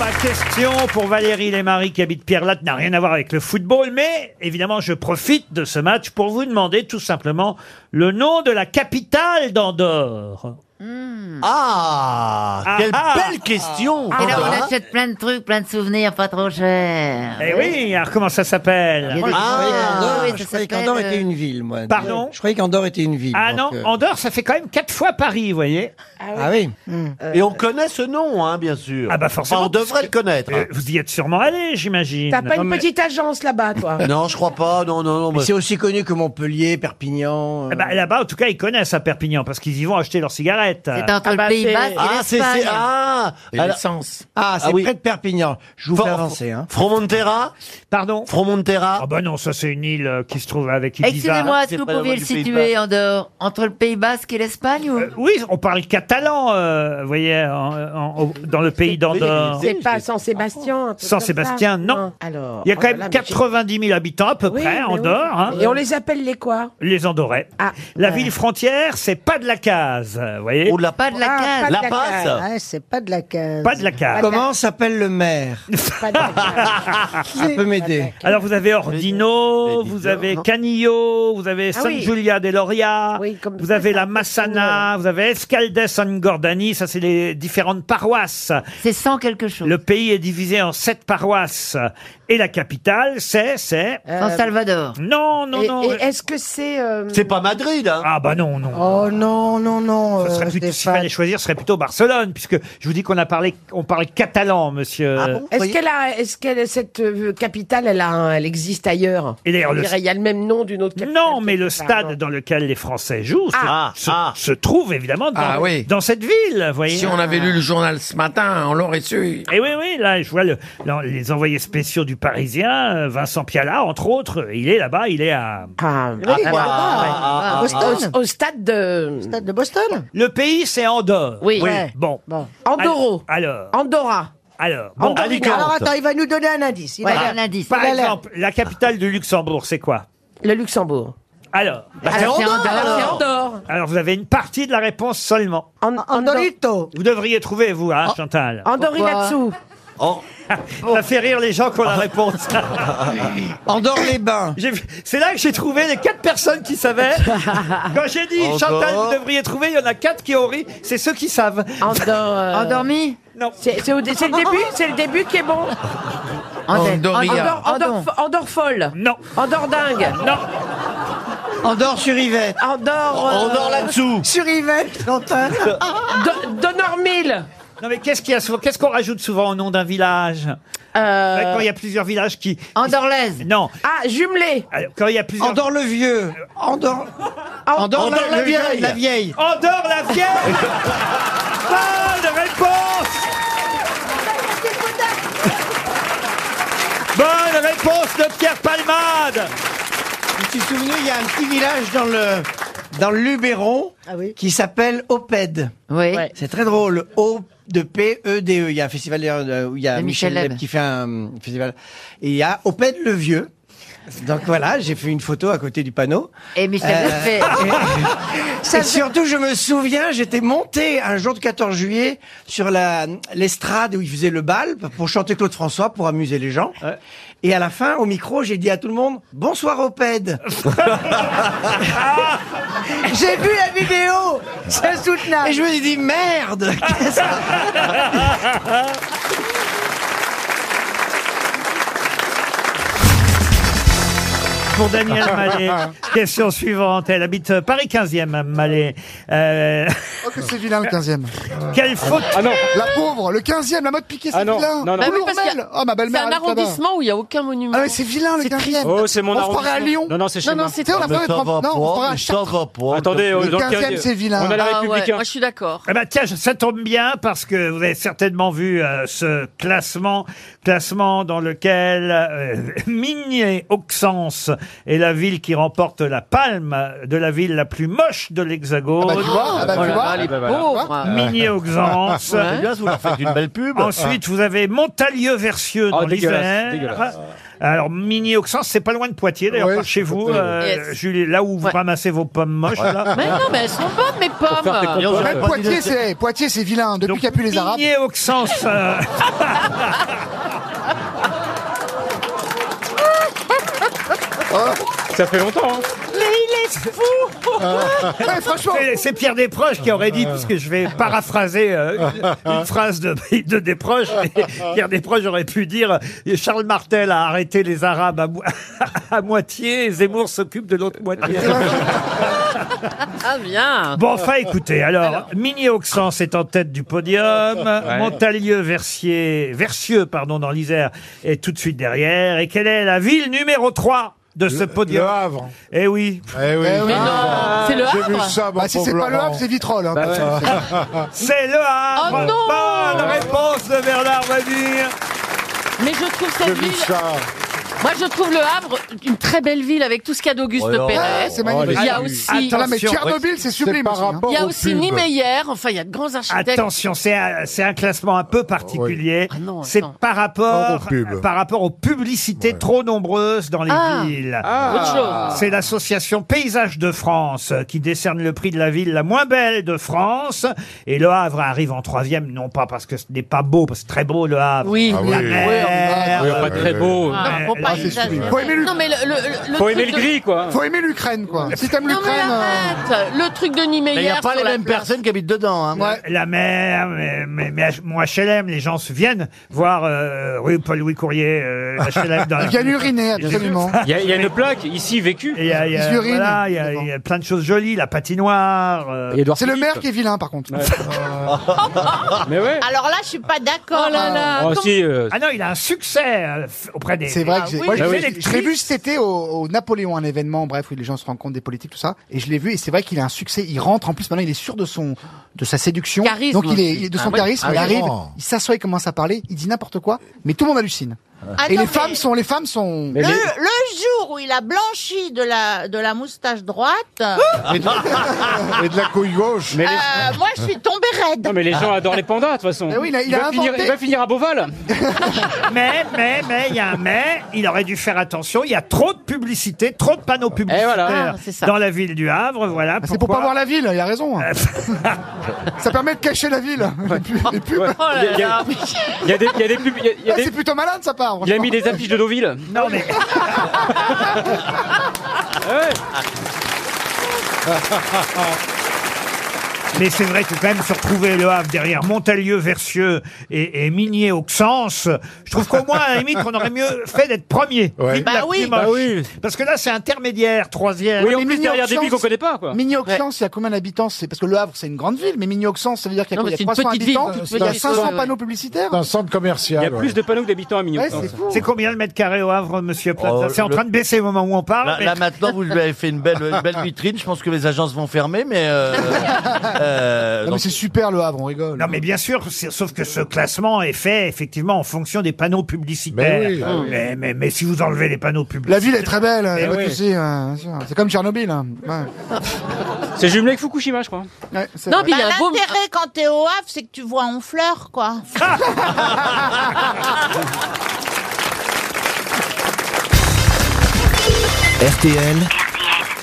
[SPEAKER 1] Ma question pour Valérie Lémarie qui habite Pierrelatte n'a rien à voir avec le football, mais évidemment, je profite de ce match pour vous demander tout simplement le nom de la capitale d'Andorre.
[SPEAKER 6] Ah,
[SPEAKER 1] quelle Ah, ah. belle question.
[SPEAKER 6] Et là, on
[SPEAKER 1] Ah.
[SPEAKER 6] achète plein de trucs, plein de souvenirs, pas trop cher.
[SPEAKER 1] Eh oui, alors comment ça s'appelle
[SPEAKER 6] je croyais
[SPEAKER 2] Ah, qu'Andorre était une ville, moi.
[SPEAKER 1] Pardon
[SPEAKER 2] Je croyais qu'Andorre était une ville.
[SPEAKER 1] Ah non,
[SPEAKER 2] donc, euh,
[SPEAKER 1] Andorre, ça fait quand même quatre fois Paris, vous voyez.
[SPEAKER 2] Ah oui.
[SPEAKER 19] Euh, Et on connaît ce nom, hein, bien sûr.
[SPEAKER 1] Ah bah forcément.
[SPEAKER 19] Enfin, on devrait le connaître.
[SPEAKER 1] Euh, Vous y êtes sûrement allé, j'imagine.
[SPEAKER 7] T'as pas
[SPEAKER 2] Non,
[SPEAKER 7] une
[SPEAKER 2] mais-
[SPEAKER 7] petite agence là-bas, toi
[SPEAKER 19] Ah. Non, je crois pas. Non, non, non.
[SPEAKER 2] Mais
[SPEAKER 19] mais-
[SPEAKER 2] c'est aussi connu que Montpellier, Perpignan. euh.
[SPEAKER 1] Ah bah, Là-bas, en tout cas, ils connaissent à Perpignan parce qu'ils y vont acheter leurs cigarettes.
[SPEAKER 18] Ah
[SPEAKER 6] C'est entre
[SPEAKER 1] bah,
[SPEAKER 18] bah,
[SPEAKER 6] le Pays Basque
[SPEAKER 19] Ah,
[SPEAKER 6] et
[SPEAKER 19] c'est- c'est.
[SPEAKER 6] l'Espagne.
[SPEAKER 19] Ah alors-
[SPEAKER 2] Ah, c'est
[SPEAKER 19] Ah oui.
[SPEAKER 1] [laughs]
[SPEAKER 2] près de Perpignan. Je vous
[SPEAKER 19] For-
[SPEAKER 2] fais avancer. Hein.
[SPEAKER 19] Fromontera
[SPEAKER 1] Pardon
[SPEAKER 19] Fromontera
[SPEAKER 1] Ah bah non, ça c'est une île euh, qui se trouve avec Ibiza.
[SPEAKER 6] Excusez-moi, est-ce que vous pouvez le situer, Andorre Entre le Pays Basque et l'Espagne ou...
[SPEAKER 1] Euh, Oui, on parle catalan, euh, vous voyez, en- en- au- dans le pays d'Andorre.
[SPEAKER 7] C'est pas Saint-Sébastien. un truc
[SPEAKER 1] San
[SPEAKER 7] comme
[SPEAKER 1] Sébastien,
[SPEAKER 7] ça
[SPEAKER 1] non. Ah,
[SPEAKER 7] Alors.
[SPEAKER 1] Il y a
[SPEAKER 7] oh
[SPEAKER 1] quand
[SPEAKER 7] là
[SPEAKER 1] même
[SPEAKER 7] là, mais
[SPEAKER 1] 90 000 habitants à peu
[SPEAKER 7] j'ai- Oui,
[SPEAKER 1] près,
[SPEAKER 7] mais
[SPEAKER 1] en
[SPEAKER 7] oui.
[SPEAKER 1] dehors. hein.
[SPEAKER 7] Et on les appelle les quoi
[SPEAKER 1] Les Andorais. la ville frontière, c'est pas de la case, vous voyez.
[SPEAKER 19] Ou la
[SPEAKER 6] Pas de la case.
[SPEAKER 19] La passe
[SPEAKER 15] Ouais, Ah, c'est pas de la case.
[SPEAKER 1] Pas de la case.
[SPEAKER 2] Comment s'appelle le maire
[SPEAKER 1] [laughs]
[SPEAKER 2] Ça peut m'aider.
[SPEAKER 1] Ah, Alors vous avez Ordino, vous avez Canillo, vous avez
[SPEAKER 7] Ah
[SPEAKER 1] San
[SPEAKER 7] oui.
[SPEAKER 1] Giulia de Loria,
[SPEAKER 7] Oui, comme
[SPEAKER 1] vous avez la Massana, vous avez Escaldes San Gordani, ça c'est les différentes paroisses.
[SPEAKER 6] C'est sans quelque chose.
[SPEAKER 1] Le pays est divisé en sept paroisses et la capitale c'est c'est
[SPEAKER 6] Euh, San Salvador.
[SPEAKER 1] Non non
[SPEAKER 7] Et-
[SPEAKER 1] non.
[SPEAKER 7] et est-ce que c'est. euh,
[SPEAKER 19] C'est pas Madrid, hein
[SPEAKER 1] Ah bah non non.
[SPEAKER 15] Oh non, non, non.
[SPEAKER 1] Ça serait
[SPEAKER 15] euh,
[SPEAKER 1] plutôt- s'il
[SPEAKER 15] Stéphane.
[SPEAKER 1] fallait choisir, ce serait plutôt Barcelone, puisque je vous dis qu'on a parlé, on parle catalan, monsieur.
[SPEAKER 19] Ah
[SPEAKER 7] Est-ce qu'elle a, est-ce qu'elle cette euh, capitale, elle a, un- elle existe ailleurs
[SPEAKER 1] Et d'ailleurs,
[SPEAKER 7] On
[SPEAKER 1] le-
[SPEAKER 7] dirait, il y a le même nom d'une autre capitale.
[SPEAKER 1] Non, mais le
[SPEAKER 7] quelque part,
[SPEAKER 1] stade
[SPEAKER 7] non.
[SPEAKER 1] dans lequel les Français jouent se,
[SPEAKER 7] Ah,
[SPEAKER 1] se- se trouve évidemment dans,
[SPEAKER 23] Ah oui.
[SPEAKER 1] dans cette ville, vous voyez. Ah.
[SPEAKER 23] Si on avait lu le journal ce matin, on l'aurait su.
[SPEAKER 1] Et oui, oui, là, je vois le- là, les envoyés spéciaux du Parisien, euh, Vincent Piala, entre autres, il est là-bas, il est à...
[SPEAKER 19] Ah, bah, ah, ah,
[SPEAKER 15] Boston.
[SPEAKER 7] Au, au stade de
[SPEAKER 15] Stade de Boston.
[SPEAKER 1] Le pays, c'est Andorre.
[SPEAKER 7] ah. Oui.
[SPEAKER 15] Ouais.
[SPEAKER 1] Bon.
[SPEAKER 15] Bon.
[SPEAKER 7] Andorro,
[SPEAKER 1] Alors,
[SPEAKER 7] Andorra.
[SPEAKER 1] alors, bon,
[SPEAKER 15] Andorre.
[SPEAKER 19] Alicante.
[SPEAKER 15] Alors attends, il va nous donner un indice. Il
[SPEAKER 6] Ouais,
[SPEAKER 15] a-
[SPEAKER 6] un indice.
[SPEAKER 1] par
[SPEAKER 15] Il a l'air.
[SPEAKER 1] exemple, la capitale du Luxembourg, c'est quoi
[SPEAKER 7] le Luxembourg. Ah,
[SPEAKER 1] Alors,
[SPEAKER 19] bah, c'est
[SPEAKER 6] Alors, c'est
[SPEAKER 19] Andorre,
[SPEAKER 6] Andorre,
[SPEAKER 19] alors.
[SPEAKER 6] c'est
[SPEAKER 7] Andorre.
[SPEAKER 1] alors, vous avez une partie de la réponse seulement.
[SPEAKER 7] An-
[SPEAKER 15] Andorito.
[SPEAKER 1] Vous devriez trouver, vous, hein, Chantal
[SPEAKER 7] Andorre là-dessous.
[SPEAKER 19] Oh.
[SPEAKER 1] [laughs] Ça fait rire les gens qui ont la réponse.
[SPEAKER 2] Andorre-les-Bains.
[SPEAKER 1] [laughs] J'ai vu- C'est là que j'ai trouvé les quatre personnes qui
[SPEAKER 7] [laughs]
[SPEAKER 1] savaient. Quand j'ai dit
[SPEAKER 19] Encore.
[SPEAKER 1] Chantal, vous devriez trouver, il y en a quatre qui ont ri. C'est ceux qui savent.
[SPEAKER 7] Andorre.
[SPEAKER 1] [laughs]
[SPEAKER 7] euh,
[SPEAKER 6] Endormi
[SPEAKER 1] Non.
[SPEAKER 7] C'est c'est au dé- c'est le début, c'est le début qui est bon.
[SPEAKER 6] Andoria.
[SPEAKER 2] ah,
[SPEAKER 7] Andorre, Andorre, Andorre folle.
[SPEAKER 1] Non.
[SPEAKER 7] Andorre dingue.
[SPEAKER 1] Non.
[SPEAKER 2] Andorre-sur-Yvette.
[SPEAKER 7] Andorre. euh,
[SPEAKER 19] Andorre là-dessous
[SPEAKER 15] Sur Yvette, Chantal.
[SPEAKER 7] Do- Donormille.
[SPEAKER 1] Non, mais qu'est-ce qu'il y a souvent Qu'est-ce qu'on rajoute souvent au nom d'un village Bah,
[SPEAKER 7] Euh,
[SPEAKER 1] Quand il y a plusieurs villages qui.
[SPEAKER 6] Andorlaise.
[SPEAKER 1] Non.
[SPEAKER 7] Ah, jumelé.
[SPEAKER 1] Alors, Quand il y a plusieurs.
[SPEAKER 2] Andorre-le-Vieux. Andorre. Andorre-la-Vieille. La vieille.
[SPEAKER 1] Andorre la vieille Bonne réponse Bonne réponse de Pierre Palmade
[SPEAKER 2] Je me suis souvenu, il y a un petit village dans le dans le Luberon
[SPEAKER 15] Ah oui.
[SPEAKER 2] qui s'appelle Oped.
[SPEAKER 6] Oui.
[SPEAKER 7] Ouais.
[SPEAKER 2] C'est très drôle. O de P E D E. Il y a un festival d'ailleurs, euh, où il y a
[SPEAKER 6] De Michel
[SPEAKER 2] Michel, Leb
[SPEAKER 6] Leb.
[SPEAKER 2] qui fait un euh, festival. Et il y a Oped le vieux. Donc voilà, j'ai fait une photo à côté du panneau.
[SPEAKER 6] Et Eh, Michel
[SPEAKER 2] Euh,
[SPEAKER 1] [laughs]
[SPEAKER 6] fait.
[SPEAKER 2] Et, et surtout, je me souviens, Ah, j'étais monté un jour du 14 juillet sur la l'estrade où ils faisaient le bal pour chanter Claude François pour amuser les gens. Et à la fin, au micro, j'ai dit à tout le monde bonsoir
[SPEAKER 17] [laughs]
[SPEAKER 2] au PED.
[SPEAKER 15] J'ai vu la vidéo. C'est insoutenable.
[SPEAKER 2] Et je me suis dit merde. qu'est-ce que-
[SPEAKER 1] pour Daniel Mallet. Question suivante. Elle habite Paris 15e, Mallet. Euh,
[SPEAKER 17] Oh, que c'est vilain le 15e.
[SPEAKER 1] Quelle faute
[SPEAKER 17] ah, non. La pauvre, le 15e, la mode piquée, c'est
[SPEAKER 18] Ah non,
[SPEAKER 17] vilain.
[SPEAKER 18] non, non. Bah oui, parce
[SPEAKER 17] Lourmel.
[SPEAKER 18] qu'il y a-
[SPEAKER 17] Oh, ma belle-mère.
[SPEAKER 18] c'est un
[SPEAKER 17] elle est là-bas.
[SPEAKER 18] arrondissement où il n'y a aucun monument.
[SPEAKER 17] Ah ouais, c'est vilain le 15e.
[SPEAKER 18] Oh, c'est mon
[SPEAKER 17] On se croirait à
[SPEAKER 18] arrondissement.
[SPEAKER 17] Lyon.
[SPEAKER 18] Non, non, c'est chez Non, moi. non, c'est-
[SPEAKER 17] Tu sais, on a
[SPEAKER 18] Mais
[SPEAKER 17] pas
[SPEAKER 18] ça
[SPEAKER 17] de
[SPEAKER 18] va
[SPEAKER 17] Non, on se
[SPEAKER 18] pas,
[SPEAKER 17] croirait à
[SPEAKER 18] mais
[SPEAKER 17] Chartres.
[SPEAKER 18] Attendez,
[SPEAKER 17] Le
[SPEAKER 18] euh, dans le
[SPEAKER 17] 15e,
[SPEAKER 18] 15e,
[SPEAKER 17] c'est vilain.
[SPEAKER 18] on a la Ah ouais, Républicain. moi, je suis d'accord.
[SPEAKER 1] Eh ben tiens, ça tombe bien parce que vous avez certainement vu euh, ce classement, classement dans lequel euh, [laughs] Migné-Auxence est la ville qui remporte la palme de la ville la plus moche de l'Hexagone.
[SPEAKER 17] Ah bah, tu vois, ah bah, tu
[SPEAKER 1] Voilà.
[SPEAKER 17] vois. Ah, les pauvres.
[SPEAKER 1] Migné-Auxence.
[SPEAKER 17] Ouais. C'est bien, vous leur faites une belle pub.
[SPEAKER 1] Ensuite, vous avez Montalieu-Versieux
[SPEAKER 17] Oh,
[SPEAKER 1] dans
[SPEAKER 17] dégueulasse,
[SPEAKER 1] l'Isère. Ah.
[SPEAKER 17] dégueulasse.
[SPEAKER 1] Alors, Migné-Auxence, c'est pas loin de Poitiers, d'ailleurs,
[SPEAKER 17] Ouais,
[SPEAKER 1] par chez
[SPEAKER 17] c'est
[SPEAKER 1] vous,
[SPEAKER 17] pas très
[SPEAKER 1] euh,
[SPEAKER 17] loin. Yes.
[SPEAKER 1] Julie, là où vous ramassez vos pommes moches. là.
[SPEAKER 18] Mais non, mais elles sont bonnes, mes pommes.
[SPEAKER 17] Même Poitiers, c'est Poitiers, c'est vilain. Depuis qu'il n'y a plus les Arabes.
[SPEAKER 1] Migné-Auxence. euh,
[SPEAKER 18] Oh.
[SPEAKER 17] Oh.
[SPEAKER 18] Ça fait longtemps.
[SPEAKER 17] hein.
[SPEAKER 15] Mais il est fou
[SPEAKER 17] Ah.
[SPEAKER 1] Ah. C'est- C'est Pierre Desproges qui aurait dit, puisque je vais paraphraser euh, une, une phrase de, de Desproges, mais Pierre Desproges aurait pu dire euh, Charles Martel a arrêté les Arabes à, mo- [laughs] à moitié, et Zemmour s'occupe de l'autre moitié.
[SPEAKER 18] Ah bien.
[SPEAKER 1] Bon, enfin, écoutez, alors, Mini Auxence est en tête du podium,
[SPEAKER 17] Ouais.
[SPEAKER 1] Montalieu Versier, Versieux, pardon, dans l'Isère, est tout de suite derrière, et quelle est la ville numéro 3 de ce podium
[SPEAKER 17] Le Havre.
[SPEAKER 1] Eh oui.
[SPEAKER 17] Eh oui.
[SPEAKER 1] Mais
[SPEAKER 17] Ah.
[SPEAKER 1] non, c'est le
[SPEAKER 17] J'ai vu
[SPEAKER 1] Havre.
[SPEAKER 17] ça, mon
[SPEAKER 1] Bah, si
[SPEAKER 17] pauvre
[SPEAKER 1] c'est pas le
[SPEAKER 17] Laurent.
[SPEAKER 1] Havre, c'est
[SPEAKER 17] Vitrolles.
[SPEAKER 21] Bah
[SPEAKER 17] hein.
[SPEAKER 1] [laughs] Ah, C'est le Havre.
[SPEAKER 17] Oh non
[SPEAKER 1] Bonne réponse de Bernard Mabir.
[SPEAKER 18] Mais je trouve cette ville. Moi, je trouve le Havre une très belle ville avec tout ce qu'a d'Auguste
[SPEAKER 17] Oh là là.
[SPEAKER 18] Perret.
[SPEAKER 17] Ouais, c'est magnifique. Ah,
[SPEAKER 18] Il y a
[SPEAKER 17] Attends,
[SPEAKER 18] aussi.
[SPEAKER 17] là, mais Tchernobyl, c'est sublime aussi, hein.
[SPEAKER 18] Il y a
[SPEAKER 17] rapport
[SPEAKER 18] aussi
[SPEAKER 17] aux pubs.
[SPEAKER 18] Niemeyer. Enfin, il y a de grands architectes.
[SPEAKER 1] Attention, c'est un, c'est un classement un
[SPEAKER 21] Ah
[SPEAKER 1] peu particulier.
[SPEAKER 18] Ah non,
[SPEAKER 1] c'est
[SPEAKER 18] attends.
[SPEAKER 1] par
[SPEAKER 17] Par
[SPEAKER 1] rapport, euh,
[SPEAKER 17] rapport aux pubs.
[SPEAKER 1] par rapport aux publicités trop nombreuses dans les
[SPEAKER 18] Ah.
[SPEAKER 1] villes.
[SPEAKER 18] Ah. Autre chose.
[SPEAKER 1] C'est l'association Paysages de France euh, qui décerne le prix de la ville la moins belle de France. Et Le Havre arrive en troisième, non pas parce que ce n'est pas beau, parce que c'est très beau Le Havre.
[SPEAKER 18] Oui.
[SPEAKER 1] la mer,
[SPEAKER 21] Ah
[SPEAKER 1] Euh,
[SPEAKER 21] Oui, enfin, très beau.
[SPEAKER 18] Ah, faut pas exagérer.
[SPEAKER 17] Faut aimer le-
[SPEAKER 18] Non, mais le, le, le
[SPEAKER 21] Faut
[SPEAKER 18] truc
[SPEAKER 21] aimer le
[SPEAKER 18] de-
[SPEAKER 21] gris, quoi.
[SPEAKER 17] Faut aimer l'Ukraine, quoi. Si t'aimes
[SPEAKER 18] Non, mais
[SPEAKER 17] l'Ukraine. euh,
[SPEAKER 18] arrête. Le truc de Niemeyer.
[SPEAKER 17] Mais y a pas
[SPEAKER 18] sur
[SPEAKER 17] les
[SPEAKER 18] la
[SPEAKER 17] mêmes
[SPEAKER 18] place.
[SPEAKER 17] personnes qui habitent dedans. Hein.
[SPEAKER 1] La mer, mais, mais, mais H- mon HLM, les gens se viennent voir euh, rue Paul-Louis Courrier,
[SPEAKER 17] [laughs]
[SPEAKER 1] euh, HLM. Dans la-
[SPEAKER 17] Ils viennent uriner, absolument.
[SPEAKER 1] [laughs]
[SPEAKER 21] Il y, a- il y a une plaque ici vécue.
[SPEAKER 1] Il y a, il y a-
[SPEAKER 17] Ils urinent.
[SPEAKER 1] voilà, il y a- il y a plein de choses jolies, la patinoire. euh,
[SPEAKER 17] C'est le maire qui est vilain, par contre.
[SPEAKER 18] [laughs]
[SPEAKER 21] Mais ouais.
[SPEAKER 15] Alors là, je suis pas d'accord.
[SPEAKER 18] Oh là là.
[SPEAKER 21] Oh, si, euh,
[SPEAKER 1] Ah non, il a un succès euh, f- auprès des.
[SPEAKER 17] C'est vrai que j'ai moi,
[SPEAKER 1] j'ai
[SPEAKER 21] Bah
[SPEAKER 17] j'ai-
[SPEAKER 1] fait
[SPEAKER 17] j'ai-
[SPEAKER 1] les
[SPEAKER 17] je l'ai vu cet été au, au Napoléon, un événement, bref, où les gens se rencontrent des politiques, tout ça. Et je l'ai vu, et c'est vrai qu'il a un succès. Il rentre, en plus, maintenant, il est sûr de son, de sa séduction.
[SPEAKER 18] Charisme
[SPEAKER 17] Donc, il est,
[SPEAKER 18] aussi.
[SPEAKER 17] il est- de son
[SPEAKER 18] Ah oui.
[SPEAKER 17] charisme,
[SPEAKER 18] Ah
[SPEAKER 17] il
[SPEAKER 18] oui.
[SPEAKER 17] arrive,
[SPEAKER 18] Oh.
[SPEAKER 17] il s'assoit, il commence à parler, il dit n'importe quoi, mais tout le monde hallucine.
[SPEAKER 18] Ah
[SPEAKER 17] et les
[SPEAKER 15] Attends,
[SPEAKER 17] femmes sont, les femmes sont.
[SPEAKER 15] Le, le jour où il a blanchi de la, de la moustache droite,
[SPEAKER 21] [laughs]
[SPEAKER 17] Et de- et de la couille gauche.
[SPEAKER 21] Mais les-
[SPEAKER 15] euh, moi je suis Ah. tombée raide.
[SPEAKER 21] Non, mais les gens adorent les pandas, de toute façon.
[SPEAKER 1] Ah
[SPEAKER 17] Eh oui, il a- il a
[SPEAKER 21] va finir,
[SPEAKER 17] inventé-
[SPEAKER 21] il va finir à Beauval.
[SPEAKER 1] Mais, mais, mais, il y a un mais, il aurait dû faire attention, il y a trop de publicité, trop de panneaux publicitaires
[SPEAKER 17] voilà. Ah, c'est ça.
[SPEAKER 1] dans la ville du Havre, voilà.
[SPEAKER 17] Ah, C'est pour pas voir la ville, il a raison. hein.
[SPEAKER 1] [laughs]
[SPEAKER 17] ça permet de cacher la ville. Les pubs- les pubs.
[SPEAKER 21] Oh là Il y a- là. Il y a des, il y a des pubs. il y a- il y a
[SPEAKER 17] Ah,
[SPEAKER 21] des-
[SPEAKER 17] C'est plutôt malade, ça part.
[SPEAKER 21] Il a
[SPEAKER 6] [laughs]
[SPEAKER 21] mis des affiches de Deauville.
[SPEAKER 1] Non, mais. Mais c'est vrai que quand même se retrouver le Havre derrière Montalieu, Versieux et, et Minier Auxence, je trouve qu'au moins à la limite on aurait mieux fait d'être premier. Ville la
[SPEAKER 18] Bah
[SPEAKER 1] plus
[SPEAKER 18] oui.
[SPEAKER 1] moche.
[SPEAKER 18] Bah
[SPEAKER 1] Parce que là c'est intermédiaire, troisième.
[SPEAKER 21] Oui, en plus, derrière des
[SPEAKER 17] Mignoxens-
[SPEAKER 21] villes qu'on connaît pas, quoi.
[SPEAKER 17] Mignoxens, il y a combien d'habitants C'est parce que Le Havre, c'est une grande ville, mais Mignoxens, ça veut dire qu'il y a,
[SPEAKER 21] Non, mais
[SPEAKER 17] quoi Il y a
[SPEAKER 21] c'est une
[SPEAKER 17] 300
[SPEAKER 21] petite ville,
[SPEAKER 17] habitants,
[SPEAKER 21] toute
[SPEAKER 17] il y a
[SPEAKER 21] petite,
[SPEAKER 17] 500
[SPEAKER 21] ouais.
[SPEAKER 17] panneaux publicitaires.
[SPEAKER 20] un centre commercial.
[SPEAKER 21] Il y a plus de panneaux que d'habitants à Mignox.
[SPEAKER 17] Ouais, c'est fou.
[SPEAKER 1] C'est combien le mètre carré au Havre, monsieur Plaza
[SPEAKER 20] Oh,
[SPEAKER 1] C'est en
[SPEAKER 20] le-
[SPEAKER 1] train de baisser au moment où on parle.
[SPEAKER 20] Là,
[SPEAKER 1] Ah, mais-
[SPEAKER 20] là, maintenant, vous lui avez fait une belle, une belle vitrine. Je pense que les agences vont fermer, mais.
[SPEAKER 22] [laughs]
[SPEAKER 20] euh, euh,
[SPEAKER 17] Non, mais
[SPEAKER 20] donc-
[SPEAKER 17] c'est super Le Havre, on rigole. hein.
[SPEAKER 1] Non mais bien sûr, c'est- sauf que ce classement est fait effectivement en fonction des panneaux publicitaires. Euh,
[SPEAKER 17] Mais oui, ah oui.
[SPEAKER 1] mais, mais- mais si vous enlevez les panneaux publicitaires...
[SPEAKER 17] La ville est très belle,
[SPEAKER 1] Eh
[SPEAKER 17] y a pas de
[SPEAKER 1] oui.
[SPEAKER 17] souci, euh, bien sûr. c'est comme Tchernobyl. hein. Ouais.
[SPEAKER 21] [laughs] C'est jumelé avec Fukushima, je crois.
[SPEAKER 17] Ouais, c'est
[SPEAKER 15] Non,
[SPEAKER 17] vrai. Bah
[SPEAKER 15] mais Bah, l'intérêt quand t'es au Havre, c'est que tu vois en fleurs,
[SPEAKER 6] [laughs]
[SPEAKER 15] quoi.
[SPEAKER 6] Ah
[SPEAKER 22] RTL,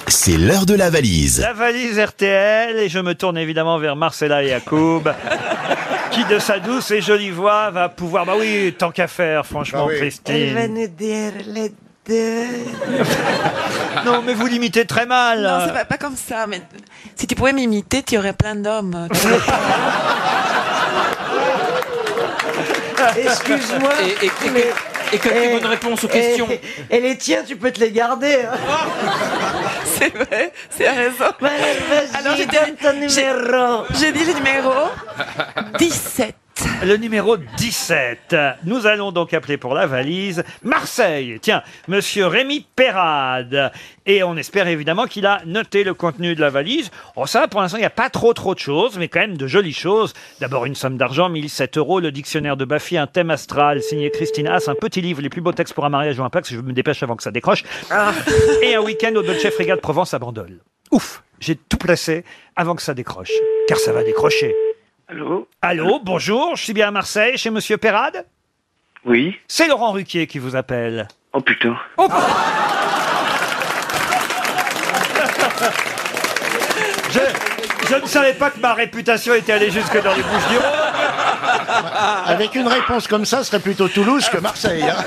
[SPEAKER 22] c'est l'heure de la valise.
[SPEAKER 1] La valise RTL, et je me tourne évidemment vers
[SPEAKER 30] [laughs]
[SPEAKER 1] Marcella Yacoub, qui de sa douce et jolie voix va pouvoir... Bah oui, tant qu'à faire, franchement,
[SPEAKER 17] Bah
[SPEAKER 1] Christine.
[SPEAKER 30] nous dire les deux.
[SPEAKER 1] Non, mais vous l'imitez très mal.
[SPEAKER 30] Non, c'est pas, pas comme ça, mais si tu pouvais m'imiter, tu aurais plein d'hommes. [laughs]
[SPEAKER 24] [laughs]
[SPEAKER 18] Excuse-moi.
[SPEAKER 30] Et- et-
[SPEAKER 18] mais
[SPEAKER 24] Et quelques Et- bonnes réponses aux questions. Et les tiens, tu peux te les garder. hein.
[SPEAKER 30] [laughs] C'est vrai, c'est raison. Alors j'ai dit, j'ai j'ai dit le numéro 17.
[SPEAKER 1] Le numéro 17. Nous allons donc appeler pour la valise Marseille. Tiens, monsieur Rémi Perrade. Et on espère évidemment qu'il a noté le contenu de la valise. Oh, ça, pour l'instant, il n'y a pas trop trop de choses, mais quand même de jolies choses. D'abord, une somme d'argent, 1007 euros, le dictionnaire de Baffy, un thème astral, signé Christine Haas, un petit livre, les plus beaux textes pour un mariage ou un pacte, je me dépêche avant que ça décroche. Et un week-end au Dolce Frégate de Provence à Bandol. Ouf, j'ai tout placé avant que ça décroche. Car ça va décrocher.
[SPEAKER 3] Allô
[SPEAKER 1] Allô, bonjour, je suis bien à Marseille, chez Monsieur Perrade
[SPEAKER 3] Oui.
[SPEAKER 1] C'est Laurent Ruquier qui vous appelle.
[SPEAKER 3] Oh putain.
[SPEAKER 1] Je, je ne savais pas que ma réputation était allée jusque dans les bouches du
[SPEAKER 14] Avec une réponse comme ça, ce serait plutôt Toulouse que Marseille. hein.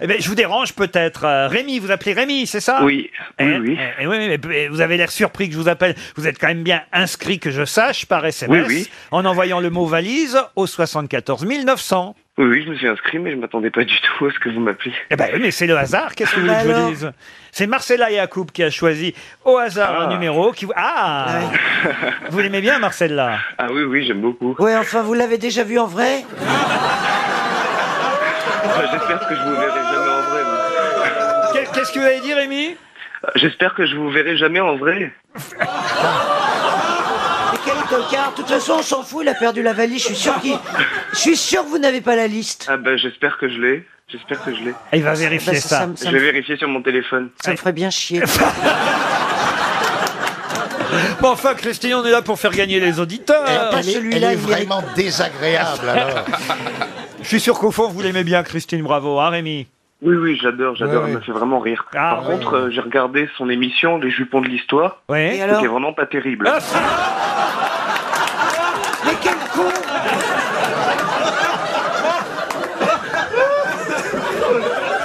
[SPEAKER 1] Eh bien, je vous dérange peut-être. Euh, Rémi, vous appelez Rémi, c'est ça
[SPEAKER 3] Oui,
[SPEAKER 1] Eh, eh, eh, oui, mais, eh, vous avez l'air surpris que je vous appelle. Vous êtes quand même bien inscrit, que je sache, par SMS,
[SPEAKER 3] Oui, oui.
[SPEAKER 1] en envoyant le mot valise au 74 900.
[SPEAKER 3] Oui, oui, je me suis inscrit, mais je m'attendais pas du tout à ce que vous [laughs] m'appeliez.
[SPEAKER 1] Eh ben oui, mais c'est le hasard, qu'est-ce que vous voulez
[SPEAKER 3] Bah
[SPEAKER 24] Ah,
[SPEAKER 1] que je
[SPEAKER 24] ben
[SPEAKER 1] vous
[SPEAKER 3] alors.
[SPEAKER 1] dise C'est Marcella Yacoub qui a choisi au hasard un numéro qui... vous- Ah Vous l'aimez bien, Marcella
[SPEAKER 3] Ah oui, oui, j'aime beaucoup.
[SPEAKER 24] Ouais, enfin, vous l'avez déjà vu en vrai
[SPEAKER 3] Enfin, J'espère que je vous verrai jamais en vrai. mais-
[SPEAKER 1] Qu'est- Qu'est-ce que vous avez dit, Rémi
[SPEAKER 3] Euh, J'espère que je vous verrai jamais en vrai.
[SPEAKER 24] Mais quel tocard De toute façon, on s'en fout, il a perdu la valise, je suis sûr qu'il... Je suis sûr que vous n'avez pas la liste.
[SPEAKER 3] Ah ben, j'espère que je l'ai. J'espère que je l'ai.
[SPEAKER 1] Ah, Il va vérifier
[SPEAKER 24] Bah, ça, ça. ça me- ça
[SPEAKER 3] je
[SPEAKER 24] me-
[SPEAKER 3] vais vérifier sur mon téléphone.
[SPEAKER 24] Ça me ferait bien chier.
[SPEAKER 1] Bon, enfin, Christine, on est là pour faire gagner les auditeurs.
[SPEAKER 14] Elle, elle est- elle est vraiment désagréable alors.
[SPEAKER 1] [laughs] Je suis sûr qu'au fond, vous l'aimez bien, Christine Bravo, hein, Rémi
[SPEAKER 3] Oui, oui, j'adore, j'adore.
[SPEAKER 1] Ouais,
[SPEAKER 3] Elle
[SPEAKER 1] ouais.
[SPEAKER 3] me fait vraiment rire.
[SPEAKER 1] Ah,
[SPEAKER 3] Par
[SPEAKER 1] ouais.
[SPEAKER 3] contre, euh, j'ai regardé son émission, Les Jupons de l'Histoire.
[SPEAKER 1] Ouais. Ah, Et alors
[SPEAKER 3] C'était vraiment pas terrible.
[SPEAKER 24] [laughs] Mais quel con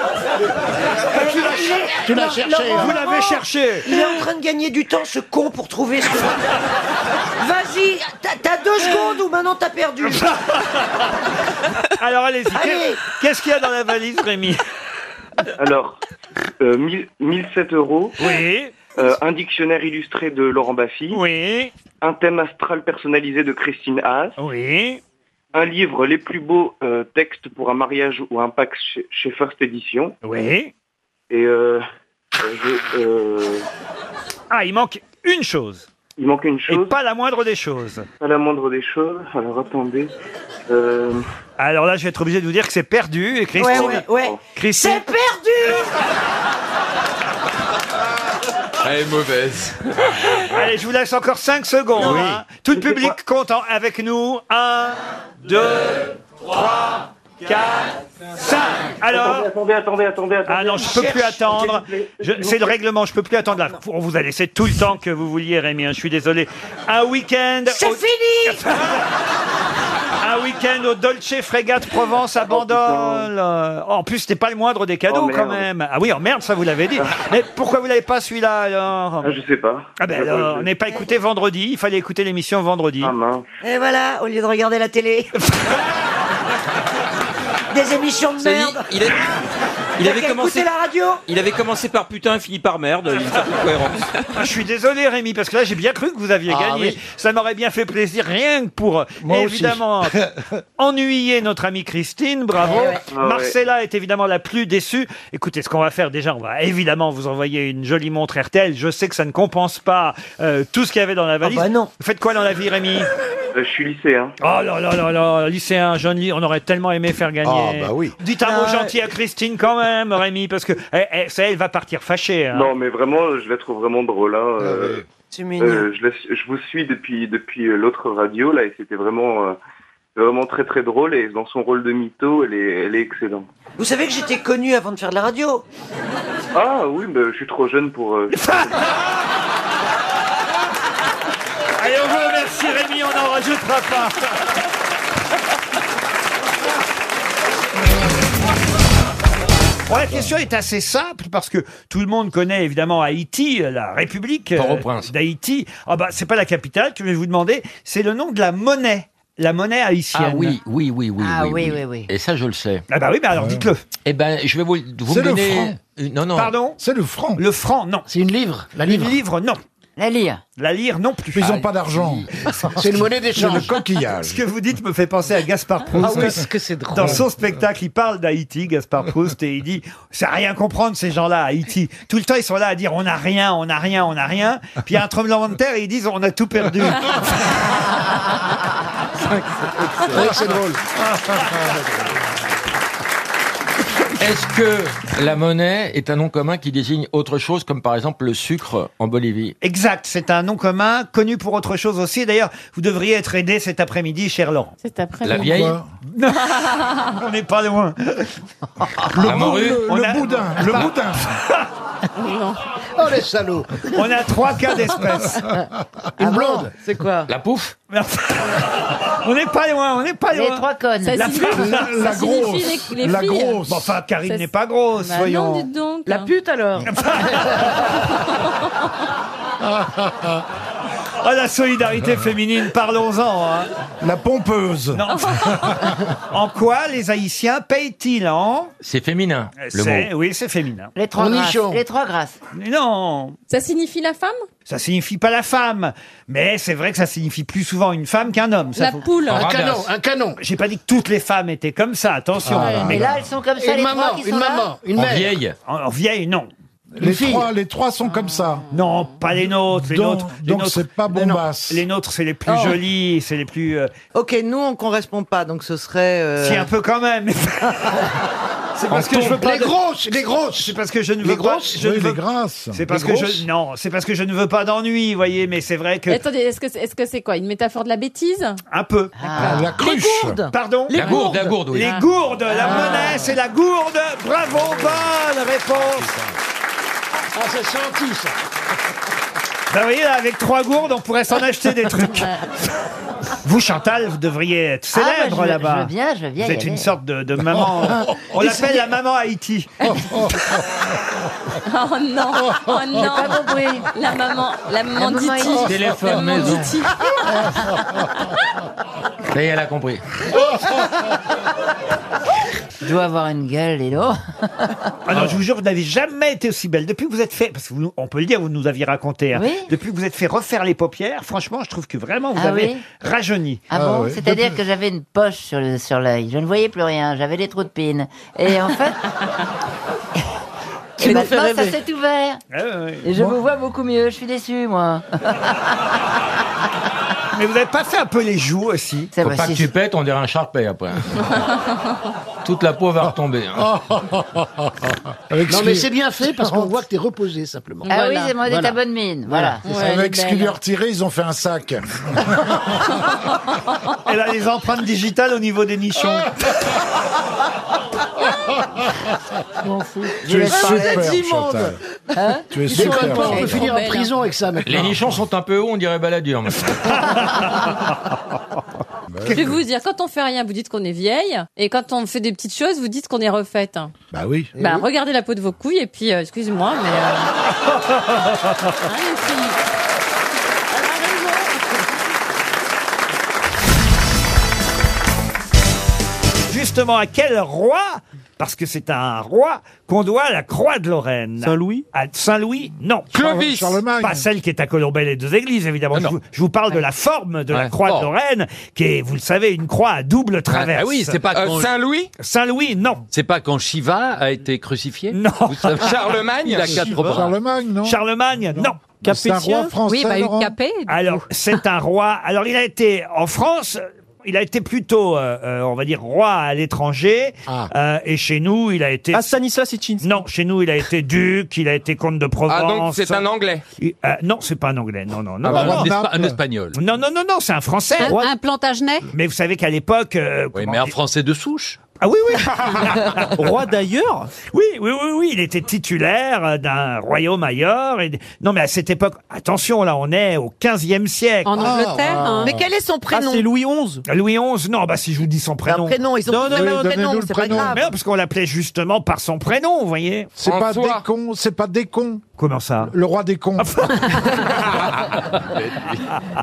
[SPEAKER 24] Tu l'as cherché,
[SPEAKER 14] Tu l'as cherché, hein. Vous l'avez
[SPEAKER 1] cherché
[SPEAKER 24] Il est en train de gagner du temps, ce con, pour
[SPEAKER 6] [laughs]
[SPEAKER 24] trouver ce... Vas-y, t'as- t'as deux secondes ou maintenant t'as perdu
[SPEAKER 1] Alors, allez-y. Qu'est- Qu'est-ce qu'il y a dans la valise, Rémi
[SPEAKER 3] Alors, euh, 1000 1007 euros. Euh,
[SPEAKER 1] Oui.
[SPEAKER 3] un dictionnaire illustré de Laurent Baffy.
[SPEAKER 1] Oui.
[SPEAKER 3] Un thème astral personnalisé de Christine Haas.
[SPEAKER 1] Oui.
[SPEAKER 3] Un livre, Les plus beaux euh, textes pour un mariage ou un pack chez, chez First Edition.
[SPEAKER 1] Oui.
[SPEAKER 3] Et euh, euh, je- euh,
[SPEAKER 1] Ah, il manque une chose.
[SPEAKER 3] il manque une chose.
[SPEAKER 1] Pas la moindre des choses.
[SPEAKER 3] Pas la moindre des choses. Alors attendez. Euh,
[SPEAKER 1] Alors là, je vais être obligé de vous dire que c'est perdu. Et Christine...
[SPEAKER 3] Ouais, ouais, ouais.
[SPEAKER 1] Christine...
[SPEAKER 24] C'est perdu
[SPEAKER 1] Elle est mauvaise. Allez, je vous laisse encore 5 secondes.
[SPEAKER 3] Oui.
[SPEAKER 1] hein. Tout le public content avec nous. 1, 2, 3, 4, 5. Alors.
[SPEAKER 3] Attendez, attendez, attendez, attendez.
[SPEAKER 1] Ah non, je peux plus attendre. Je- C'est le règlement, je peux plus attendre. Là, on vous a laissé tout le temps que vous vouliez, Rémi. hein, Je suis désolé. Un week-end.
[SPEAKER 24] C'est
[SPEAKER 1] au-
[SPEAKER 24] fini
[SPEAKER 2] [laughs]
[SPEAKER 1] Un week-end au Dolce Frégate Provence à Bandol. Euh, En plus, c'était pas le moindre des cadeaux
[SPEAKER 3] Oh,
[SPEAKER 1] quand
[SPEAKER 3] merde.
[SPEAKER 1] même. Ah oui, oh merde, ça vous
[SPEAKER 3] [laughs]
[SPEAKER 1] l'avez dit. Mais pourquoi vous l'avez pas celui-là alors
[SPEAKER 3] Ah, je sais pas.
[SPEAKER 1] Ah ben
[SPEAKER 3] Je-
[SPEAKER 1] alors,
[SPEAKER 3] je-
[SPEAKER 1] on n'est pas écouté vendredi, il fallait écouter l'émission vendredi. Ah
[SPEAKER 3] mince.
[SPEAKER 24] Et voilà, au lieu de regarder la télé. Des émissions de merde.
[SPEAKER 11] Il, a- il
[SPEAKER 24] T'as
[SPEAKER 11] avait
[SPEAKER 24] qu'à
[SPEAKER 11] commencé.
[SPEAKER 24] écouter la radio.
[SPEAKER 11] Il avait commencé par putain et fini par merde. Il y a une certaine cohérence.
[SPEAKER 1] Ah, je suis désolé Rémi, parce que là j'ai bien cru que vous aviez
[SPEAKER 11] Ah,
[SPEAKER 1] gagné.
[SPEAKER 11] oui.
[SPEAKER 1] Ça m'aurait bien fait plaisir, rien que pour euh,
[SPEAKER 11] Moi aussi.
[SPEAKER 3] [laughs]
[SPEAKER 1] évidemment ennuyer notre amie Christine, bravo.
[SPEAKER 3] Ouais, ouais. Ah, ouais.
[SPEAKER 1] Marcella est évidemment la plus déçue. Écoutez, ce qu'on va faire déjà, on va évidemment vous envoyer une jolie montre RTL. Je sais que ça ne compense pas euh, tout ce qu'il y avait dans la
[SPEAKER 3] Ah,
[SPEAKER 1] valise.
[SPEAKER 3] bah
[SPEAKER 1] non. Vous faites quoi dans la vie Rémi
[SPEAKER 3] Euh, je suis lycéen.
[SPEAKER 1] Oh là là là là, lycéen, jeune ly- on aurait tellement aimé faire gagner.
[SPEAKER 3] Ah, bah oui.
[SPEAKER 1] Dites un
[SPEAKER 3] Non,
[SPEAKER 1] mot gentil à Christine quand même, Rémi, parce que eh, eh, ça, elle va partir fâchée. hein.
[SPEAKER 3] Non, mais vraiment, je la trouve vraiment drôle. hein, euh,
[SPEAKER 24] C'est
[SPEAKER 3] euh, je, la- je vous suis depuis, depuis euh, l'autre radio, là, et c'était vraiment, euh, vraiment très très drôle. Et dans son rôle de mytho, elle est, elle est excellente.
[SPEAKER 24] Vous savez que j'étais connu avant de faire de la radio.
[SPEAKER 3] Ah oui, mais je suis trop jeune pour. euh,
[SPEAKER 1] Allez, on vous remercie Rémi, on n'en rajoutera pas. Bon, la question est assez simple parce que tout le monde connaît évidemment Haïti, la République euh, d'Haïti. Ah bah c'est pas la capitale que je vais vous demander, c'est le nom de la monnaie. la monnaie haïtienne.
[SPEAKER 13] Ah oui, oui, oui, oui.
[SPEAKER 6] Ah oui, oui, oui.
[SPEAKER 13] Et ça, je le sais.
[SPEAKER 1] Ah bah oui, mais alors dites-le.
[SPEAKER 13] Eh ben, je vais vous, vous me
[SPEAKER 1] C'est le
[SPEAKER 13] donnez-
[SPEAKER 1] franc.
[SPEAKER 13] Euh, Non, non.
[SPEAKER 1] Pardon C'est le franc. Le franc, non. C'est une livre. La livre. Une livre, non.
[SPEAKER 6] La lire.
[SPEAKER 1] La lire, non plus. Ah,
[SPEAKER 5] Mais ils ont pas d'argent. C'est une monnaie d'échange. C'est le coquillage.
[SPEAKER 1] Ce que vous dites me fait penser à Gaspard Proust.
[SPEAKER 5] Ah oui, est-ce que c'est drôle.
[SPEAKER 1] Dans son spectacle, il parle d'Haïti, Gaspard Proust, et il dit c'est à rien comprendre ces gens-là, à Haïti. Tout le temps, ils sont là à dire on n'a rien, on n'a rien, on n'a rien. Puis il y a un tremblement de terre et ils disent on a
[SPEAKER 5] [laughs]
[SPEAKER 1] tout perdu.
[SPEAKER 5] c'est drôle.
[SPEAKER 13] Est-ce que la monnaie est un nom commun qui désigne autre chose, comme par exemple le sucre en Bolivie
[SPEAKER 1] Exact, c'est un nom commun, connu pour autre chose aussi. D'ailleurs, vous devriez être aidé cet après-midi, cher Laurent.
[SPEAKER 18] Cet après
[SPEAKER 13] La vieille Pourquoi
[SPEAKER 1] On n'est pas loin.
[SPEAKER 14] Ah,
[SPEAKER 13] La morue
[SPEAKER 1] On a- Par-
[SPEAKER 5] Oh les salauds
[SPEAKER 1] On a trois cas
[SPEAKER 17] [laughs]
[SPEAKER 1] d'espèces.
[SPEAKER 5] Une blonde
[SPEAKER 18] C'est quoi
[SPEAKER 13] La pouffe
[SPEAKER 1] [laughs] On n'est pas loin, on n'est pas
[SPEAKER 6] Les
[SPEAKER 1] loin.
[SPEAKER 6] trois connes. Ça
[SPEAKER 1] la
[SPEAKER 6] signifie-
[SPEAKER 1] femme,
[SPEAKER 6] ça
[SPEAKER 1] la
[SPEAKER 6] signifie
[SPEAKER 1] grosse.
[SPEAKER 6] les- les
[SPEAKER 1] la
[SPEAKER 6] filles.
[SPEAKER 1] grosse. Bon, enfin, Karine
[SPEAKER 6] Ça-
[SPEAKER 1] n'est pas grosse,
[SPEAKER 6] Bah non,
[SPEAKER 1] soyons.
[SPEAKER 6] dites donc. [laughs]
[SPEAKER 18] La pute alors
[SPEAKER 1] Ah, la solidarité féminine, parlons-en. La pompeuse.
[SPEAKER 6] [laughs]
[SPEAKER 1] en quoi les Haïtiens payent-ils en
[SPEAKER 13] C'est féminin. Le
[SPEAKER 1] C'est-
[SPEAKER 13] mot.
[SPEAKER 1] Oui, c'est féminin.
[SPEAKER 6] Les trois grâces. Les trois grâces.
[SPEAKER 1] Mais Non
[SPEAKER 16] Ça signifie la femme
[SPEAKER 1] Ça signifie pas la femme, mais c'est vrai que ça signifie plus souvent une femme qu'un homme. ça
[SPEAKER 16] La poule. Un
[SPEAKER 1] Rabasse.
[SPEAKER 16] canon,
[SPEAKER 5] un canon.
[SPEAKER 1] J'ai pas dit que toutes les femmes étaient comme ça, attention.
[SPEAKER 5] Ah, là,
[SPEAKER 6] Mais là, elles sont comme ça,
[SPEAKER 5] Une
[SPEAKER 6] les
[SPEAKER 5] maman,
[SPEAKER 6] trois qui
[SPEAKER 5] une
[SPEAKER 6] sont là
[SPEAKER 5] maman, une
[SPEAKER 1] En
[SPEAKER 5] mère.
[SPEAKER 1] vieille. En, en vieille, non.
[SPEAKER 5] Les trois, les trois sont comme ça.
[SPEAKER 1] Non, pas les nôtres. Les
[SPEAKER 5] Donc-
[SPEAKER 1] nôtres,
[SPEAKER 5] donc
[SPEAKER 1] les nôtres,
[SPEAKER 5] c'est pas
[SPEAKER 1] les nôtres-
[SPEAKER 5] bombasse.
[SPEAKER 1] Les nôtres, c'est les plus
[SPEAKER 16] Oh.
[SPEAKER 1] jolis, c'est les plus. euh,
[SPEAKER 16] Ok, nous on correspond pas, donc ce serait. euh,
[SPEAKER 1] Si un peu quand même. C'est parce
[SPEAKER 5] En
[SPEAKER 1] que je veux
[SPEAKER 5] ton-
[SPEAKER 1] pas
[SPEAKER 5] Les
[SPEAKER 1] de-
[SPEAKER 5] grosses, les grosses.
[SPEAKER 1] C'est parce que je ne
[SPEAKER 5] Les
[SPEAKER 1] veux pas.
[SPEAKER 5] grosses
[SPEAKER 1] je ne
[SPEAKER 5] Oui,
[SPEAKER 1] veux-
[SPEAKER 5] les grasses.
[SPEAKER 1] C'est parce
[SPEAKER 5] Les
[SPEAKER 1] que
[SPEAKER 5] grosses
[SPEAKER 1] je non, c'est parce que je ne veux pas d'ennui, vous voyez. Mais c'est vrai que
[SPEAKER 16] Mais Attendez, est-ce que c'est est-ce que c'est quoi Une métaphore de la bêtise
[SPEAKER 1] un peu.
[SPEAKER 6] Ah.
[SPEAKER 16] La- la cruche. Les gourdes.
[SPEAKER 1] Pardon.
[SPEAKER 16] Les La gourde, gourdes. la gourde, oui.
[SPEAKER 1] Les
[SPEAKER 16] Ah.
[SPEAKER 1] gourdes. La monnaie, c'est la gourde. Bravo, bonne réponse.
[SPEAKER 5] Ah, c'est senti ça.
[SPEAKER 1] Ben, vous voyez, là, avec trois gourdes, on pourrait s'en acheter
[SPEAKER 6] [laughs]
[SPEAKER 1] des trucs. Vous, Chantal, vous devriez être
[SPEAKER 6] Ah, bah,
[SPEAKER 1] célèbre
[SPEAKER 6] je veux-
[SPEAKER 1] là-bas.
[SPEAKER 6] je veux bien, je veux bien
[SPEAKER 1] Vous
[SPEAKER 6] y
[SPEAKER 1] êtes
[SPEAKER 6] aller. Oh,
[SPEAKER 1] une sorte de, de maman. On l'appelle la maman Haïti.
[SPEAKER 16] Oh non, oh non.
[SPEAKER 6] J'ai pas compris.
[SPEAKER 16] La maman, la maman
[SPEAKER 6] maman
[SPEAKER 16] Diti.
[SPEAKER 6] Diti.
[SPEAKER 16] la
[SPEAKER 13] Téléphone,
[SPEAKER 16] maman
[SPEAKER 13] maison.
[SPEAKER 16] Diti.
[SPEAKER 13] Ça y est, elle a compris.
[SPEAKER 6] Je dois avoir une gueule, et là.
[SPEAKER 1] Ah non, je vous jure, vous n'avez jamais été aussi belle. Depuis que vous êtes fait, parce que vous nous- on peut le dire, vous nous aviez raconté, hein.
[SPEAKER 6] Oui.
[SPEAKER 1] depuis que vous êtes fait refaire les paupières, franchement, je trouve que vraiment vous
[SPEAKER 6] Ah
[SPEAKER 1] avez
[SPEAKER 6] oui
[SPEAKER 1] rajeuni.
[SPEAKER 6] Ah bon C'est-à-dire que j'avais une poche sur le- sur l'œil. je ne voyais plus rien. J'avais des trous de pine. Et
[SPEAKER 5] [laughs]
[SPEAKER 6] en fait.
[SPEAKER 16] Tu
[SPEAKER 6] et
[SPEAKER 16] nous fais
[SPEAKER 6] maintenant, ça
[SPEAKER 16] rêver.
[SPEAKER 6] s'est ouvert.
[SPEAKER 1] Ah,
[SPEAKER 6] Et je vous vois beaucoup mieux. Je suis déçu,
[SPEAKER 5] [laughs]
[SPEAKER 6] moi.
[SPEAKER 1] Mais vous n'avez pas fait un peu les joues aussi
[SPEAKER 13] Faut pas que tu pètes, on dirait un charpé après. Toute la peau va retomber.
[SPEAKER 1] [laughs]
[SPEAKER 13] hein.
[SPEAKER 14] Non,
[SPEAKER 13] ce
[SPEAKER 14] mais
[SPEAKER 13] qui-
[SPEAKER 14] c'est bien fait parce qu'on voit que t'es reposé simplement.
[SPEAKER 6] Ah oui, c'est moi, de ta bonne mine. Voilà.
[SPEAKER 5] Avec ce qu'ils lui ont retiré, ils ont fait un
[SPEAKER 14] [laughs]
[SPEAKER 5] sac.
[SPEAKER 1] Elle a les empreintes digitales au niveau des nichons.
[SPEAKER 5] Tu es superbe,
[SPEAKER 14] immonde.
[SPEAKER 5] Chantal.
[SPEAKER 14] Hein
[SPEAKER 5] Tu es
[SPEAKER 14] Tu déconnes
[SPEAKER 5] superbe.
[SPEAKER 14] pas, on peut finir en
[SPEAKER 1] hein.
[SPEAKER 16] belle,
[SPEAKER 14] prison avec ça
[SPEAKER 13] Les
[SPEAKER 14] maintenant.
[SPEAKER 13] nichons sont un peu hauts, on dirait baladur. maintenant.
[SPEAKER 16] Je vais vous dire, quand on fait rien, vous dites qu'on est vieille, et quand on fait des petites choses, vous dites qu'on est refaite.
[SPEAKER 5] Bah oui.
[SPEAKER 16] Bah, regardez la peau de vos couilles, et puis, euh, excuse-moi, mais. euh, hein, les filles.
[SPEAKER 1] Justement, à quel roi parce que c'est à un roi qu'on doit la croix de Lorraine. Saint-Louis À Saint-Louis, non.
[SPEAKER 5] Clovis. Charlemagne.
[SPEAKER 1] Pas celle qui est à Colombey les deux églises, évidemment.
[SPEAKER 12] Ah
[SPEAKER 1] je, vous, je vous parle de la forme de la
[SPEAKER 21] Ouais.
[SPEAKER 1] croix de
[SPEAKER 21] Oh.
[SPEAKER 1] Lorraine, qui est, vous le savez, une croix à double traverse.
[SPEAKER 12] Ah oui, c'est
[SPEAKER 14] Euh,
[SPEAKER 12] pas qu'on-
[SPEAKER 1] Euh, Saint-Louis Saint-Louis, non.
[SPEAKER 12] C'est pas quand Shiva a été crucifié
[SPEAKER 1] Non.
[SPEAKER 12] Charlemagne Il a quatre bras.
[SPEAKER 5] Charlemagne, non
[SPEAKER 1] Charlemagne, non.
[SPEAKER 5] C'est un roi français,
[SPEAKER 16] bah,
[SPEAKER 5] Laurent
[SPEAKER 1] Alors, c'est un roi. Alors, il a été en France. Il a été plutôt, euh, euh, on va dire, roi à l'étranger.
[SPEAKER 5] Ah.
[SPEAKER 1] Euh, et chez nous, il a été. Ah, Stanislas Non, chez nous, il a été duc, il a été comte de Provence.
[SPEAKER 12] Ah, donc c'est un Anglais.
[SPEAKER 1] Il- euh, non, c'est pas un anglais. Non, non, non.
[SPEAKER 12] Ah bah,
[SPEAKER 1] non,
[SPEAKER 12] un,
[SPEAKER 1] non.
[SPEAKER 12] Espa- un Espagnol.
[SPEAKER 1] Non, non, non, non, c'est un français.
[SPEAKER 16] Un,
[SPEAKER 1] Roi-
[SPEAKER 16] un Plantagenet
[SPEAKER 1] Mais vous savez qu'à l'époque. euh,
[SPEAKER 12] Oui,
[SPEAKER 1] comment-
[SPEAKER 12] mais un Français de souche.
[SPEAKER 1] Ah oui, oui. roi d'ailleurs Oui, oui, oui, oui. Il était titulaire euh, d'un royaume ailleurs. et- Non, mais à cette époque, attention, là, on est au 15e siècle.
[SPEAKER 16] En Angleterre hein.
[SPEAKER 9] Mais quel est son prénom
[SPEAKER 1] Louis XI. Louis XI, non, bah si je vous dis son prénom.
[SPEAKER 9] prénom, ils ont Non, tous non, donné mais un prénom, donnez-nous le c'est pas prénom. grave.
[SPEAKER 1] Mais non, parce qu'on l'appelait justement par son prénom, vous voyez.
[SPEAKER 5] C'est pas Décon, c'est pas Décon.
[SPEAKER 1] [laughs] Comment ça
[SPEAKER 18] Le roi des cons. [laughs]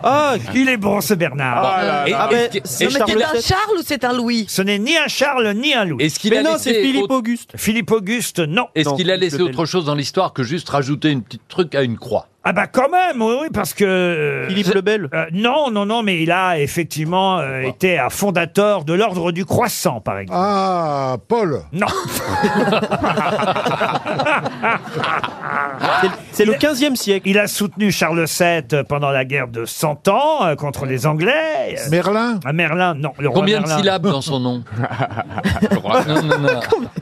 [SPEAKER 1] Ah, il est bon ce Bernard.
[SPEAKER 18] Ah là là. Et- Ah, mais-
[SPEAKER 1] ce-
[SPEAKER 18] non, mais
[SPEAKER 1] Charles-
[SPEAKER 18] c'est un
[SPEAKER 31] Charles ou c'est un Louis
[SPEAKER 1] Ce n'est ni un Charles ni un Louis.
[SPEAKER 14] Est-ce qu'il Mais a non, laissé c'est Philippe autre-
[SPEAKER 1] Auguste. Philippe Auguste, non.
[SPEAKER 14] Est-ce qu'il a laissé autre chose dans l'histoire que juste rajouter une petite truc à une croix
[SPEAKER 1] Ah bah quand même, oui, oui, parce que... Philippe Lebel Non, non, non, mais il a effectivement euh, été un fondateur de l'Ordre du Croissant, par exemple.
[SPEAKER 18] Ah, Paul.
[SPEAKER 1] Non. C'est le 15e siècle. Il a soutenu Charles VII pendant la guerre de Cent Ans euh, contre les Anglais. Euh,
[SPEAKER 18] Merlin
[SPEAKER 1] Merlin, non. le roi
[SPEAKER 14] Combien de
[SPEAKER 1] Merlin.
[SPEAKER 14] syllabes dans son [laughs] nom Non, non,
[SPEAKER 1] [laughs]
[SPEAKER 14] non.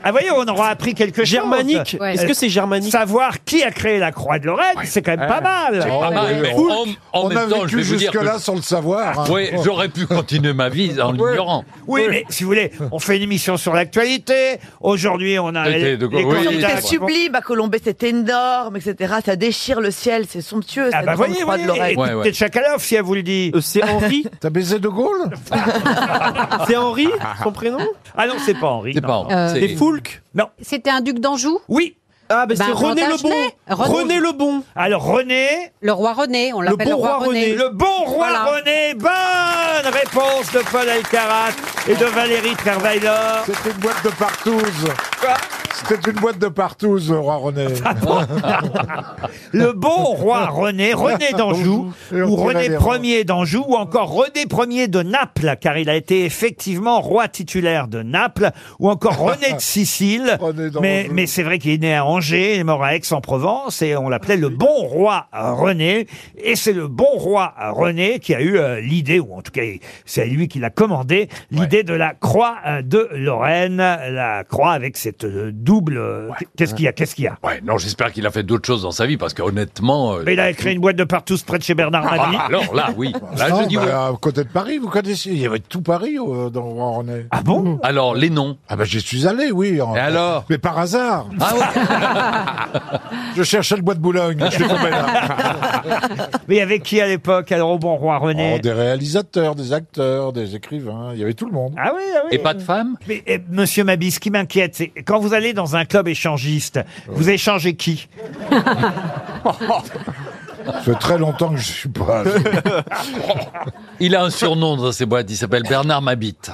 [SPEAKER 1] Ah, voyez, on aura appris quelque chose.
[SPEAKER 13] Germanique. Ouais. Est-ce que c'est
[SPEAKER 1] germanique Savoir qui a créé la Croix de Lorraine, c'est quand même Eh, pas mal. Oh,
[SPEAKER 14] C'est pas mal, mais en, en
[SPEAKER 18] on
[SPEAKER 14] même
[SPEAKER 18] a
[SPEAKER 14] temps,
[SPEAKER 18] vécu
[SPEAKER 14] je vais vous dire
[SPEAKER 18] jusque-là
[SPEAKER 14] que-
[SPEAKER 18] sans le savoir. hein.
[SPEAKER 14] Ouais, j'aurais pu continuer ma vie en l'ignorant.
[SPEAKER 1] Oui, mais si vous voulez, on fait une émission sur l'actualité. Aujourd'hui, on a
[SPEAKER 14] C'était
[SPEAKER 1] les,
[SPEAKER 14] de-
[SPEAKER 1] les
[SPEAKER 14] oui,
[SPEAKER 1] candidats.
[SPEAKER 14] c'était
[SPEAKER 1] qui-
[SPEAKER 24] Sublime, à Colombay, c'est énorme, etc. Ça déchire le ciel, c'est somptueux.
[SPEAKER 1] Ah
[SPEAKER 24] cette
[SPEAKER 1] bah
[SPEAKER 24] grande
[SPEAKER 1] voyez,
[SPEAKER 24] croix de
[SPEAKER 1] voyez,
[SPEAKER 24] Lorraine.
[SPEAKER 1] écoutez
[SPEAKER 24] [laughs]
[SPEAKER 1] Tchakalov si elle vous le dit.
[SPEAKER 13] Euh,
[SPEAKER 1] [laughs]
[SPEAKER 13] c'est Henri.
[SPEAKER 18] T'as baisé De Gaulle
[SPEAKER 13] C'est Henri, son prénom
[SPEAKER 1] Ah non, c'est pas Henri. C'est pas
[SPEAKER 13] Euh, c'est- Des Foulques
[SPEAKER 1] Non.
[SPEAKER 7] [laughs] C'était un duc d'Anjou
[SPEAKER 1] Oui.
[SPEAKER 13] Ah,
[SPEAKER 7] Bah,
[SPEAKER 13] ben, c'est René Lebon. René Lebon.
[SPEAKER 1] Alors René.
[SPEAKER 7] Le roi René, on l'appelle le, roi René.
[SPEAKER 1] Le bon roi
[SPEAKER 7] Voilà.
[SPEAKER 1] René. Bonne réponse de Paul Alcarat et de Valérie Trierweiler.
[SPEAKER 18] C'était une boîte de partouze. C'était une boîte de partouze, roi René.
[SPEAKER 1] Ah
[SPEAKER 18] [laughs]
[SPEAKER 1] Le bon roi
[SPEAKER 18] [laughs]
[SPEAKER 1] René, René d'Anjou,
[SPEAKER 18] Et on
[SPEAKER 1] ou
[SPEAKER 18] tire
[SPEAKER 1] René
[SPEAKER 18] les rangs.
[SPEAKER 1] Ier d'Anjou, ou encore René Ier de Naples, car il a été effectivement roi titulaire de Naples, ou encore René
[SPEAKER 18] [laughs]
[SPEAKER 1] de Sicile.
[SPEAKER 18] d'Anjou.
[SPEAKER 1] mais mais c'est vrai qu'il est né à Angers, il est mort à Aix-en-Provence, et on l'appelait le bon roi René. Et c'est le bon roi René qui a eu euh, l'idée, ou en tout cas c'est lui qui l'a commandé, l'idée de la croix euh, de Lorraine, la croix avec cette euh, double... euh, Qu'est-ce qu'il y a Qu'est-ce qu'il y a
[SPEAKER 14] Ouais, non, j'espère qu'il a fait d'autres choses dans sa vie parce qu'honnêtement. euh,
[SPEAKER 1] mais il a créé une boîte de partout près de chez Bernard Mabie.
[SPEAKER 14] Ah, alors là, oui. Là,
[SPEAKER 18] Non,
[SPEAKER 14] je dis
[SPEAKER 18] bah,
[SPEAKER 14] oui.
[SPEAKER 18] à côté de Paris, vous connaissez. Il y avait tout Paris euh, dans roi René.
[SPEAKER 1] Ah bon
[SPEAKER 14] [laughs] Alors, les noms.
[SPEAKER 1] bah,
[SPEAKER 18] Ah ben j'y suis allé, oui. en-
[SPEAKER 14] Et alors Ah
[SPEAKER 18] Mais par hasard. [laughs] Je cherchais le bois de Boulogne. Je suis tombé là.
[SPEAKER 1] [laughs] Mais il y avait qui à l'époque Alors au bon roi René
[SPEAKER 18] Oh, des réalisateurs, des acteurs, des écrivains. Il y avait tout le monde.
[SPEAKER 1] Ah oui, ah oui.
[SPEAKER 14] Et pas de femme
[SPEAKER 1] Mais eh, monsieur Mabie, ce qui m'inquiète, c'est quand vous allez dans un club échangiste, vous
[SPEAKER 18] [laughs]
[SPEAKER 1] échangez qui
[SPEAKER 13] [laughs]
[SPEAKER 4] [laughs]
[SPEAKER 18] Ça fait très longtemps que je suis pas. allé.
[SPEAKER 14] [laughs] Il a un surnom dans ses boîtes. Il s'appelle Bernard Mabite.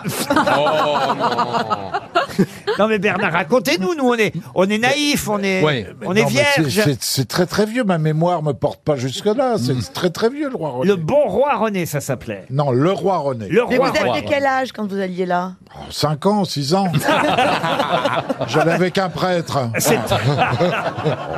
[SPEAKER 1] Non mais Bernard, racontez-nous, nous on est, on est naïf, on est,
[SPEAKER 14] Ouais.
[SPEAKER 1] on est
[SPEAKER 18] Non, mais c'est-
[SPEAKER 1] vierge.
[SPEAKER 18] c'est- C'est très très vieux. Ma mémoire me porte pas jusque là. C'est très très vieux le roi René.
[SPEAKER 1] Hmm. Le bon roi René, ça s'appelait.
[SPEAKER 18] Non, le roi René.
[SPEAKER 1] Le
[SPEAKER 24] Mais
[SPEAKER 1] roi
[SPEAKER 24] vous
[SPEAKER 1] René.
[SPEAKER 24] aviez quel âge quand vous alliez là
[SPEAKER 18] 5 ans, 6
[SPEAKER 1] [laughs]
[SPEAKER 18] ans. J'allais avec un prêtre.
[SPEAKER 1] C'est-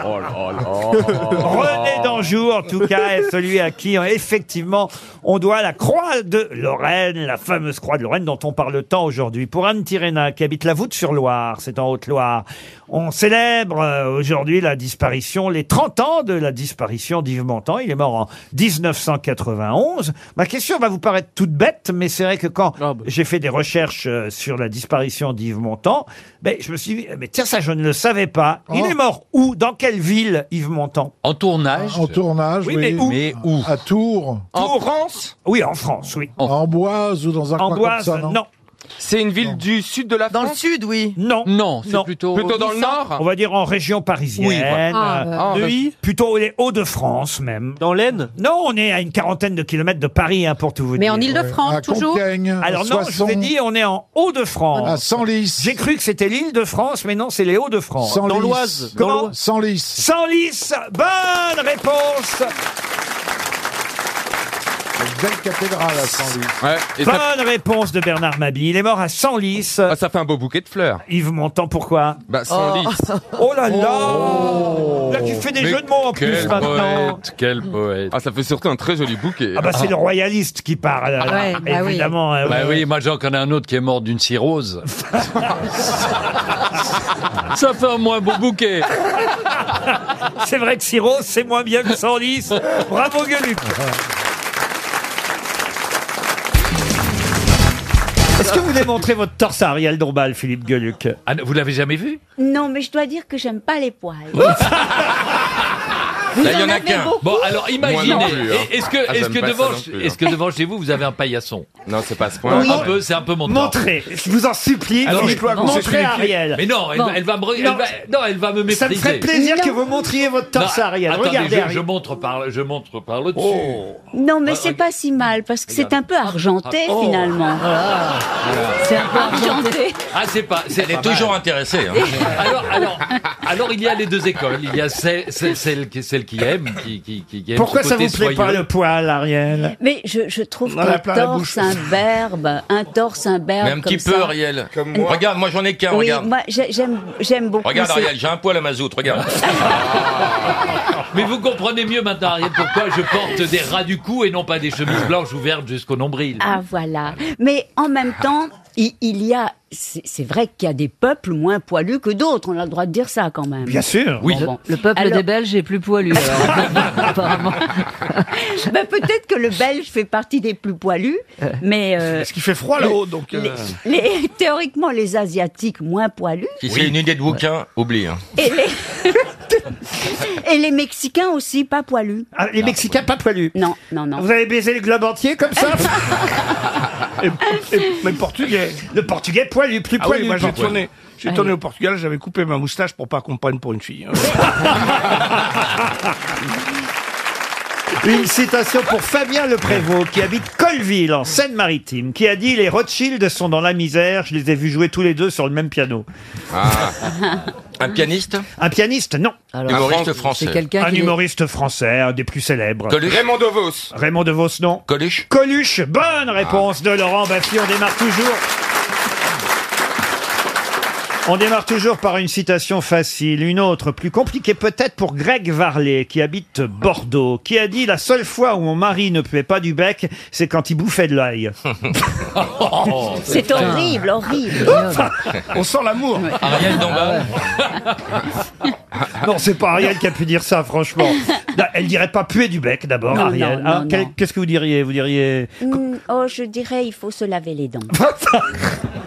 [SPEAKER 2] Oh
[SPEAKER 1] René
[SPEAKER 18] Oh.
[SPEAKER 1] d'Anjou, en tout cas, est celui à qui, euh, effectivement, on doit la croix de Lorraine, la fameuse croix de Lorraine dont on parle tant aujourd'hui. Pour Anne Tirena, qui habite la Voûte-sur-Loire, c'est en Haute-Loire, on célèbre euh, aujourd'hui la disparition, les 30 ans de la disparition d'Yves Montand. Il est mort en 1991. Ma question va vous paraître toute bête, mais c'est vrai que quand j'ai fait des recherches euh, sur la disparition d'Yves Montand, ben, je me suis dit, mais tiens, ça, je ne le savais pas. Il
[SPEAKER 18] Oh.
[SPEAKER 1] est mort où Dans quelle ville, Yves Montand
[SPEAKER 14] En tournage.
[SPEAKER 18] [laughs] En tournage,
[SPEAKER 1] Oui, mais où
[SPEAKER 14] Mais où
[SPEAKER 18] À Tours,
[SPEAKER 1] Tours.
[SPEAKER 13] France
[SPEAKER 1] Oui, en France, oui.
[SPEAKER 18] à Amboise ou dans un coin
[SPEAKER 1] Amboise,
[SPEAKER 18] comme ça,
[SPEAKER 1] non.
[SPEAKER 18] non,
[SPEAKER 13] C'est une ville du sud de la
[SPEAKER 24] Dans le
[SPEAKER 13] France
[SPEAKER 24] sud, oui.
[SPEAKER 1] Non.
[SPEAKER 14] Non, c'est
[SPEAKER 1] Non.
[SPEAKER 14] plutôt.
[SPEAKER 13] Plutôt dans le
[SPEAKER 1] On
[SPEAKER 13] nord
[SPEAKER 1] va dire en région parisienne.
[SPEAKER 14] Oui, voilà.
[SPEAKER 7] Ah,
[SPEAKER 1] euh,
[SPEAKER 7] bah.
[SPEAKER 13] Ah,
[SPEAKER 1] Neuilly, Plutôt les Hauts-de-France, même.
[SPEAKER 13] Dans l'Aisne
[SPEAKER 1] Non, on est à une quarantaine de kilomètres de Paris, hein, pour tout vous
[SPEAKER 7] Mais
[SPEAKER 1] dire.
[SPEAKER 7] en Île-de-France,
[SPEAKER 18] À
[SPEAKER 7] toujours.
[SPEAKER 18] Compiègne,
[SPEAKER 1] Alors non, je vous ai dit, on est en
[SPEAKER 18] à
[SPEAKER 1] Hauts-de-France.
[SPEAKER 18] Senlis,
[SPEAKER 1] J'ai cru que c'était l'île de France, mais non, c'est les Hauts-de-France.
[SPEAKER 18] Senlis.
[SPEAKER 13] Dans l'Oise.
[SPEAKER 1] Comment
[SPEAKER 13] Dans l'Oise.
[SPEAKER 18] Senlis.
[SPEAKER 1] Senlis, bonne réponse
[SPEAKER 18] Une belle cathédrale à Senlis.
[SPEAKER 13] Ouais.
[SPEAKER 14] Et ça,
[SPEAKER 1] Bonne réponse de Bernard Mabille. Il est mort à Senlis.
[SPEAKER 13] Ah, ça fait un beau bouquet de fleurs.
[SPEAKER 1] Yves Montand, pourquoi
[SPEAKER 13] Bah, sans lisse.
[SPEAKER 1] [laughs] Oh là là
[SPEAKER 13] Oh.
[SPEAKER 1] Là, tu fais des
[SPEAKER 14] mais
[SPEAKER 1] jeux de mots en plus
[SPEAKER 14] quel
[SPEAKER 1] maintenant
[SPEAKER 14] poète, quel poète.
[SPEAKER 13] Ah, ça fait surtout un très joli bouquet.
[SPEAKER 1] Ah bah c'est le royaliste qui parle,
[SPEAKER 7] Ouais, bah oui.
[SPEAKER 1] évidemment. euh,
[SPEAKER 14] Bah
[SPEAKER 1] ouais.
[SPEAKER 14] oui, moi j'en connais un autre qui est mort d'une
[SPEAKER 1] [laughs]
[SPEAKER 14] cirrhose. Ça fait un moins beau bouquet.
[SPEAKER 1] [laughs] C'est vrai que Siro, c'est moins bien que 110. Bravo Gueluc Est-ce que vous voulez montrer votre torse à Ariel Dombal, Philippe Gueluc
[SPEAKER 14] Ah, vous l'avez jamais vu
[SPEAKER 7] Ah,
[SPEAKER 12] Non, mais je dois dire que j'aime pas les poils.
[SPEAKER 14] Ah, Là, il y en a qu'un. Bon, alors
[SPEAKER 18] Moi
[SPEAKER 14] imaginez.
[SPEAKER 18] non plus, hein.
[SPEAKER 14] Et- Est-ce que,
[SPEAKER 18] Ah,
[SPEAKER 14] est-ce
[SPEAKER 18] j'aime
[SPEAKER 14] que
[SPEAKER 18] pas ça
[SPEAKER 14] devant,
[SPEAKER 18] non plus, hein.
[SPEAKER 14] est-ce que devant chez vous, vous avez un paillasson
[SPEAKER 18] Non, c'est pas ce point.
[SPEAKER 14] Un peu, c'est un peu mon tort.
[SPEAKER 1] Montrez, je vous en supplie,
[SPEAKER 14] Alors,
[SPEAKER 1] je dois
[SPEAKER 14] non, c'est
[SPEAKER 1] montrer à
[SPEAKER 14] une fille.
[SPEAKER 1] Ariel.
[SPEAKER 14] Mais non, elle, va- elle va me, re- elle
[SPEAKER 1] Non.
[SPEAKER 14] va- non, elle va me
[SPEAKER 1] Ça me
[SPEAKER 14] mépriser.
[SPEAKER 1] ferait plaisir que vous montriez votre
[SPEAKER 14] Non,
[SPEAKER 1] torse à Ariel.
[SPEAKER 14] attendez,
[SPEAKER 1] Regardez,
[SPEAKER 14] je, je
[SPEAKER 1] Ariel.
[SPEAKER 14] montre par, je montre par le dessus.
[SPEAKER 18] Oh.
[SPEAKER 12] Non, mais c'est pas si mal parce que c'est un peu argenté
[SPEAKER 14] Ah, Oh.
[SPEAKER 12] finalement. C'est un peu argenté.
[SPEAKER 14] Ah, c'est pas. C'est
[SPEAKER 12] Elle est
[SPEAKER 14] pas mal.
[SPEAKER 12] toujours
[SPEAKER 14] intéressée.
[SPEAKER 18] hein.
[SPEAKER 14] [laughs] alors, alors, alors, il y a les deux écoles. Il y a celle, celle, celle qui, celle qui aime, qui, qui, qui, qui aime
[SPEAKER 1] Pourquoi
[SPEAKER 14] ce
[SPEAKER 1] ça
[SPEAKER 14] côté
[SPEAKER 1] vous plaît pas
[SPEAKER 14] soyeux.
[SPEAKER 1] le poil, Ariel
[SPEAKER 12] Mais je, je trouve
[SPEAKER 1] On en a
[SPEAKER 12] qu'un
[SPEAKER 1] plein la
[SPEAKER 12] torse,
[SPEAKER 1] bouche.
[SPEAKER 12] un verbe, un torse, un verbe.
[SPEAKER 13] Mais un petit
[SPEAKER 12] comme
[SPEAKER 13] peu,
[SPEAKER 12] ça.
[SPEAKER 13] Ariel. Regarde, moi j'en ai qu'un,
[SPEAKER 12] Oui,
[SPEAKER 13] regarde.
[SPEAKER 12] moi j'ai- j'aime j'aime beaucoup.
[SPEAKER 13] Regarde,
[SPEAKER 12] ces-
[SPEAKER 13] Ariel, j'ai un poil à mazout, regarde.
[SPEAKER 14] Mais vous comprenez mieux maintenant, Ariel, pourquoi je porte des rats du cou et non pas des chemises blanches ouvertes jusqu'au nombril.
[SPEAKER 12] Ah voilà. Mais en même temps, il, il y a. C'est c'est vrai qu'il y a des peuples moins poilus que d'autres. On a le droit de dire ça quand même.
[SPEAKER 1] Bien sûr. Oui.
[SPEAKER 12] Le peuple
[SPEAKER 24] des
[SPEAKER 12] Belges est plus poilu. Ben, Peut-être que le Belge fait partie des plus poilus, mais euh,
[SPEAKER 2] Parce qu'il fait froid là-haut, donc. euh,
[SPEAKER 12] les- théoriquement les Asiatiques moins poilus
[SPEAKER 13] Si c'est une idée de bouquin, oublie.
[SPEAKER 1] [laughs]
[SPEAKER 13] hein.
[SPEAKER 12] et les, [laughs] et les Mexicains aussi pas poilus.
[SPEAKER 1] Ah, les Mexicains pas poilus
[SPEAKER 12] Non, non, non.
[SPEAKER 1] Vous avez baisé le globe entier
[SPEAKER 2] [laughs]
[SPEAKER 1] comme ça et, Même portugais. Le portugais poilu, plus
[SPEAKER 2] Ah oui,
[SPEAKER 1] poilu.
[SPEAKER 2] moi j'ai
[SPEAKER 1] parfois.
[SPEAKER 2] tourné, j'ai
[SPEAKER 1] Ouais.
[SPEAKER 2] tourné au Portugal, j'avais coupé ma moustache pour pas qu'on me prenne pour une fille. hein.
[SPEAKER 1] [laughs] Une citation pour Fabien Leprévost, qui habite Colville, en Seine-Maritime, qui a dit Les Rothschild sont dans la misère, je les ai vus jouer tous les deux sur le même piano.
[SPEAKER 13] Ah. Un pianiste
[SPEAKER 1] Un pianiste, non.
[SPEAKER 13] Alors, Humoriste un Fran- français. c'est quelqu'un
[SPEAKER 1] Un
[SPEAKER 13] qui est-
[SPEAKER 1] humoriste français, un des plus célèbres.
[SPEAKER 13] Coluche Raymond
[SPEAKER 1] DeVos. Raymond DeVos, non.
[SPEAKER 13] Coluche Ah.
[SPEAKER 1] Coluche, bonne réponse de Laurent Baffy. On démarre toujours. On démarre toujours par une citation facile, une autre plus compliquée peut-être pour Greg Varlet, qui habite Bordeaux, qui a dit La seule fois où mon mari ne puait pas du bec, c'est quand il bouffait de l'ail.
[SPEAKER 13] [laughs]
[SPEAKER 12] C'est horrible, horrible.
[SPEAKER 1] ah, On sent l'amour.
[SPEAKER 13] Ariel Dombal
[SPEAKER 1] Non, c'est pas Ariel qui a pu dire ça, franchement. Non, Elle dirait pas puer du bec d'abord,
[SPEAKER 12] Non,
[SPEAKER 1] Ariel.
[SPEAKER 12] non,
[SPEAKER 1] Hein,
[SPEAKER 12] non,
[SPEAKER 1] quel-
[SPEAKER 12] non.
[SPEAKER 1] Qu'est-ce que vous diriez Vous diriez
[SPEAKER 12] Hmm, oh, je dirais, il faut se laver les dents.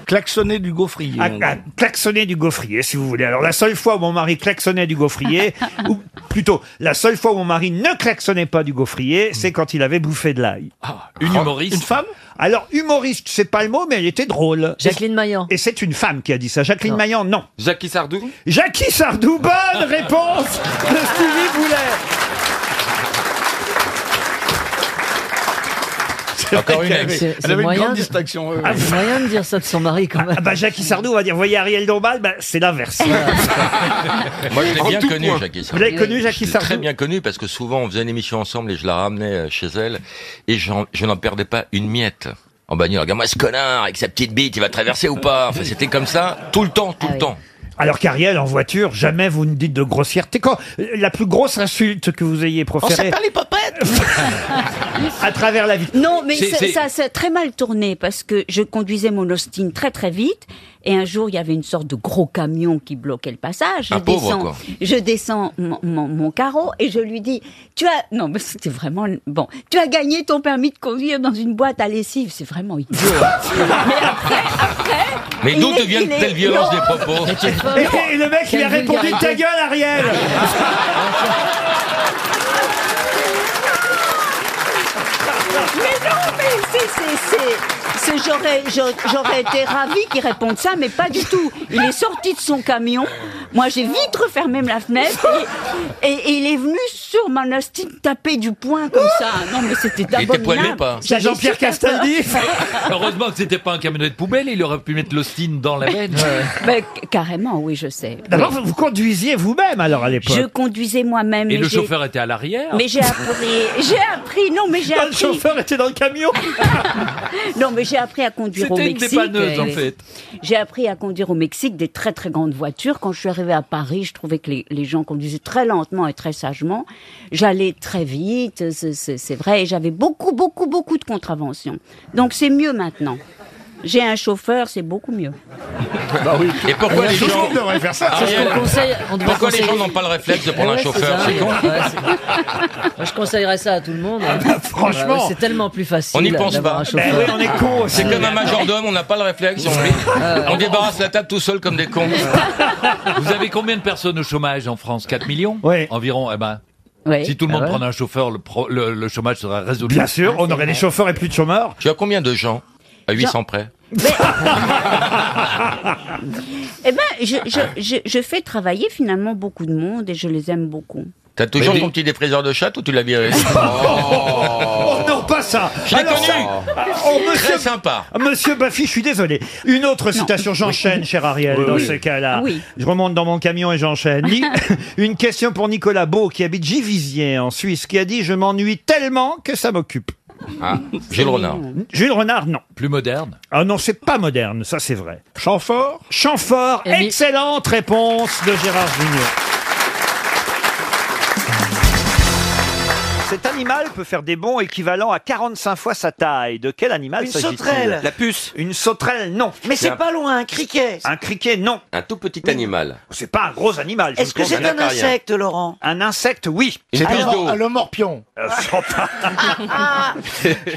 [SPEAKER 1] Klaxonner du gaufrier. Ah, klaxonner du gaufrier, si vous voulez. Alors, la seule fois où mon mari klaxonnait du gaufrier, ou plutôt, la seule fois où mon mari ne klaxonnait pas du gaufrier, c'est quand il avait bouffé de l'ail. Ah.
[SPEAKER 14] Une humoriste
[SPEAKER 1] Une femme Alors, humoriste, c'est pas le mot, mais elle était drôle. Jacqueline Maillan. Et c'est une femme qui a dit ça. Jacqueline Maillan, non.
[SPEAKER 18] Jackie Sardou
[SPEAKER 1] Jackie Sardou, bonne réponse de Stevie Boulet.
[SPEAKER 2] Encore une
[SPEAKER 1] ex.
[SPEAKER 2] Elle
[SPEAKER 1] C'est
[SPEAKER 2] avait une
[SPEAKER 1] moyen
[SPEAKER 2] grande
[SPEAKER 1] de- Ah,
[SPEAKER 2] distinction. ouais, ouais.
[SPEAKER 1] moyen de dire ça de son mari quand même. Ah bah Jackie Sardou on va dire, voyez Ariel Dombal, bah, c'est l'inverse.
[SPEAKER 13] Moi, je l'ai
[SPEAKER 1] En
[SPEAKER 13] bien
[SPEAKER 1] tout
[SPEAKER 13] connu,
[SPEAKER 1] point.
[SPEAKER 13] Jackie
[SPEAKER 1] Vous l'avez connu, Jackie
[SPEAKER 13] Je l'ai
[SPEAKER 1] Sardou
[SPEAKER 13] très bien connu parce que souvent, on faisait une émission ensemble et je la ramenais euh, chez elle et j'en- je n'en perdais pas une miette. En bagnole, regarde-moi ce connard avec sa petite bite, il va traverser ou pas Enfin, c'était comme ça, tout le temps,
[SPEAKER 24] Ah
[SPEAKER 13] tout le temps.
[SPEAKER 1] Alors qu'Ariel, en voiture, jamais vous ne dites de grossièreté. Quand euh, la plus grosse insulte que vous ayez
[SPEAKER 2] Oh,
[SPEAKER 1] proférée
[SPEAKER 12] les popettes
[SPEAKER 1] à travers la vie.
[SPEAKER 12] Non, mais
[SPEAKER 1] C'est-
[SPEAKER 12] ça-
[SPEAKER 1] c'est-
[SPEAKER 12] ça s'est très mal tourné parce que je conduisais mon Austin très très vite et un jour il y avait une sorte de gros camion qui bloquait le passage. Je
[SPEAKER 13] Un pauvre,
[SPEAKER 12] descends,
[SPEAKER 13] quoi.
[SPEAKER 12] je descends mon, mon- mon carreau et je lui dis tu as non mais c'était vraiment bon tu as gagné ton permis de conduire dans une boîte à lessive c'est vraiment idiot.
[SPEAKER 1] [laughs]
[SPEAKER 13] Mais
[SPEAKER 12] Il
[SPEAKER 13] d'où
[SPEAKER 12] est-
[SPEAKER 13] te viennent
[SPEAKER 12] il est-
[SPEAKER 13] telles violences
[SPEAKER 12] non.
[SPEAKER 13] des propos
[SPEAKER 1] Et, et le mec, il a
[SPEAKER 12] Quelle
[SPEAKER 1] répondu
[SPEAKER 12] vulgarité.
[SPEAKER 1] ta gueule, Ariel
[SPEAKER 12] mais non mais c'est c'est c'est- c'est- J'aurais, j'a- j'aurais été ravie qu'il réponde ça, mais pas du tout. Il est sorti de son camion. Moi, j'ai vite refermé la fenêtre et, et- et il est venu sur mon Austin taper du poing comme ça. Non, mais c'était
[SPEAKER 14] Il était
[SPEAKER 12] d'abominable.
[SPEAKER 14] poilu ou pas
[SPEAKER 12] J'avais super [laughs] peur.
[SPEAKER 14] [laughs] Heureusement que c'était pas un camionnette poubelle, il aurait pu mettre l'Austin dans la veine.
[SPEAKER 12] Ben, c- carrément, oui, je sais.
[SPEAKER 1] D'abord, vous vous conduisiez vous-même alors à l'époque.
[SPEAKER 12] Je conduisais moi-même.
[SPEAKER 14] Et
[SPEAKER 12] mais
[SPEAKER 14] le
[SPEAKER 12] j'ai-
[SPEAKER 14] chauffeur était à l'arrière.
[SPEAKER 12] Mais j'ai appris, j'ai appris, non mais j'ai
[SPEAKER 1] Ah,
[SPEAKER 12] appris.
[SPEAKER 1] le chauffeur était dans le camion.
[SPEAKER 12] [laughs] non mais j'ai appris à conduire au
[SPEAKER 14] C'était une
[SPEAKER 12] Mexique.
[SPEAKER 14] dépanneuse, en
[SPEAKER 12] euh,
[SPEAKER 14] fait.
[SPEAKER 12] J'ai appris à conduire au Mexique des très très grandes voitures. Quand je suis arrivée à Paris, je trouvais que les, les gens conduisaient très lentement et très sagement. J'allais très vite, c'est- c'est c'est vrai, et j'avais beaucoup beaucoup beaucoup de contraventions. Donc c'est mieux maintenant. J'ai un chauffeur, c'est beaucoup mieux.
[SPEAKER 13] Et pourquoi
[SPEAKER 2] Et
[SPEAKER 13] les
[SPEAKER 2] tout le
[SPEAKER 13] gens
[SPEAKER 2] monde devrait faire ça. C'est ce qu'on
[SPEAKER 13] Ariel,
[SPEAKER 24] conseille- on devrait
[SPEAKER 13] Ah, Pourquoi les gens
[SPEAKER 24] conseiller.
[SPEAKER 13] n'ont pas le réflexe de prendre
[SPEAKER 24] Ouais,
[SPEAKER 13] un
[SPEAKER 24] c'est
[SPEAKER 13] chauffeur
[SPEAKER 24] ça.
[SPEAKER 13] C'est con.
[SPEAKER 24] Ouais, c'est- Moi, je conseillerais ça à tout le monde.
[SPEAKER 1] Ah, bah, franchement. Eh
[SPEAKER 24] Voilà, ouais, c'est tellement plus facile.
[SPEAKER 13] On n'y pense
[SPEAKER 24] d'avoir
[SPEAKER 13] pas.
[SPEAKER 24] un chauffeur.
[SPEAKER 13] C'est
[SPEAKER 24] Ah,
[SPEAKER 13] comme
[SPEAKER 24] ouais.
[SPEAKER 13] un majordome, on n'a pas le réflexe, on oublie. On débarrasse la table tout seul
[SPEAKER 14] [laughs]
[SPEAKER 13] comme des cons.
[SPEAKER 14] Vous avez combien de personnes au chômage en France 4 millions Environ, eh ben.
[SPEAKER 2] Oui.
[SPEAKER 12] Si tout le monde
[SPEAKER 13] Ah ouais
[SPEAKER 12] prenait un chauffeur, le, pro- le- le chômage serait résolu.
[SPEAKER 13] Bien sûr,
[SPEAKER 14] Ah,
[SPEAKER 13] on aurait des
[SPEAKER 1] chauffeurs et plus de chômeurs.
[SPEAKER 13] Tu as combien de gens À 800 près.
[SPEAKER 2] Eh ben, je, je, je, je fais travailler finalement beaucoup de monde et je les aime beaucoup.
[SPEAKER 13] T'as toujours ton petit défriseur de chatte ou tu l'as [laughs] viré
[SPEAKER 1] Oh non, pas ça
[SPEAKER 13] Je l'ai
[SPEAKER 1] Alors
[SPEAKER 13] connu.
[SPEAKER 1] ça- Oh, monsieur-
[SPEAKER 13] Très sympa.
[SPEAKER 1] Monsieur Baffy, je suis désolé. Une autre citation, j'enchaîne, cher Ariel,
[SPEAKER 13] Oui,
[SPEAKER 1] dans
[SPEAKER 13] oui.
[SPEAKER 1] ce cas-là.
[SPEAKER 13] Oui.
[SPEAKER 1] Je remonte dans mon camion et j'enchaîne. Ni- [laughs] Une question pour Nicolas Beau, qui habite Givisier, en Suisse, qui a dit « Je m'ennuie tellement que ça m'occupe ».
[SPEAKER 13] Ah, Gilles Renard.
[SPEAKER 1] Jules Renard, non.
[SPEAKER 12] Plus moderne
[SPEAKER 1] Ah non, c'est pas moderne, ça c'est vrai. Chamfort Chamfort, excellente réponse de Gérard Junior. Cet animal peut faire des bonds équivalents à 45 fois sa taille. De quel animal
[SPEAKER 24] Une
[SPEAKER 1] s'agit-il
[SPEAKER 24] sauterelle. La
[SPEAKER 1] puce. Une sauterelle, non.
[SPEAKER 24] Mais c'est pas loin, un criquet.
[SPEAKER 1] Un criquet, non.
[SPEAKER 13] Un tout petit animal.
[SPEAKER 1] C'est pas un gros animal. je
[SPEAKER 24] Est-ce que
[SPEAKER 1] vous le
[SPEAKER 24] c'est un
[SPEAKER 1] confirme.
[SPEAKER 24] insecte, Laurent
[SPEAKER 1] Un insecte, oui. Euh,
[SPEAKER 24] C'est plus d'eau.
[SPEAKER 1] le morpion.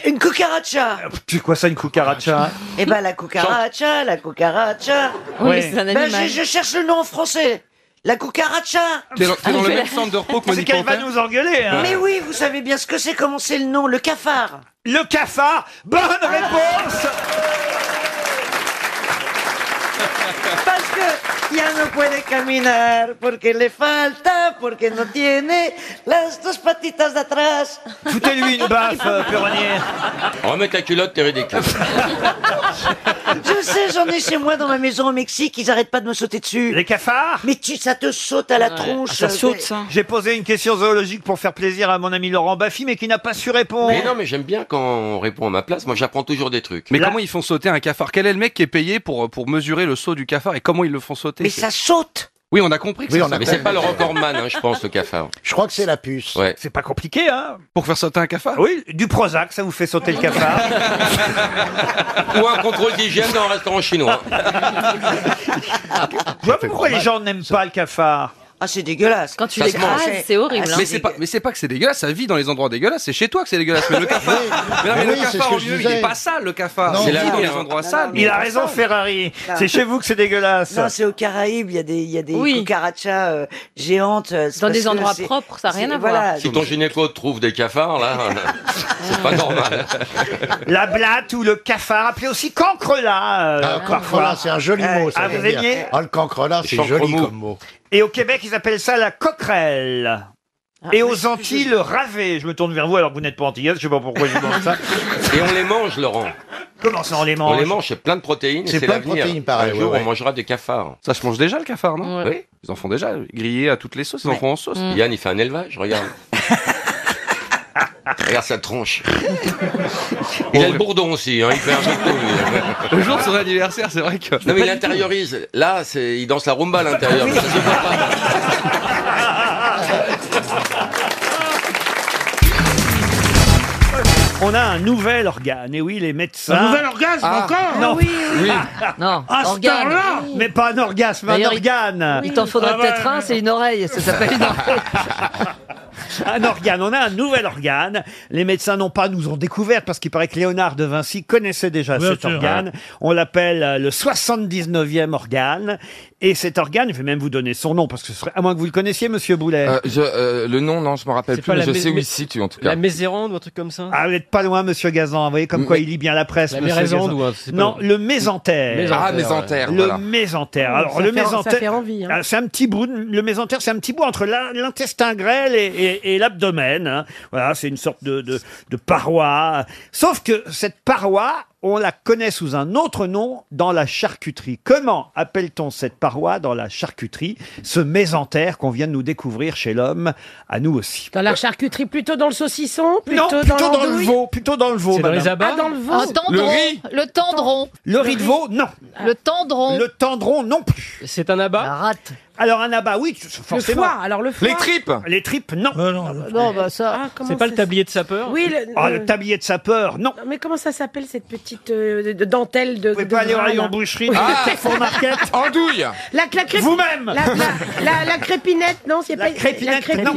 [SPEAKER 24] Une cucaracha
[SPEAKER 1] [laughs] C'est quoi ça, une cucaracha
[SPEAKER 24] Eh ben la cucaracha, la cucaracha.
[SPEAKER 1] Oui, mais c'est un
[SPEAKER 24] Ben,
[SPEAKER 1] animal.
[SPEAKER 24] je, je cherche le nom en français. La cucaracha.
[SPEAKER 1] T'es dans- t'es dans le même centre de repos que Ah, C'est Monique qu'elle va Pantin nous engueuler, hein.
[SPEAKER 24] Mais oui, vous savez bien ce que c'est, comment c'est le nom, le cafard.
[SPEAKER 1] Le cafard. Bonne réponse.
[SPEAKER 24] Parce que ya no puede caminar porque le falta, porque no tiene las dos patitas de atrás.
[SPEAKER 1] Foutez-lui une baffe, euh, Perronnier.
[SPEAKER 13] Remets ta culotte, t'es ridicule.
[SPEAKER 24] Je sais, j'en ai chez moi dans ma maison au Mexique, ils arrêtent pas de me sauter dessus.
[SPEAKER 1] Les cafards
[SPEAKER 24] Mais tu, ça te saute à la
[SPEAKER 11] Ah,
[SPEAKER 16] Ah,
[SPEAKER 24] tronche. euh,
[SPEAKER 1] J'ai posé une question zoologique pour faire plaisir à mon ami Laurent Baffy, mais qui n'a pas su répondre.
[SPEAKER 13] Mais [laughs] non, mais j'aime bien quand on répond à ma place. Moi, j'apprends toujours des trucs.
[SPEAKER 11] Mais comment ils font sauter un cafard Quel est le mec qui est payé pour, pour mesurer le saut du cafard et comment ils le font sauter
[SPEAKER 24] Mais ça saute
[SPEAKER 11] Oui, on a compris que
[SPEAKER 13] Oui,
[SPEAKER 11] ça
[SPEAKER 13] on a
[SPEAKER 11] sautait.
[SPEAKER 13] Mais c'est pas le recordman, hein, je pense, le cafard.
[SPEAKER 14] Je crois que c'est la puce.
[SPEAKER 13] Ouais.
[SPEAKER 1] C'est pas compliqué, hein
[SPEAKER 11] Pour faire sauter un cafard
[SPEAKER 1] Oui, du Prozac, ça vous fait sauter le cafard.
[SPEAKER 13] Ou un contrôle d'hygiène dans un restaurant chinois.
[SPEAKER 1] Je vois pas pourquoi les gens n'aiment pas le cafard.
[SPEAKER 24] Ah, c'est dégueulasse.
[SPEAKER 18] Quand
[SPEAKER 11] Ça se mange. Ah,
[SPEAKER 1] hein.
[SPEAKER 11] Mais c'est hein. pas, mais c'est pas que c'est dégueulasse, ça vit dans les endroits dégueulasses, c'est chez toi que c'est dégueulasse.
[SPEAKER 24] [laughs]
[SPEAKER 11] Mais le cafard, mais non, mais
[SPEAKER 24] Mais
[SPEAKER 11] le
[SPEAKER 24] oui, c'est ce
[SPEAKER 11] cafard
[SPEAKER 24] que
[SPEAKER 11] en
[SPEAKER 24] je
[SPEAKER 11] lieu, il
[SPEAKER 24] disais.
[SPEAKER 11] est pas sale le cafard.
[SPEAKER 24] Non,
[SPEAKER 11] il
[SPEAKER 24] c'est
[SPEAKER 11] vit
[SPEAKER 24] la
[SPEAKER 11] dans les
[SPEAKER 24] merde.
[SPEAKER 11] endroits
[SPEAKER 24] Non,
[SPEAKER 11] sales.
[SPEAKER 24] non,
[SPEAKER 11] mais
[SPEAKER 1] Il a
[SPEAKER 11] pas
[SPEAKER 1] raison,
[SPEAKER 11] sale.
[SPEAKER 1] Ferrari. C'est chez vous que c'est dégueulasse.
[SPEAKER 24] Non, c'est aux Caraïbes, il y a des, il y a des
[SPEAKER 16] Oui.
[SPEAKER 24] cucarachas euh, géantes. euh, c'est
[SPEAKER 16] Dans des
[SPEAKER 24] parce que
[SPEAKER 16] endroits
[SPEAKER 24] c'est-
[SPEAKER 16] propres, ça n'a rien
[SPEAKER 24] Ah, c'est-
[SPEAKER 16] à voir.
[SPEAKER 24] voilà.
[SPEAKER 13] Si ton gynéco trouve des cafards, là, euh, c'est pas normal.
[SPEAKER 1] La blatte ou le cafard, appelé aussi cancrelat. euh,
[SPEAKER 14] Ah,
[SPEAKER 1] parfois.
[SPEAKER 14] cancrelat, c'est un joli mot. Ça
[SPEAKER 1] Ah,
[SPEAKER 14] veut
[SPEAKER 1] vous
[SPEAKER 14] dire.
[SPEAKER 1] aimiez
[SPEAKER 14] Ah, le cancrelat, c'est
[SPEAKER 13] Chancre
[SPEAKER 14] joli
[SPEAKER 13] mou.
[SPEAKER 14] comme mot.
[SPEAKER 1] Et au Québec, ils appellent ça la coquerelle. Et aux Antilles, le ravet. Je me tourne vers vous alors que vous n'êtes pas antillaise, je sais pas pourquoi je vous
[SPEAKER 14] [laughs]
[SPEAKER 1] demande ça.
[SPEAKER 13] Et on les mange, Laurent.
[SPEAKER 1] Comment ça, on les mange
[SPEAKER 13] On les mange, c'est plein de protéines. et
[SPEAKER 14] C'est
[SPEAKER 13] C'est
[SPEAKER 14] plein de
[SPEAKER 13] l'avenir.
[SPEAKER 14] protéines, pareil,
[SPEAKER 13] Un jour,
[SPEAKER 14] ouais, ouais.
[SPEAKER 13] on mangera des cafards.
[SPEAKER 11] Ça se mange déjà le cafard, non
[SPEAKER 13] Ouais. Mm.
[SPEAKER 11] Oui. Ils en font déjà grillés à toutes les sauces, ils en font en sauce.
[SPEAKER 13] Yann, il fait un élevage, regarde. regarde sa tronche. Il a le bourdon aussi, hein, il fait un peu de
[SPEAKER 11] [laughs]
[SPEAKER 13] tout.
[SPEAKER 11] Le jour de son anniversaire, c'est vrai que.
[SPEAKER 13] Non mais il intériorise. Là, c'est il danse la rumba à l'intérieur. mais ça se voit pas.
[SPEAKER 1] On a un nouvel organe. Et oui, les médecins.
[SPEAKER 15] Un nouvel orgasme encore
[SPEAKER 1] Non.
[SPEAKER 15] Ah oui, oui. Oui.
[SPEAKER 1] non.
[SPEAKER 15] à ce Organe. temps-là
[SPEAKER 1] Mais pas un orgasme, un
[SPEAKER 7] D'ailleurs, il-
[SPEAKER 1] organe.
[SPEAKER 7] Il t'en faudrait
[SPEAKER 1] Ah bah,
[SPEAKER 7] peut-être un, c'est une oreille. Ça s'appelle une oreille.
[SPEAKER 1] un organe. On a un nouvel organe. Les médecins n'ont pas nous ont découvert parce qu'il paraît que Léonard de Vinci connaissait déjà
[SPEAKER 19] Bien
[SPEAKER 1] cet
[SPEAKER 19] sûr.
[SPEAKER 1] organe. On l'appelle euh, le 79e organe. Et cet organe, je vais même vous donner son nom parce que ce serait, à moins que vous le connaissiez, monsieur Boulet.
[SPEAKER 4] Euh, je, euh, le nom, non, je me rappelle
[SPEAKER 1] C'est
[SPEAKER 4] plus,
[SPEAKER 1] pas
[SPEAKER 4] mais
[SPEAKER 1] la
[SPEAKER 4] je
[SPEAKER 1] mais-
[SPEAKER 4] sais où
[SPEAKER 1] mais-
[SPEAKER 4] il se situe en tout cas.
[SPEAKER 21] La Mésérande ou un truc comme ça
[SPEAKER 1] Ah, vous n'êtes pas loin, monsieur Gazan. Vous voyez comme quoi
[SPEAKER 21] Mais-
[SPEAKER 1] il lit bien la presse.
[SPEAKER 21] La
[SPEAKER 1] monsieur
[SPEAKER 21] mésérande
[SPEAKER 1] Gazan.
[SPEAKER 21] ou un- c'est pas
[SPEAKER 1] Non,
[SPEAKER 21] le-
[SPEAKER 1] le mésentère.
[SPEAKER 21] Mésentère, Ah, mésentère,
[SPEAKER 1] Le
[SPEAKER 21] voilà.
[SPEAKER 1] mésentère.
[SPEAKER 21] Oh,
[SPEAKER 1] Alors,
[SPEAKER 21] ça
[SPEAKER 1] le
[SPEAKER 21] fait- ça
[SPEAKER 1] mésentère.
[SPEAKER 21] fait envie, hein.
[SPEAKER 1] Ah, C'est un petit bout. de- Le mésentère, c'est un petit bout entre la- l'intestin grêle et, et- et l'abdomen. hein. Voilà, c'est une sorte de, de, de paroi. Sauf que cette paroi, on la connaît sous un autre nom dans la charcuterie. Comment appelle-t-on cette paroi dans la charcuterie, ce mésentère qu'on vient de nous découvrir chez l'homme, à nous aussi
[SPEAKER 17] Dans la charcuterie, plutôt dans le saucisson Plutôt,
[SPEAKER 1] Non, plutôt dans, le
[SPEAKER 17] l'andouille
[SPEAKER 1] veau, plutôt dans le veau.
[SPEAKER 17] C'est dans
[SPEAKER 1] madame.
[SPEAKER 17] les abats Ah, dans le veau. Un tendron.
[SPEAKER 1] Le riz.
[SPEAKER 17] Le tendron.
[SPEAKER 1] Le riz de veau, Oh, non.
[SPEAKER 17] Le tendron.
[SPEAKER 1] Le tendron, non plus.
[SPEAKER 21] C'est un abat
[SPEAKER 17] rate.
[SPEAKER 1] Alors un abat, oui, forcément.
[SPEAKER 17] foie, alors le foie. Les
[SPEAKER 1] tripes Les tripes, non.
[SPEAKER 17] Non, bah ça.
[SPEAKER 7] Ah,
[SPEAKER 21] C'est pas le tablier de sapeur
[SPEAKER 17] Oui, le-
[SPEAKER 1] Ah, le tablier de sapeur, non.
[SPEAKER 17] Mais comment ça s'appelle cette petite euh, de- de dentelle de. Vous pouvez
[SPEAKER 1] pas aller au rayon
[SPEAKER 7] Ah.
[SPEAKER 1] boucherie, Carrefour Market. Andouille
[SPEAKER 17] La, la crép-
[SPEAKER 1] Vous-même
[SPEAKER 17] la, la- la- la crépinette, non c'est
[SPEAKER 1] La
[SPEAKER 17] pas...
[SPEAKER 1] crépinette, non.